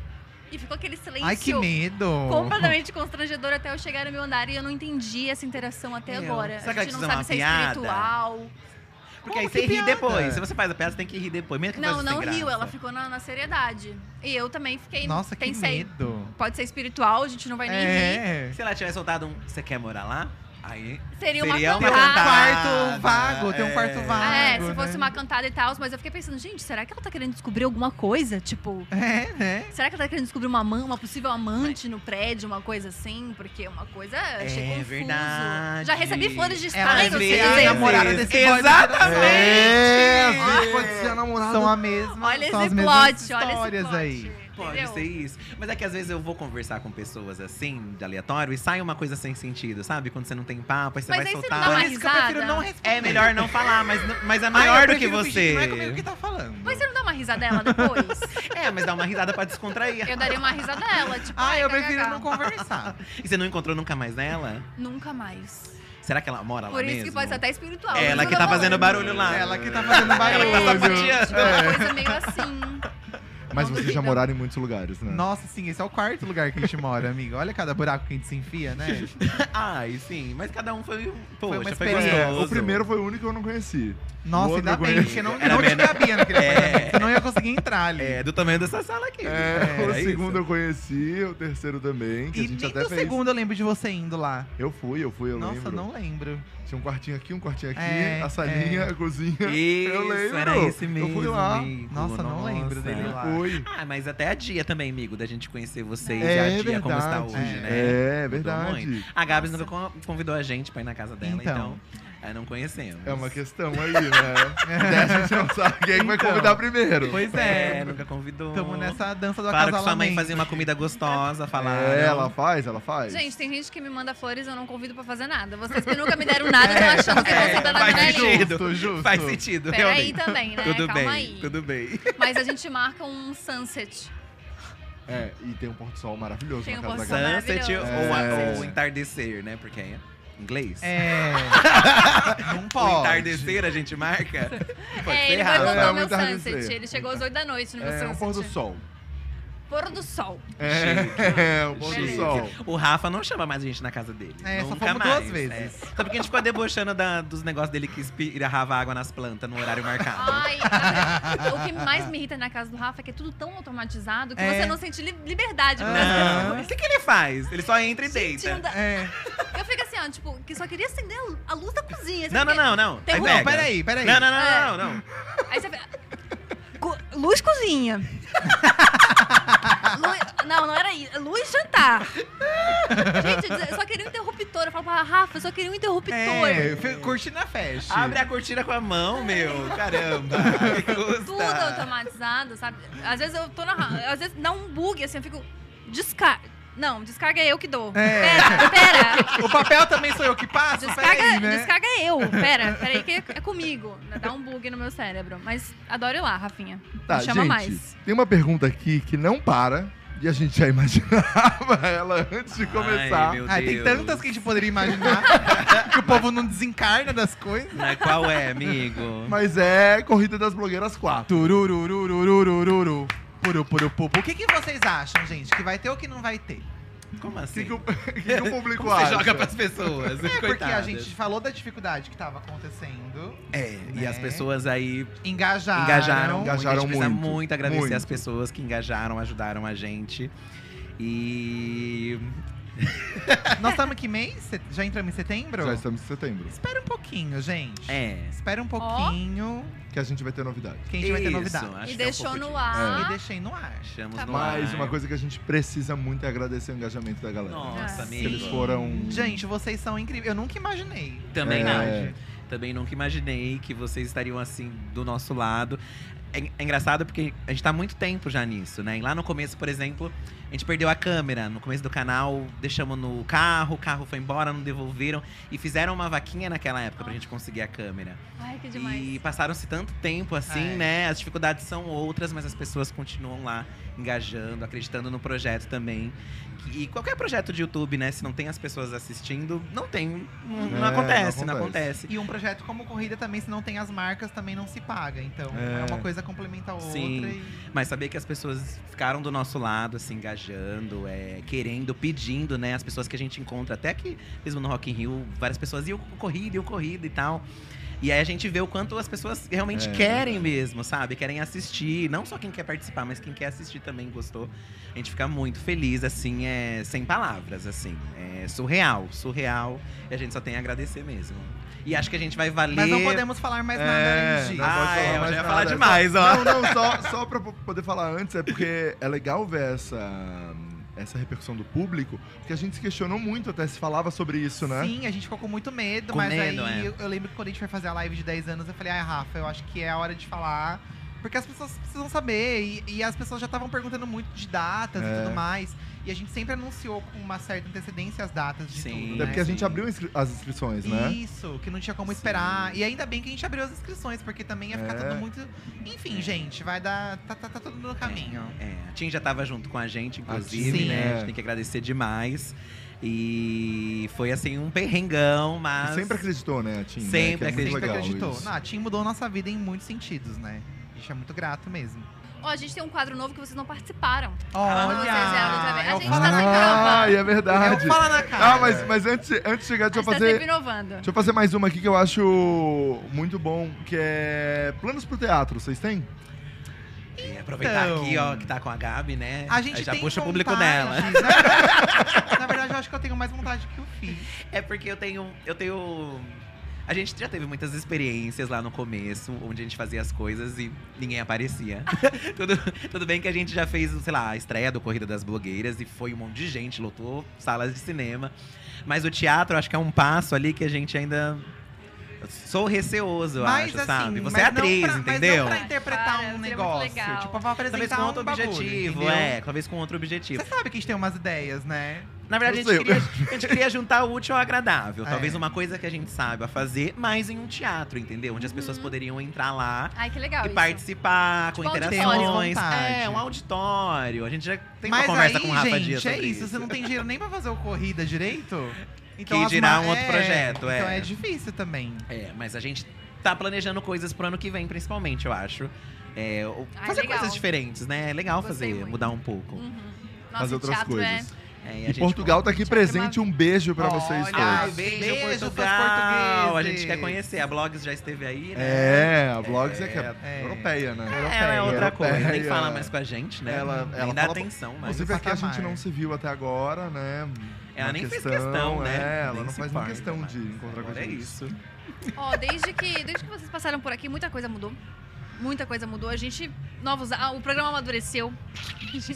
Speaker 1: E ficou aquele silêncio.
Speaker 3: Ai, que medo.
Speaker 1: Completamente constrangedor até eu chegar no meu andar e eu não entendi essa interação até
Speaker 4: Meu,
Speaker 1: agora.
Speaker 4: será que
Speaker 1: a
Speaker 4: ela
Speaker 1: gente
Speaker 4: quis
Speaker 1: não
Speaker 4: fazer
Speaker 1: sabe
Speaker 4: uma
Speaker 1: se é
Speaker 4: piada?
Speaker 1: espiritual.
Speaker 4: Porque aí
Speaker 3: Como que
Speaker 4: você ri
Speaker 3: piada?
Speaker 4: depois. Se você faz a peça, você tem que rir depois. Mesmo que
Speaker 1: Não,
Speaker 4: seja
Speaker 1: não
Speaker 4: sem graça.
Speaker 1: riu, ela ficou na, na seriedade. E eu também fiquei.
Speaker 3: Nossa, que
Speaker 1: pensei,
Speaker 3: medo.
Speaker 1: pode ser espiritual, a gente não vai nem rir.
Speaker 3: É.
Speaker 4: Se ela tivesse soltado um, você quer morar lá? Aí
Speaker 1: Seria uma
Speaker 4: Seria uma
Speaker 3: Tem um
Speaker 1: cantada.
Speaker 4: Ah,
Speaker 3: quarto vago, tem um
Speaker 4: é.
Speaker 3: quarto vago.
Speaker 1: Ah, é, se fosse
Speaker 3: né?
Speaker 1: uma cantada e tal, mas eu fiquei pensando, gente, será que ela tá querendo descobrir alguma coisa? Tipo,
Speaker 3: É, né?
Speaker 1: será que ela tá querendo descobrir uma, ama- uma possível amante no prédio, uma coisa assim? Porque uma coisa eu achei
Speaker 4: É
Speaker 1: confuso.
Speaker 4: verdade.
Speaker 1: Já recebi flores de
Speaker 3: Ela
Speaker 1: estranho,
Speaker 3: é
Speaker 1: vocês
Speaker 3: meio
Speaker 1: dizem.
Speaker 3: namorada desse boy do
Speaker 4: Exatamente!
Speaker 2: É, às vezes pode ser a namorada.
Speaker 3: São a mesma,
Speaker 1: Olha
Speaker 3: são
Speaker 1: esse
Speaker 3: as mesmas
Speaker 1: plot, olha esse
Speaker 3: histórias
Speaker 1: plot.
Speaker 3: aí.
Speaker 4: Pode
Speaker 1: entendeu?
Speaker 4: ser isso. Mas é que às vezes eu vou conversar com pessoas assim, de aleatório, e sai uma coisa sem sentido, sabe? Quando você não tem papo, aí você
Speaker 1: Mas
Speaker 4: vai
Speaker 1: aí você não
Speaker 4: soltar.
Speaker 1: dá
Speaker 3: Por
Speaker 1: mais
Speaker 3: isso que eu prefiro não
Speaker 1: risada.
Speaker 3: responder.
Speaker 4: É melhor não falar, mas, não- mas é
Speaker 3: Ah, eu
Speaker 4: maior do que
Speaker 3: prefiro fingir
Speaker 4: você.
Speaker 3: Não é comigo que tá falando.
Speaker 1: Mas você não dá uma risadela depois?
Speaker 4: É, mas dá uma risada pra descontrair.
Speaker 1: eu daria uma risadela, tipo,
Speaker 3: Ah,
Speaker 1: ai,
Speaker 3: eu prefiro
Speaker 1: kkk.
Speaker 3: não conversar.
Speaker 4: E você não encontrou nunca mais nela?
Speaker 1: Nunca mais.
Speaker 4: Será que ela mora
Speaker 1: Por
Speaker 4: lá
Speaker 1: isso
Speaker 4: mesmo?
Speaker 1: que pode ser até espiritual.
Speaker 4: É
Speaker 1: por
Speaker 4: ela
Speaker 1: isso
Speaker 4: que
Speaker 1: eu
Speaker 4: tá
Speaker 1: tô
Speaker 4: fazendo
Speaker 1: falando.
Speaker 4: barulho lá.
Speaker 3: Ela que tá fazendo
Speaker 4: Ela que tá
Speaker 1: É,
Speaker 3: barulho.
Speaker 1: gente, uma coisa meio assim.
Speaker 2: Mas
Speaker 1: Não
Speaker 2: vocês
Speaker 1: duvido.
Speaker 2: já moraram em muitos lugares, né?
Speaker 3: Nossa, sim, esse é o quarto lugar que a gente mora, amiga. Olha cada buraco que a gente se enfia, né?
Speaker 4: Ai, sim. Mas cada um foi. um- Poxa,
Speaker 3: uma
Speaker 4: foi,
Speaker 3: experiência.
Speaker 2: É,
Speaker 4: gostoso.
Speaker 2: o primeiro foi o único que eu não conheci.
Speaker 3: Nossa,
Speaker 2: Outro
Speaker 3: ainda
Speaker 2: eu
Speaker 3: bem,
Speaker 2: conheço.
Speaker 3: porque não,
Speaker 4: Era
Speaker 3: não te
Speaker 4: menor.
Speaker 3: cabia naquele apartamento. Você não ia conseguir entrar ali.
Speaker 4: É, do tamanho dessa sala aqui.
Speaker 2: É, o
Speaker 4: isso.
Speaker 2: segundo eu conheci, o terceiro também, que a
Speaker 3: E
Speaker 2: gente
Speaker 3: nem
Speaker 2: até
Speaker 3: do
Speaker 2: fez.
Speaker 3: segundo eu lembro de você indo lá.
Speaker 2: Eu fui, eu fui, eu
Speaker 3: Nossa,
Speaker 2: lembro.
Speaker 3: não lembro.
Speaker 2: Tinha um quartinho aqui, um quartinho aqui,
Speaker 3: É,
Speaker 2: a salinha,
Speaker 3: é.
Speaker 2: a cozinha.
Speaker 4: Isso,
Speaker 2: eu lembro.
Speaker 4: era esse mesmo.
Speaker 2: Eu fui lá.
Speaker 4: amigo,
Speaker 3: Nossa, não lembro dele
Speaker 2: Eu
Speaker 3: lá.
Speaker 2: fui.
Speaker 4: Ah, mas até a dia também, amigo, da gente conhecer vocês e
Speaker 2: É
Speaker 4: a dia como está
Speaker 2: verdade.
Speaker 4: hoje,
Speaker 3: É.
Speaker 4: né?
Speaker 2: É, verdade.
Speaker 4: A Gabs nunca con- convidou a gente pra ir na casa dela,
Speaker 3: Então.
Speaker 4: então, aí não conhecemos.
Speaker 2: É uma questão aí, né? Daí a gente não sabe quem é vai
Speaker 3: Então.
Speaker 2: convidar primeiro.
Speaker 3: Pois
Speaker 4: É,
Speaker 3: é.
Speaker 4: nunca convidou.
Speaker 3: Tamo nessa dança do
Speaker 4: Claro que sua mãe
Speaker 3: acasalamento.
Speaker 4: fazia uma comida gostosa, falar.
Speaker 2: É, ela faz, ela faz.
Speaker 1: Gente, tem gente que me manda flores, eu não convido pra fazer nada. Vocês que nunca me deram nada, estão achando que eu vou
Speaker 4: É,
Speaker 1: ser dona
Speaker 4: faz
Speaker 1: Aurélia.
Speaker 4: sentido,
Speaker 2: Justo, justo.
Speaker 4: Faz sentido,
Speaker 1: Peraí
Speaker 4: realmente.
Speaker 1: também, né?
Speaker 4: Tudo
Speaker 1: Calma
Speaker 4: bem,
Speaker 1: aí.
Speaker 4: tudo bem.
Speaker 1: Mas a gente marca um sunset.
Speaker 2: É, e tem um pôr do sol maravilhoso
Speaker 1: Tem
Speaker 2: na
Speaker 1: um
Speaker 2: casa
Speaker 1: pôr do
Speaker 2: da
Speaker 1: sol
Speaker 2: Gabi.
Speaker 4: Sunset ou,
Speaker 1: maravilhoso.
Speaker 2: É.
Speaker 4: ou entardecer, né? Porque é inglês.
Speaker 3: É. não
Speaker 4: O
Speaker 3: pode.
Speaker 4: entardecer a gente marca. Pode
Speaker 1: é,
Speaker 4: ser
Speaker 1: ele
Speaker 4: errado.
Speaker 1: foi
Speaker 2: É,
Speaker 1: mandar o
Speaker 2: muito
Speaker 1: meu
Speaker 2: errado
Speaker 1: sunset.
Speaker 2: dizer.
Speaker 1: Ele chegou às 8 da noite no meu
Speaker 2: É,
Speaker 1: sunset.
Speaker 2: um pôr do sol.
Speaker 1: Pôr do sol.
Speaker 2: É, um pôr do
Speaker 1: Chique.
Speaker 2: sol.
Speaker 4: O Rafa não chama mais a gente na casa dele.
Speaker 3: É, só
Speaker 4: Nunca
Speaker 3: fomos
Speaker 4: mais,
Speaker 3: duas vezes.
Speaker 4: É. Só porque a gente ficou debochando da- dos negócios dele que espirrava água nas plantas no horário marcado.
Speaker 1: Ai, cara, o que mais me irrita na casa do Rafa é que é tudo tão automatizado que
Speaker 3: É.
Speaker 1: você não sente li- liberdade. pra fazer
Speaker 4: Não. O que, que ele faz? Ele só entra e
Speaker 1: Ah, Gente, não
Speaker 4: deita.
Speaker 1: dá-
Speaker 3: É.
Speaker 1: Eu fico assim, ó, tipo, que só queria acender a- a luz da cozinha. assim,
Speaker 4: Não, não,
Speaker 1: porque-
Speaker 4: não, não.
Speaker 1: Tem
Speaker 4: Aí
Speaker 1: um-
Speaker 4: pega.
Speaker 3: Não, peraí, peraí.
Speaker 4: Não, não,
Speaker 1: É.
Speaker 4: não, não, não.
Speaker 1: Aí você fica. Co- Luz cozinha. Lu- Não, não era isso. Luz jantar. Gente, eu só queria um interruptor. Eu falo pra Rafa, eu só queria um interruptor.
Speaker 3: É, fe- Cortina fecha.
Speaker 4: Abre a cortina com a mão, meu. Caramba. Que custa.
Speaker 1: Tudo
Speaker 2: Tá.
Speaker 1: automatizado, sabe? Às vezes eu tô na. ra- Às vezes dá um bug, assim, eu fico. Descarga. Não, descarga é eu que dou.
Speaker 3: É.
Speaker 1: Pera, pera.
Speaker 3: O papel também sou eu que passo?
Speaker 1: Descarga,
Speaker 3: Peraí, né?
Speaker 1: descarga é eu. Pera, peraí, que é comigo. Dá um bug no meu cérebro. Mas adoro ir lá, Rafinha.
Speaker 2: Tá,
Speaker 1: Me chama
Speaker 2: gente,
Speaker 1: mais.
Speaker 2: tem uma pergunta aqui que não para. E a gente já imaginava ela antes de começar.
Speaker 4: Ai, meu
Speaker 3: Ah, tem
Speaker 4: Deus.
Speaker 3: tantas que a gente poderia imaginar que o povo não desencarna das coisas.
Speaker 4: Mas qual é, amigo?
Speaker 2: Mas é Corrida das Blogueiras 4.
Speaker 3: Turururururururu. Puru, puru, pupu. O que, que vocês acham, gente? Que vai ter ou que não vai ter?
Speaker 4: Como
Speaker 2: O
Speaker 4: assim?
Speaker 2: que, que, o, que que o público
Speaker 4: Como
Speaker 2: acha?
Speaker 4: você joga pras pessoas?
Speaker 3: É porque a
Speaker 4: Coitadas.
Speaker 3: gente falou da dificuldade que tava acontecendo.
Speaker 4: É, e
Speaker 3: né?
Speaker 4: as pessoas aí
Speaker 3: Engajaram.
Speaker 4: engajaram, muito.
Speaker 2: engajaram
Speaker 4: a gente precisa
Speaker 2: muito,
Speaker 4: muito, agradecer
Speaker 2: muito.
Speaker 4: as pessoas que engajaram, ajudaram a gente. E.
Speaker 3: Nós estamos que mês? Se- Já entramos em setembro?
Speaker 2: Já estamos em setembro.
Speaker 3: Espera um pouquinho, gente.
Speaker 4: É.
Speaker 3: Espera um pouquinho
Speaker 2: Que a gente vai ter novidade.
Speaker 3: que a gente vai ter
Speaker 4: Isso,
Speaker 3: novidade.
Speaker 4: acho
Speaker 1: E
Speaker 4: que é um
Speaker 1: deixou
Speaker 4: pouco
Speaker 1: no
Speaker 4: disso.
Speaker 1: ar.
Speaker 3: E
Speaker 2: É.
Speaker 3: deixei no ar.
Speaker 4: Achamos
Speaker 1: Tá
Speaker 4: no
Speaker 1: bom.
Speaker 2: Mas
Speaker 4: ar.
Speaker 2: uma coisa que a gente precisa muito é agradecer o engajamento da galera.
Speaker 4: Nossa,
Speaker 1: Ah,
Speaker 4: amigo.
Speaker 2: Eles foram.
Speaker 3: Gente, vocês são incríveis. Eu nunca imaginei.
Speaker 4: Também
Speaker 2: É.
Speaker 4: não. Também nunca imaginei que vocês estariam assim do nosso lado. É, en- é engraçado porque a gente tá há muito tempo já nisso, né? E lá no começo, por exemplo, a gente perdeu a câmera. No começo do canal, deixamos no carro, o carro foi embora, não devolveram. E fizeram uma vaquinha naquela época pra gente conseguir a câmera.
Speaker 1: Ai, que demais.
Speaker 4: E passaram-se tanto tempo assim,
Speaker 3: É.
Speaker 4: né? As dificuldades são outras, mas as pessoas continuam lá engajando, acreditando no projeto também. E qualquer projeto de YouTube, né? Se não tem as pessoas assistindo, não tem. Não,
Speaker 2: É,
Speaker 4: não
Speaker 2: não
Speaker 4: acontece, não
Speaker 2: acontece.
Speaker 4: acontece.
Speaker 3: E um projeto como Corrida também, se não tem as marcas, também não se paga. Então,
Speaker 2: É.
Speaker 3: é, uma coisa complementa a outra.
Speaker 4: Sim.
Speaker 3: e-
Speaker 4: Mas saber que as pessoas ficaram do nosso lado, se engajando, é, querendo, pedindo, né? As pessoas que a gente encontra, até que mesmo no Rock in Rio, várias pessoas, e o corrido, e o corrido e tal. E aí a gente vê o quanto as pessoas realmente
Speaker 2: É,
Speaker 4: querem mesmo, sabe? Querem assistir. Não só quem quer participar, mas quem quer assistir também gostou. A gente fica muito feliz, assim, é, sem palavras, assim. É surreal, surreal. E a gente só tem a agradecer mesmo. E acho que a gente vai valer.
Speaker 3: Mas não podemos falar mais nada
Speaker 2: É,
Speaker 3: antes disso.
Speaker 2: não pode
Speaker 4: Ah, é, eu
Speaker 2: mais
Speaker 4: já ia
Speaker 2: nada.
Speaker 4: falar demais, ó.
Speaker 2: Não, não, só, só pra po- poder falar antes, é porque é legal ver essa, essa repercussão do público, porque a gente se questionou muito até se falava sobre isso, né?
Speaker 3: Sim, a gente ficou com muito medo,
Speaker 4: Com
Speaker 3: mas
Speaker 4: medo,
Speaker 3: aí
Speaker 4: é.
Speaker 3: eu, eu lembro que quando a gente foi fazer a live de 10 anos, eu falei, ai, Rafa, eu acho que é a hora de falar. Porque as pessoas precisam saber. E, e as pessoas já estavam perguntando muito de datas
Speaker 2: É.
Speaker 3: e tudo mais. E a gente sempre anunciou com uma certa antecedência as datas de
Speaker 4: Sim.
Speaker 3: tudo.
Speaker 2: Até
Speaker 3: né?
Speaker 2: É porque a gente
Speaker 4: Sim.
Speaker 2: abriu inscri- as inscrições, né?
Speaker 3: Isso, que não tinha como
Speaker 4: Sim.
Speaker 3: esperar. E ainda bem que a gente abriu as inscrições, porque também ia ficar
Speaker 2: É.
Speaker 3: tudo muito. Enfim, gente, vai dar. Tá, tá, tá tudo no caminho.
Speaker 4: É, a Tim já tava junto com a gente,
Speaker 2: Tim,
Speaker 4: inclusive,
Speaker 3: Sim.
Speaker 4: né? A
Speaker 2: é.
Speaker 4: gente tem que agradecer demais. E foi assim um perrengão, mas.
Speaker 2: Sempre acreditou, né, Tim? né?
Speaker 4: Sempre
Speaker 2: Que é muito
Speaker 4: acreditou.
Speaker 3: Sempre
Speaker 2: legal
Speaker 3: acreditou.
Speaker 2: isso.
Speaker 3: Não, a Tim mudou nossa vida em muitos sentidos, né? A gente é muito grato mesmo.
Speaker 1: Ó, a gente tem um quadro novo que vocês não participaram.
Speaker 4: Ah,
Speaker 3: Olha!
Speaker 1: vocês eram outra vez. A
Speaker 3: é o
Speaker 1: gente
Speaker 3: Fala
Speaker 1: tá
Speaker 3: na
Speaker 1: na
Speaker 3: cara.
Speaker 2: Ah,
Speaker 1: prova.
Speaker 2: e é
Speaker 3: É o
Speaker 2: verdade.
Speaker 3: Fala na cara.
Speaker 2: Ah, mas, mas antes, antes de chegar,
Speaker 1: A
Speaker 2: deixa eu
Speaker 1: gente tá
Speaker 2: fazer.
Speaker 1: sempre inovando.
Speaker 2: Deixa eu fazer mais uma aqui que eu acho muito bom, que é planos pro teatro. Vocês têm?
Speaker 4: aproveitar
Speaker 3: Então.
Speaker 4: aqui, ó, que tá com a Gabi, né?
Speaker 3: A gente
Speaker 4: já
Speaker 3: tem
Speaker 4: puxa o público dela.
Speaker 3: vontade. Na verdade, na verdade, eu acho que eu tenho mais vontade que o Fih.
Speaker 4: É porque eu tenho. Eu tenho. A gente já teve muitas experiências lá no começo, onde a gente fazia as coisas e ninguém aparecia. tudo, tudo bem que a gente já fez, sei lá, a estreia do Corrida das Blogueiras e foi um monte de gente, lotou salas de cinema. Mas o teatro, acho que é um passo ali que a gente ainda. eu Sou receoso, eu acho, sabe? Você é
Speaker 3: mas não
Speaker 4: atriz,
Speaker 3: pra-
Speaker 4: entendeu? Ah,
Speaker 3: Mas não pra interpretar
Speaker 1: Para,
Speaker 3: um
Speaker 1: seria muito
Speaker 3: negócio.
Speaker 1: legal.
Speaker 3: Tipo, pra
Speaker 4: Talvez
Speaker 3: apresentar
Speaker 4: com
Speaker 3: um
Speaker 4: outro
Speaker 3: bagulho,
Speaker 4: objetivo,
Speaker 3: entendeu?
Speaker 4: é, talvez com outro objetivo.
Speaker 3: Você sabe que a gente tem umas ideias, né?
Speaker 4: Na verdade, a
Speaker 2: Eu
Speaker 4: gente,
Speaker 2: sei.
Speaker 4: queria, a gente queria juntar o útil ao agradável. Talvez
Speaker 3: É.
Speaker 4: uma coisa que a gente saiba fazer, mas em um teatro, entendeu?
Speaker 3: Uhum.
Speaker 4: Onde as pessoas poderiam entrar lá
Speaker 1: Ai, que legal
Speaker 4: e
Speaker 1: Ah, isso.
Speaker 4: participar, com
Speaker 1: Tipo
Speaker 4: interações.
Speaker 3: auditório.
Speaker 4: É, um auditório. A gente já tem
Speaker 3: Mas
Speaker 4: uma conversa
Speaker 3: aí,
Speaker 4: com o Rafa
Speaker 3: gente,
Speaker 4: Dias.
Speaker 3: é
Speaker 4: sobre
Speaker 3: isso. Você não tem dinheiro nem pra fazer o corrida direito. Então
Speaker 4: Que
Speaker 3: as
Speaker 4: dirá
Speaker 3: ma-
Speaker 4: um outro projeto, é.
Speaker 3: Então é difícil também.
Speaker 4: É, mas a gente tá planejando coisas pro ano que vem, principalmente, eu acho. É, o-
Speaker 1: Ai,
Speaker 4: fazer
Speaker 1: Ah, legal.
Speaker 4: coisas diferentes, né? É legal
Speaker 1: Gostei
Speaker 4: fazer,
Speaker 1: muito.
Speaker 4: mudar um pouco.
Speaker 1: Uhum. Nossa,
Speaker 2: fazer
Speaker 1: o
Speaker 2: outras
Speaker 1: teatro é-
Speaker 2: coisas.
Speaker 4: É, e a
Speaker 2: E
Speaker 4: gente-
Speaker 2: Portugal tá aqui
Speaker 1: Teatro é uma-
Speaker 2: presente. Um beijo pra vocês
Speaker 3: Olha,
Speaker 4: Ai,
Speaker 2: todos.
Speaker 4: ah, beijo,
Speaker 3: Beijo pros
Speaker 4: Portugal! A gente
Speaker 3: portugueses.
Speaker 4: quer conhecer. A Blogs já esteve aí, né?
Speaker 2: É, a Vlogs é, que é
Speaker 3: É.
Speaker 2: europeia, né?
Speaker 4: Ela é outra coisa, nem
Speaker 2: Europeia.
Speaker 4: fala mais com a gente, né?
Speaker 2: Ela-
Speaker 4: nem
Speaker 2: ela
Speaker 4: dá
Speaker 2: fala-
Speaker 4: atenção, mas.
Speaker 2: Inclusive aqui a
Speaker 3: patamar.
Speaker 2: gente não se viu até agora, né?
Speaker 4: É, Ela
Speaker 2: Uma
Speaker 4: nem fez questão, né?
Speaker 2: É, ela
Speaker 4: Nem
Speaker 2: não
Speaker 4: se
Speaker 2: faz nem
Speaker 4: importa,
Speaker 2: questão
Speaker 4: mas
Speaker 2: de encontrar com a
Speaker 4: agora
Speaker 2: gente.
Speaker 4: É isso.
Speaker 1: Ó, desde que, desde que vocês passaram por aqui, muita coisa mudou. Muita coisa mudou. A gente. Novos. ah, o programa amadureceu.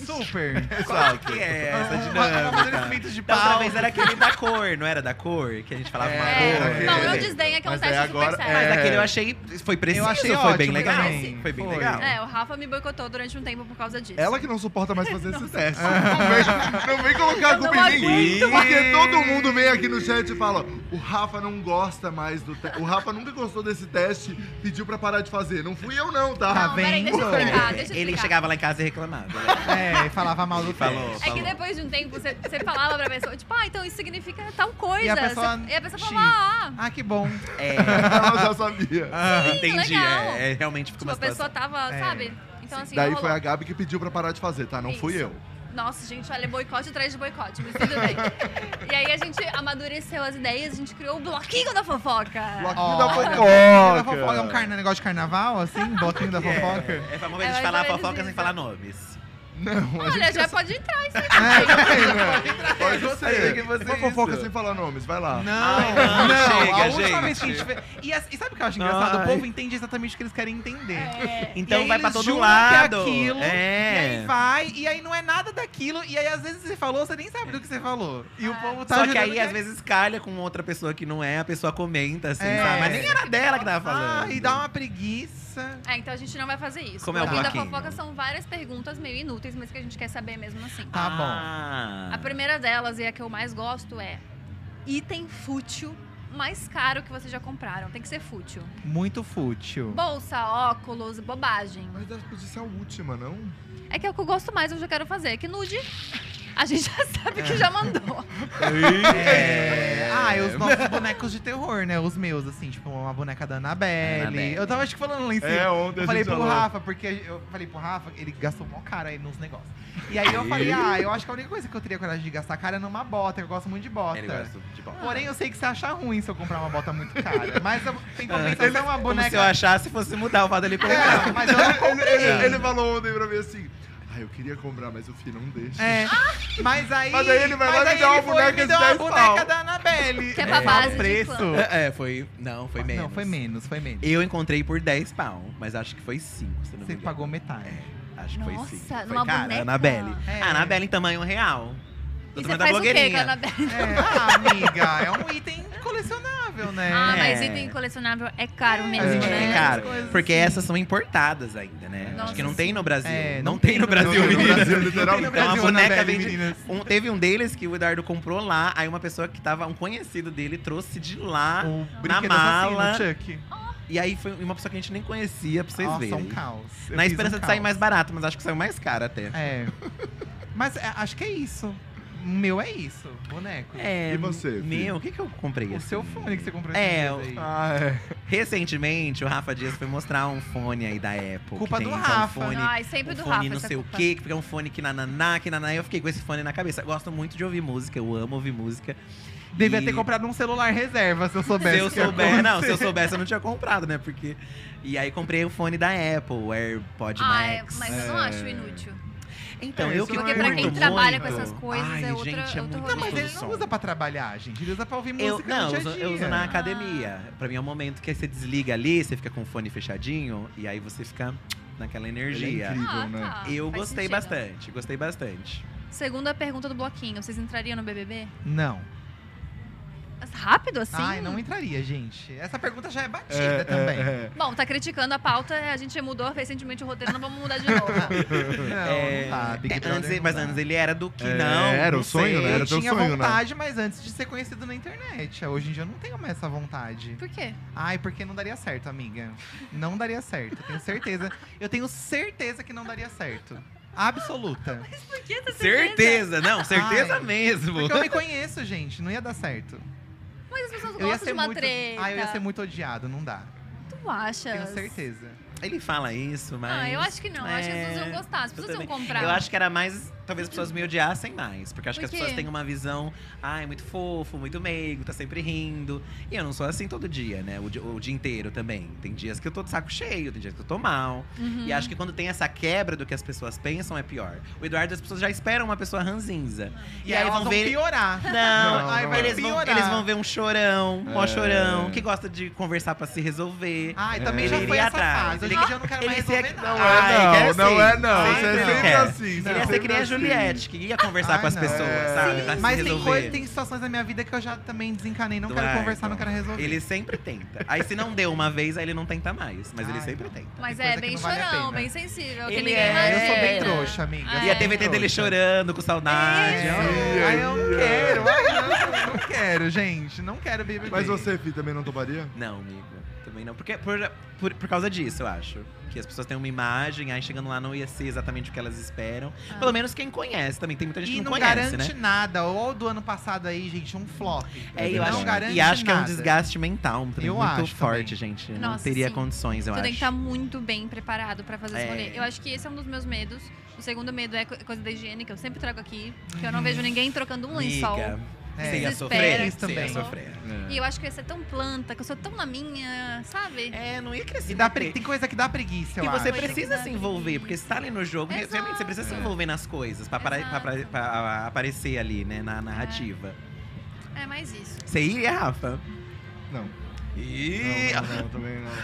Speaker 3: Super.
Speaker 4: Qual que é essa
Speaker 3: Um
Speaker 4: dinâmica?
Speaker 3: amadurecimento de
Speaker 4: Da outra
Speaker 3: pau.
Speaker 4: vez era aquele da cor, não era da cor? Que a gente falava uma
Speaker 1: É,
Speaker 4: cor.
Speaker 1: não, eu
Speaker 2: é.
Speaker 1: desdenho, é que é um
Speaker 2: Mas
Speaker 1: teste
Speaker 2: é
Speaker 1: super
Speaker 2: agora-
Speaker 1: sério.
Speaker 4: Mas
Speaker 2: é.
Speaker 4: aquele eu achei. Foi preciso,
Speaker 3: Eu achei
Speaker 4: foi bem
Speaker 3: ótimo
Speaker 4: legal.
Speaker 3: também.
Speaker 4: Foi bem
Speaker 3: Foi.
Speaker 4: legal.
Speaker 1: É, o Rafa me boicotou durante um tempo por causa disso.
Speaker 2: Ela que não suporta mais fazer esse teste. Não vem, não vem colocar a
Speaker 1: Eu
Speaker 2: culpa
Speaker 1: não
Speaker 2: em mim.
Speaker 1: aguento
Speaker 2: Porque todo mundo vem aqui no chat e fala: o Rafa não gosta mais do teste. O Rafa nunca gostou desse teste, pediu pra parar de fazer. Não fui eu, não, tá?
Speaker 3: Tá
Speaker 1: Não, peraí, deixa eu
Speaker 3: vendo?
Speaker 1: explicar, ah, deixa eu
Speaker 4: Ele
Speaker 1: explicar.
Speaker 4: chegava lá em casa e reclamava. né?
Speaker 3: É, falava mal do
Speaker 4: Falou.
Speaker 3: teste.
Speaker 1: É que depois de um tempo, você, você falava pra pessoa, tipo, ah, então isso significa tal coisa.
Speaker 3: E a pessoa-
Speaker 1: Você- e a pessoa
Speaker 3: X.
Speaker 1: falava, ah,
Speaker 3: Ah, que bom.
Speaker 4: É,
Speaker 2: Ela já sabia.
Speaker 4: Então, entendi.
Speaker 1: legal.
Speaker 4: É, é, realmente ficou
Speaker 1: tipo,
Speaker 4: uma
Speaker 1: a pessoa
Speaker 4: situação.
Speaker 1: tava,
Speaker 3: É.
Speaker 1: sabe? Então, assim,
Speaker 2: Daí
Speaker 1: rolou.
Speaker 2: foi a Gabi que pediu pra parar de fazer, tá? Não fui
Speaker 1: Isso.
Speaker 2: eu.
Speaker 1: Nossa, gente, olha, boicote atrás de boicote, mas tudo bem. e aí a gente amadureceu as ideias, a gente criou o bloquinho da fofoca.
Speaker 2: Bloquinho da
Speaker 3: Olha,
Speaker 2: fofoca.
Speaker 3: Da fofoca, É um carna- negócio de carnaval, assim? Bloquinho da fofoca?
Speaker 4: É, é famoso a
Speaker 1: É
Speaker 4: gente
Speaker 1: mais
Speaker 4: falar
Speaker 1: ou menos
Speaker 4: fofoca sem
Speaker 1: isso.
Speaker 4: falar nomes.
Speaker 2: Não, a
Speaker 1: Olha,
Speaker 2: gente
Speaker 1: já pode entrar isso aqui.
Speaker 2: pode
Speaker 4: sabia que
Speaker 2: ser.
Speaker 4: você
Speaker 2: Uma
Speaker 4: ia
Speaker 2: fofoca
Speaker 4: isso.
Speaker 2: sem falar nomes, vai lá.
Speaker 3: Não,
Speaker 4: Ai, não, chega,
Speaker 3: a última
Speaker 4: gente.
Speaker 3: vez que a gente fez. E, as- e sabe o que eu acho engraçado?
Speaker 4: Ai.
Speaker 3: O povo entende exatamente o que eles querem entender.
Speaker 1: É.
Speaker 3: E
Speaker 4: Então
Speaker 3: aí
Speaker 4: vai pra
Speaker 3: eles
Speaker 4: todo
Speaker 3: juram
Speaker 4: lado.
Speaker 3: Que é aquilo,
Speaker 4: é.
Speaker 3: E aí vai, e aí não é nada daquilo, e aí às vezes você falou, você nem sabe do que você falou. E o
Speaker 1: É.
Speaker 3: povo tá
Speaker 4: Só que
Speaker 3: jurando
Speaker 4: aí, às vezes, calha com outra pessoa que não é, a pessoa comenta, assim,
Speaker 3: É.
Speaker 4: sabe? Mas nem era dela que tava
Speaker 3: Ah,
Speaker 4: falando.
Speaker 3: e dá uma preguiça.
Speaker 1: É, então a gente não vai fazer isso.
Speaker 4: Como é o
Speaker 1: bloquinho da
Speaker 4: bloquinho?
Speaker 1: fofoca são várias perguntas meio inúteis, mas que a gente quer saber mesmo assim.
Speaker 3: Tá bom.
Speaker 4: Ah.
Speaker 1: A primeira delas, e a que eu mais gosto, é item fútil mais caro que vocês já compraram. Tem que ser fútil.
Speaker 3: Muito fútil.
Speaker 1: Bolsa, óculos, bobagem.
Speaker 2: Mas essa podia ser a última, não?
Speaker 1: É que é o que eu gosto mais, eu já quero fazer. É Que nude, a gente já sabe que já mandou.
Speaker 4: É.
Speaker 3: É... Ah, e os nossos bonecos de terror, né? Os meus, assim, tipo, uma boneca da Annabelle.
Speaker 4: Annabelle.
Speaker 3: Eu tava acho que falando lá em cima.
Speaker 2: É, ontem
Speaker 3: Eu
Speaker 2: a
Speaker 3: falei
Speaker 2: gente
Speaker 3: pro
Speaker 2: falou.
Speaker 3: Rafa, porque eu falei pro Rafa, ele gastou mó cara aí nos negócios. E aí eu falei, ah, eu acho que a única coisa que eu teria coragem de gastar cara é numa bota, eu gosto muito de bota.
Speaker 4: Ele gosta de bola.
Speaker 3: Porém, eu sei que você acha ruim se eu comprar uma bota muito cara. Mas eu, tem compensação, é uma
Speaker 4: Como se
Speaker 3: boneca.
Speaker 4: eu achasse fosse mudar o fato dele
Speaker 3: É,
Speaker 4: comprar.
Speaker 3: mas eu não
Speaker 2: Ele,
Speaker 4: É.
Speaker 2: ele-
Speaker 3: comprei.
Speaker 2: ele falou ontem pra mim assim: Ah, eu queria comprar, mas o Fih não deixa.
Speaker 3: É, mas aí.
Speaker 2: Mas aí ele vai
Speaker 3: mas
Speaker 2: lá e me
Speaker 3: aí
Speaker 2: dá uma
Speaker 3: ele foi e
Speaker 2: boneca
Speaker 3: me
Speaker 2: de
Speaker 3: deu uma
Speaker 2: 10
Speaker 3: boneca
Speaker 2: pau.
Speaker 3: da Annabelle.
Speaker 1: Que é
Speaker 3: É.
Speaker 1: pra base de
Speaker 3: preço.
Speaker 1: clã.
Speaker 4: É, foi. Não, foi menos.
Speaker 3: Não, foi menos, foi menos.
Speaker 4: Eu encontrei por 10 pau, mas acho que foi 5, se não me
Speaker 3: Você
Speaker 4: engano.
Speaker 3: pagou metade.
Speaker 4: Acho que foi 5.
Speaker 1: Nossa,
Speaker 4: foi
Speaker 1: numa
Speaker 4: cara,
Speaker 1: boneca?
Speaker 4: Anabelle.
Speaker 3: É.
Speaker 4: A Anabelle em tamanho real. Do
Speaker 1: E
Speaker 4: tamanho
Speaker 1: você
Speaker 4: da
Speaker 1: faz o quê,
Speaker 4: blogueirinha.
Speaker 1: Anabelle?
Speaker 3: É, ah, amiga, é um item colecionável, né?
Speaker 1: Ah,
Speaker 4: É.
Speaker 1: mas item colecionável é caro
Speaker 2: É.
Speaker 1: mesmo,
Speaker 4: A gente
Speaker 1: né?
Speaker 4: tem
Speaker 3: É.
Speaker 4: cara.
Speaker 3: Coisas
Speaker 4: Porque
Speaker 3: assim.
Speaker 4: essas são importadas ainda, né?
Speaker 1: Nossa,
Speaker 4: Acho que não
Speaker 1: sim.
Speaker 4: tem no Brasil.
Speaker 3: É,
Speaker 4: não, tem no Brasil,
Speaker 2: Brasil,
Speaker 4: menina.
Speaker 2: Brasil,
Speaker 4: Então
Speaker 2: literalmente.
Speaker 4: a
Speaker 3: Brasil,
Speaker 4: boneca
Speaker 3: Anabelle,
Speaker 4: vem de-
Speaker 3: meninas.
Speaker 4: um- Teve um deles que o Eduardo comprou lá, aí uma pessoa que tava, um conhecido dele, trouxe de lá.
Speaker 3: O brinquedo
Speaker 4: mala.
Speaker 3: assassino, Chuck.
Speaker 4: E aí foi uma pessoa que a gente nem conhecia, pra vocês
Speaker 3: Nossa,
Speaker 4: verem.
Speaker 3: um caos. Eu
Speaker 4: Na
Speaker 3: fiz
Speaker 4: esperança
Speaker 3: um
Speaker 4: de sair
Speaker 3: caos.
Speaker 4: mais barato, mas acho que saiu mais caro até.
Speaker 3: É. Mas é, acho que é isso. O meu é isso, boneco.
Speaker 4: É,
Speaker 2: E você, Fih?
Speaker 4: Meu, o que, que eu comprei?
Speaker 3: O
Speaker 4: assim?
Speaker 3: seu fone que você comprou
Speaker 4: É,
Speaker 3: esses dias aí.
Speaker 2: Ah, é.
Speaker 4: Recentemente, o Rafa Dias foi mostrar um fone aí da Apple.
Speaker 3: Culpa
Speaker 4: que tem,
Speaker 3: do
Speaker 4: que é
Speaker 3: Rafa.
Speaker 4: Um fone,
Speaker 1: Tipo, Ai, Ah, sempre
Speaker 4: um
Speaker 1: do
Speaker 4: fone
Speaker 1: Rafa.
Speaker 4: não
Speaker 1: essa
Speaker 4: sei o
Speaker 1: culpa.
Speaker 4: quê, que é um fone que nananá, que nananá. Eu fiquei com esse fone na cabeça. Eu Gosto muito de ouvir música, eu amo ouvir música.
Speaker 3: Devia
Speaker 4: E-
Speaker 3: ter comprado um celular reserva, se eu soubesse.
Speaker 4: Se eu
Speaker 3: que ia
Speaker 4: souber, não, se eu
Speaker 3: acontecer.
Speaker 4: soubesse, eu não tinha comprado, né? Porque. E aí comprei o fone da Apple, o AirPod
Speaker 1: Ah, é,
Speaker 4: Max.
Speaker 1: mas eu não acho inútil.
Speaker 4: Então,
Speaker 2: É,
Speaker 4: eu
Speaker 2: isso
Speaker 4: que
Speaker 2: não
Speaker 1: Porque
Speaker 2: é
Speaker 1: pra quem
Speaker 4: curto
Speaker 1: trabalha com
Speaker 4: muito-
Speaker 1: essas coisas
Speaker 4: Ai,
Speaker 1: é outra,
Speaker 4: gente,
Speaker 1: outro
Speaker 4: é muito
Speaker 3: Não, Tá, mas
Speaker 4: gostoso
Speaker 3: ele
Speaker 1: rolê.
Speaker 4: do
Speaker 3: não
Speaker 4: som.
Speaker 3: usa pra trabalhar, gente. Ele usa pra ouvir
Speaker 4: Eu,
Speaker 3: música
Speaker 4: não,
Speaker 3: no
Speaker 4: eu
Speaker 3: dia a
Speaker 4: uso,
Speaker 3: dia.
Speaker 4: eu
Speaker 1: Ah.
Speaker 4: uso na academia. Pra mim é um momento que aí você desliga ali, você fica com o fone fechadinho, e aí você fica naquela
Speaker 2: Ele é
Speaker 4: energia.
Speaker 2: incrível, né?
Speaker 4: eu
Speaker 1: Ah, tá. faz
Speaker 4: gostei
Speaker 1: sentido.
Speaker 4: bastante, gostei bastante.
Speaker 1: Segunda pergunta do bloquinho, vocês entrariam no BBB?
Speaker 3: Não.
Speaker 1: Rápido assim?
Speaker 3: Ai, não entraria, gente. Essa pergunta já é batida
Speaker 2: É,
Speaker 3: também.
Speaker 2: é, é.
Speaker 1: Bom, tá criticando a pauta, a gente mudou recentemente o roteiro, não vamos mudar de novo.
Speaker 3: Não, tá.
Speaker 4: É,
Speaker 3: não dá. Big
Speaker 4: é,
Speaker 3: Brother
Speaker 4: antes-
Speaker 3: não
Speaker 4: mas
Speaker 3: dá.
Speaker 4: antes ele era do que
Speaker 2: É,
Speaker 4: não.
Speaker 2: era o
Speaker 4: não
Speaker 2: sonho,
Speaker 4: sei.
Speaker 2: né? Era
Speaker 3: Eu
Speaker 2: teu
Speaker 3: tinha
Speaker 2: sonho, né?
Speaker 3: vontade, mas antes de ser conhecido na internet. Hoje em dia eu não tenho mais essa vontade.
Speaker 1: Por quê?
Speaker 3: Ai, porque não daria certo, amiga. Não daria certo, tenho certeza. Eu tenho certeza que não daria certo. Absoluta.
Speaker 1: Por que tá
Speaker 4: Certeza, não, certeza
Speaker 3: Ai,
Speaker 4: mesmo.
Speaker 3: Porque eu me conheço, gente. Não ia dar certo.
Speaker 1: Mas as pessoas
Speaker 3: Eu ia
Speaker 1: gostam de
Speaker 3: ser
Speaker 1: uma
Speaker 3: muito.
Speaker 1: treta.
Speaker 3: Ah, eu ia ser muito odiado, não dá.
Speaker 1: Tu acha?
Speaker 3: Tenho certeza.
Speaker 4: Ele fala isso, mas.
Speaker 1: Ah, eu acho que não. Eu acho que as
Speaker 4: É,
Speaker 1: pessoas iam gostar, as
Speaker 4: eu
Speaker 1: pessoas iam
Speaker 4: também.
Speaker 1: comprar.
Speaker 4: Eu acho que era mais. Talvez as pessoas me odiassem mais. Porque acho
Speaker 1: Por
Speaker 4: que as
Speaker 1: quê?
Speaker 4: pessoas têm uma visão. Ai, muito fofo, muito meigo, tá sempre rindo. E eu não sou assim todo dia, né? O, di- o dia inteiro também. Tem dias que eu tô de saco cheio, tem dias que eu tô mal.
Speaker 1: Uhum.
Speaker 4: E acho que é quando tem essa quebra do que as pessoas pensam, é pior. O Eduardo, as pessoas já esperam uma pessoa ranzinza. E, aí
Speaker 3: elas
Speaker 4: vão ver.
Speaker 3: piorar.
Speaker 4: Não,
Speaker 2: Não, Ai, vai
Speaker 4: eles, vão,
Speaker 3: piorar.
Speaker 4: eles vão ver um chorão, um mó
Speaker 2: É.
Speaker 4: chorão, que gosta de conversar pra se resolver.
Speaker 3: Ai, também
Speaker 2: É.
Speaker 3: já
Speaker 4: Ele
Speaker 3: foi
Speaker 4: ia
Speaker 3: essa
Speaker 4: atrás,
Speaker 3: fase.
Speaker 4: ele-
Speaker 3: Hoje em dia eu não quero mais
Speaker 4: ele ia-
Speaker 3: resolver
Speaker 4: não,
Speaker 3: nada.
Speaker 4: é. Ai,
Speaker 2: Ah,
Speaker 4: quer
Speaker 2: não, não é
Speaker 4: sim.
Speaker 2: não.
Speaker 4: Sempre
Speaker 2: Você é
Speaker 4: não.
Speaker 2: sempre
Speaker 4: Quer.
Speaker 2: assim. você
Speaker 4: Ele ia
Speaker 2: é
Speaker 4: ser que
Speaker 2: sempre
Speaker 4: nem a
Speaker 2: assim.
Speaker 4: Juliette, que ia conversar
Speaker 3: Ai,
Speaker 4: com as
Speaker 3: não.
Speaker 4: pessoas,
Speaker 2: É.
Speaker 4: sabe?
Speaker 1: Sim.
Speaker 4: Pra
Speaker 3: Mas
Speaker 4: se
Speaker 3: tem,
Speaker 4: resolver.
Speaker 3: coisa, tem situações da minha vida que eu já também desencanei. Não quero
Speaker 4: Eduardo,
Speaker 3: conversar, não quero resolver.
Speaker 4: Ele sempre tenta. Aí se não deu uma vez, aí ele não tenta mais. Mas ele
Speaker 3: Ai,
Speaker 4: sempre
Speaker 3: não.
Speaker 4: tenta.
Speaker 1: Mas
Speaker 3: Tem coisa
Speaker 1: é
Speaker 3: que
Speaker 1: bem
Speaker 3: não vale a
Speaker 1: chorão,
Speaker 3: pena.
Speaker 1: bem sensível. que
Speaker 4: Ele
Speaker 1: ninguém
Speaker 4: é,
Speaker 1: imagina.
Speaker 4: eu sou bem
Speaker 3: trouxa, amiga.
Speaker 1: É.
Speaker 4: E a TVT dele
Speaker 3: Trouxa.
Speaker 4: chorando, com
Speaker 1: Isso.
Speaker 2: Ai,
Speaker 4: saudade. ó.
Speaker 3: Ai, eu não
Speaker 2: ai,
Speaker 3: quero. Ai, não, não quero, gente. Não quero BBB.
Speaker 2: Mas você, Fih, também não toparia?
Speaker 4: Não, amigo. Também não. Porque, por, por, por causa disso, eu acho. Que as pessoas têm uma imagem, aí chegando lá não ia ser exatamente o que elas esperam.
Speaker 1: Ah.
Speaker 4: Pelo menos quem conhece também. Tem muita gente
Speaker 3: E
Speaker 4: que
Speaker 3: não,
Speaker 4: não, conhece,
Speaker 3: garante
Speaker 4: né?
Speaker 3: nada. Ou do ano passado aí, gente, um flop.
Speaker 4: É, eu
Speaker 3: não
Speaker 4: acho,
Speaker 3: garante
Speaker 4: e acho que é um
Speaker 3: nada.
Speaker 4: desgaste mental também,
Speaker 3: Eu
Speaker 4: muito
Speaker 3: acho
Speaker 4: forte,
Speaker 3: também.
Speaker 4: gente. Eu não
Speaker 1: Nossa,
Speaker 4: teria
Speaker 1: sim.
Speaker 4: condições, eu
Speaker 1: Tu
Speaker 4: acho.
Speaker 1: tem que estar
Speaker 3: tá
Speaker 1: muito bem preparado pra fazer esse
Speaker 4: É.
Speaker 1: rolê. Eu acho que esse é um dos meus medos. O segundo medo é co- coisa da higiene, que eu sempre trago aqui. Que eu não vejo ninguém trocando um lençol.
Speaker 4: Amiga,
Speaker 3: É.
Speaker 4: você ia
Speaker 1: Desespera.
Speaker 4: sofrer.
Speaker 3: Isso
Speaker 4: Você ia
Speaker 3: também.
Speaker 4: sofrer.
Speaker 1: E eu acho que eu ia ser tão planta, que eu sou tão na minha, sabe?
Speaker 4: É, não ia crescer.
Speaker 3: E dá
Speaker 4: porque-
Speaker 3: pre- Tem coisa que dá preguiça,
Speaker 4: E
Speaker 3: eu
Speaker 4: você
Speaker 3: acho.
Speaker 1: Coisa que
Speaker 4: precisa
Speaker 1: dá
Speaker 4: se envolver,
Speaker 1: preguiça.
Speaker 4: porque você tá ali no jogo,
Speaker 1: Exato.
Speaker 4: realmente você precisa se envolver nas coisas pra, parar- pra- pra-
Speaker 1: Exato.
Speaker 4: pra aparecer ali, né, na narrativa.
Speaker 1: É mais isso.
Speaker 4: Você iria, Rafa?
Speaker 2: Não.
Speaker 4: E
Speaker 2: Não, não, não, também não.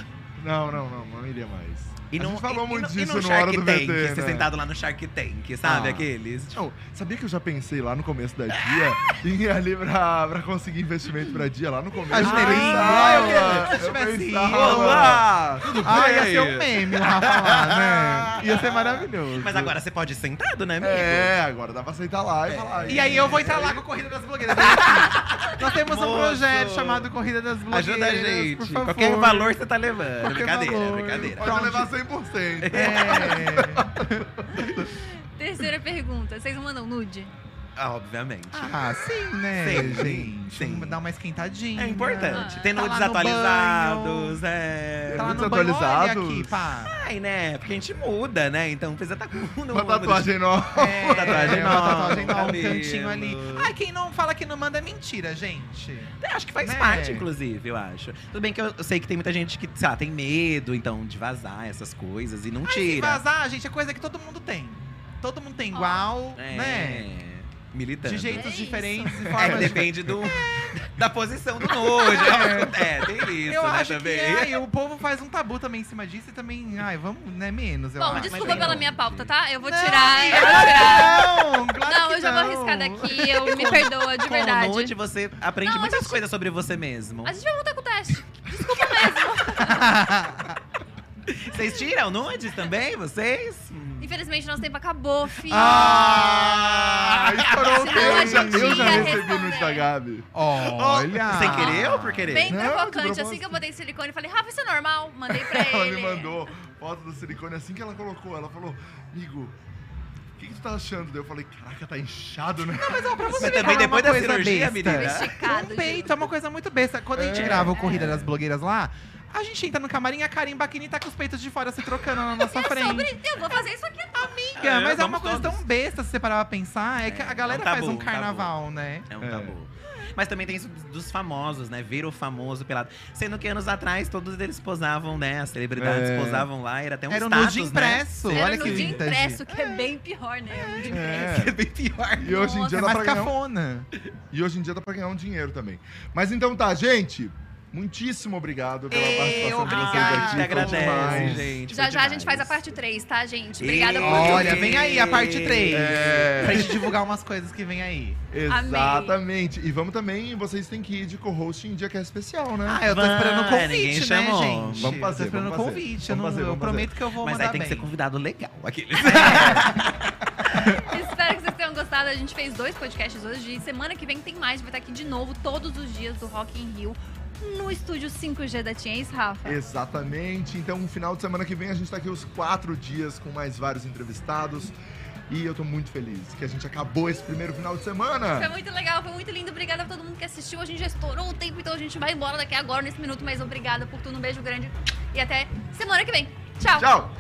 Speaker 2: Não, não, não, não iria mais.
Speaker 4: e
Speaker 2: A
Speaker 4: não
Speaker 2: gente falou
Speaker 4: e-
Speaker 2: muito
Speaker 4: e, e
Speaker 2: disso
Speaker 4: no
Speaker 2: no Hora
Speaker 4: Shark
Speaker 2: do
Speaker 4: Tank,
Speaker 2: VT,
Speaker 4: você
Speaker 2: né?
Speaker 4: sentado lá no Shark Tank, sabe?
Speaker 2: Ah.
Speaker 4: Aqueles.
Speaker 2: Oh, sabia que eu já pensei lá no começo da dia em ir ali pra, pra conseguir investimento pra dia lá no começo?
Speaker 3: As
Speaker 2: eu
Speaker 3: meninas,
Speaker 2: pensava,
Speaker 3: se eu tivesse ido,
Speaker 2: pensava.
Speaker 3: Ah, ia
Speaker 2: bem?
Speaker 3: ser um meme, o Rafa lá, né? Ia ser maravilhoso.
Speaker 4: Mas agora você pode ir sentado, né, amigo?
Speaker 2: É, agora dá pra aceitar lá e falar.
Speaker 3: E aí eu vou entrar lá com a Corrida das Blogueiras. né? Nós temos um
Speaker 4: Moço.
Speaker 3: projeto chamado Corrida das Blogueiras.
Speaker 4: Ajuda a
Speaker 3: por
Speaker 4: gente.
Speaker 3: favor.
Speaker 4: Qualquer valor você tá levando.
Speaker 3: Qualquer
Speaker 4: brincadeira, é
Speaker 3: valor.
Speaker 4: brincadeira.
Speaker 2: Pode levar 100%.
Speaker 3: É.
Speaker 1: Terceira pergunta. Vocês mandam nude?
Speaker 2: Então,
Speaker 4: Ah, obviamente.
Speaker 3: Ah, sim, né,
Speaker 4: Sempre,
Speaker 3: gente?
Speaker 4: sempre.
Speaker 3: Dá uma esquentadinha.
Speaker 4: É importante.
Speaker 1: Ah.
Speaker 4: Tem
Speaker 3: Tá
Speaker 4: nudes
Speaker 3: lá no
Speaker 4: atualizados, é.
Speaker 3: Tá lá no
Speaker 2: Muito
Speaker 3: banho, olha
Speaker 2: atualizados.
Speaker 3: aqui, pá.
Speaker 4: Ai, né? Porque a gente muda, né? Então precisa estar com no
Speaker 2: Uma
Speaker 4: mundo de-
Speaker 2: tatuagem nova.
Speaker 3: É, uma
Speaker 4: tatuagem
Speaker 3: uma
Speaker 4: nova,
Speaker 3: tatuagem nova, um
Speaker 4: cabelo.
Speaker 3: cantinho ali. Ai, quem não fala que não manda é mentira, gente.
Speaker 4: É, Acho que faz
Speaker 3: Né?
Speaker 4: parte, inclusive, eu acho. Tudo bem que eu, eu sei que tem muita gente que, sei lá, tem medo, então, de vazar essas coisas e não
Speaker 3: Se
Speaker 4: tira.
Speaker 3: vazar, gente, é coisa que todo mundo tem. Todo mundo tem
Speaker 1: Ó.
Speaker 3: igual,
Speaker 4: É,
Speaker 3: né?
Speaker 4: Militando.
Speaker 3: De né?
Speaker 1: É
Speaker 3: jeitos
Speaker 1: isso.
Speaker 3: diferentes e
Speaker 4: É,
Speaker 3: formas de
Speaker 4: depende do, da posição do nojo. É, tem isso,
Speaker 3: eu
Speaker 4: né,
Speaker 3: acho
Speaker 4: também.
Speaker 3: que é, e o povo faz um tabu também em cima disso e também, ai, vamos, né, menos, eu
Speaker 2: ah,
Speaker 1: Bom,
Speaker 3: acho.
Speaker 1: desculpa
Speaker 4: mas
Speaker 1: pela
Speaker 4: não,
Speaker 1: minha
Speaker 4: gente.
Speaker 1: pauta, tá? Eu vou
Speaker 3: Não,
Speaker 1: tirar.
Speaker 3: amiga,
Speaker 1: Eu vou tirar.
Speaker 3: Não, claro
Speaker 1: Não,
Speaker 3: que
Speaker 1: eu já vou arriscar daqui. Eu me perdoa, de
Speaker 4: Com
Speaker 1: verdade.
Speaker 4: o nude, você aprende
Speaker 1: Não, a
Speaker 4: muitas
Speaker 1: gente-
Speaker 4: coisas sobre você mesmo.
Speaker 1: A gente vai voltar com o teste. Desculpa mesmo.
Speaker 4: Vocês tiram nudes também, vocês? Hum.
Speaker 1: Infelizmente, nosso tempo acabou, filho.
Speaker 2: Ah, estourou o
Speaker 1: Senão
Speaker 2: tempo.
Speaker 1: a
Speaker 2: Eu já,
Speaker 1: gente
Speaker 2: eu já
Speaker 1: ia
Speaker 2: recebi no
Speaker 1: responder.
Speaker 2: Instagram.
Speaker 3: Olha!
Speaker 4: Sem querer ou por querer?
Speaker 1: Bem
Speaker 2: Não, de
Speaker 1: provocante.
Speaker 2: propósito.
Speaker 1: Assim que eu botei silicone, eu falei, Rafa, isso é normal? Mandei pra ele.
Speaker 2: Ela me mandou foto do silicone assim que ela colocou. Ela falou, amigo, o que, que tu tá achando? Daí eu falei, caraca, tá inchado, né?
Speaker 3: Ah,
Speaker 4: Mas
Speaker 3: Você
Speaker 4: também
Speaker 3: fala
Speaker 4: depois da
Speaker 3: uma coisa
Speaker 4: cirurgia,
Speaker 1: Foi
Speaker 3: besta.
Speaker 4: menina.
Speaker 1: Tá esticado.
Speaker 3: Um peito é uma coisa muito besta. Quando a gente
Speaker 2: É.
Speaker 3: grava o Corrida das Blogueiras lá, a gente entra no camarim, a Karim Baquini tá com os peitos de fora se trocando na nossa
Speaker 1: Eu,
Speaker 3: frente.
Speaker 1: É sobre... eu vou fazer isso aqui. tá?
Speaker 3: Amiga,
Speaker 4: É,
Speaker 3: mas é
Speaker 4: vamos
Speaker 3: uma coisa
Speaker 4: todos.
Speaker 3: tão besta se você parar pra pensar, é que
Speaker 4: É,
Speaker 3: a galera
Speaker 4: é um tabu,
Speaker 3: faz um
Speaker 4: um tabu.
Speaker 3: carnaval, né?
Speaker 4: É um
Speaker 2: É.
Speaker 4: tabu. Mas também tem isso dos famosos, né? Ver o famoso pelado. Sendo que anos atrás todos eles posavam, né? As celebridades
Speaker 2: É.
Speaker 4: posavam lá, era até um
Speaker 3: Era um
Speaker 4: status,
Speaker 3: nude
Speaker 4: né?
Speaker 3: impresso.
Speaker 1: Era
Speaker 3: Olha
Speaker 1: no
Speaker 3: que
Speaker 1: dia
Speaker 3: vintage.
Speaker 1: impresso, que é bem pior, né? No dia
Speaker 2: É.
Speaker 4: Que é bem pior.
Speaker 2: E hoje em
Speaker 1: Nossa,
Speaker 2: dia
Speaker 3: É
Speaker 2: dá pra
Speaker 3: mais
Speaker 2: ganhar um
Speaker 3: cafona.
Speaker 2: E hoje em dia dá pra ganhar um dinheiro também. Mas então tá, gente. Muitíssimo obrigado pela
Speaker 3: Ei,
Speaker 2: participação de vocês aqui.
Speaker 3: obrigado.
Speaker 4: te
Speaker 2: foi demais.
Speaker 4: agradece, gente.
Speaker 1: tipo, Já
Speaker 4: foi
Speaker 1: já a gente
Speaker 4: demais.
Speaker 1: faz a parte 3, tá, gente? Obrigada
Speaker 4: Ei,
Speaker 1: por tudo.
Speaker 3: Olha, vem aí a parte 3.
Speaker 2: É.
Speaker 3: Pra gente divulgar umas coisas que vem aí.
Speaker 2: Exatamente. E vamos também, vocês têm que ir de co-host em dia que é especial, né?
Speaker 3: Ah, eu tô
Speaker 4: Vai,
Speaker 3: esperando o
Speaker 4: ninguém
Speaker 3: convite, né,
Speaker 4: chamou.
Speaker 3: gente?
Speaker 2: Vamos fazer,
Speaker 3: Tô esperando o
Speaker 2: vamos fazer. Vamos
Speaker 3: convite. eu não-
Speaker 2: fazer,
Speaker 3: eu
Speaker 2: vamos fazer.
Speaker 3: prometo que eu vou
Speaker 4: Mas aí
Speaker 3: mandar
Speaker 4: tem que ser
Speaker 3: bem.
Speaker 4: convidado legal. Aquele.
Speaker 1: Espero que vocês tenham gostado. A gente fez dois podcasts hoje e semana que vem tem mais. Vai estar aqui de novo todos os dias do Rock in Rio no estúdio 5G da Tia, é isso, Rafa?
Speaker 2: Exatamente. Então, no final de semana que vem, a gente tá aqui os quatro dias com mais vários entrevistados. E eu tô muito feliz que a gente acabou esse primeiro final de
Speaker 1: Foi
Speaker 2: semana.
Speaker 1: muito legal, foi muito lindo. Obrigada a todo mundo que assistiu. A gente já estourou o tempo, então a gente vai embora daqui agora, nesse minuto. Mas obrigada por tudo. Um beijo grande e até semana que vem. Tchau.
Speaker 2: Tchau!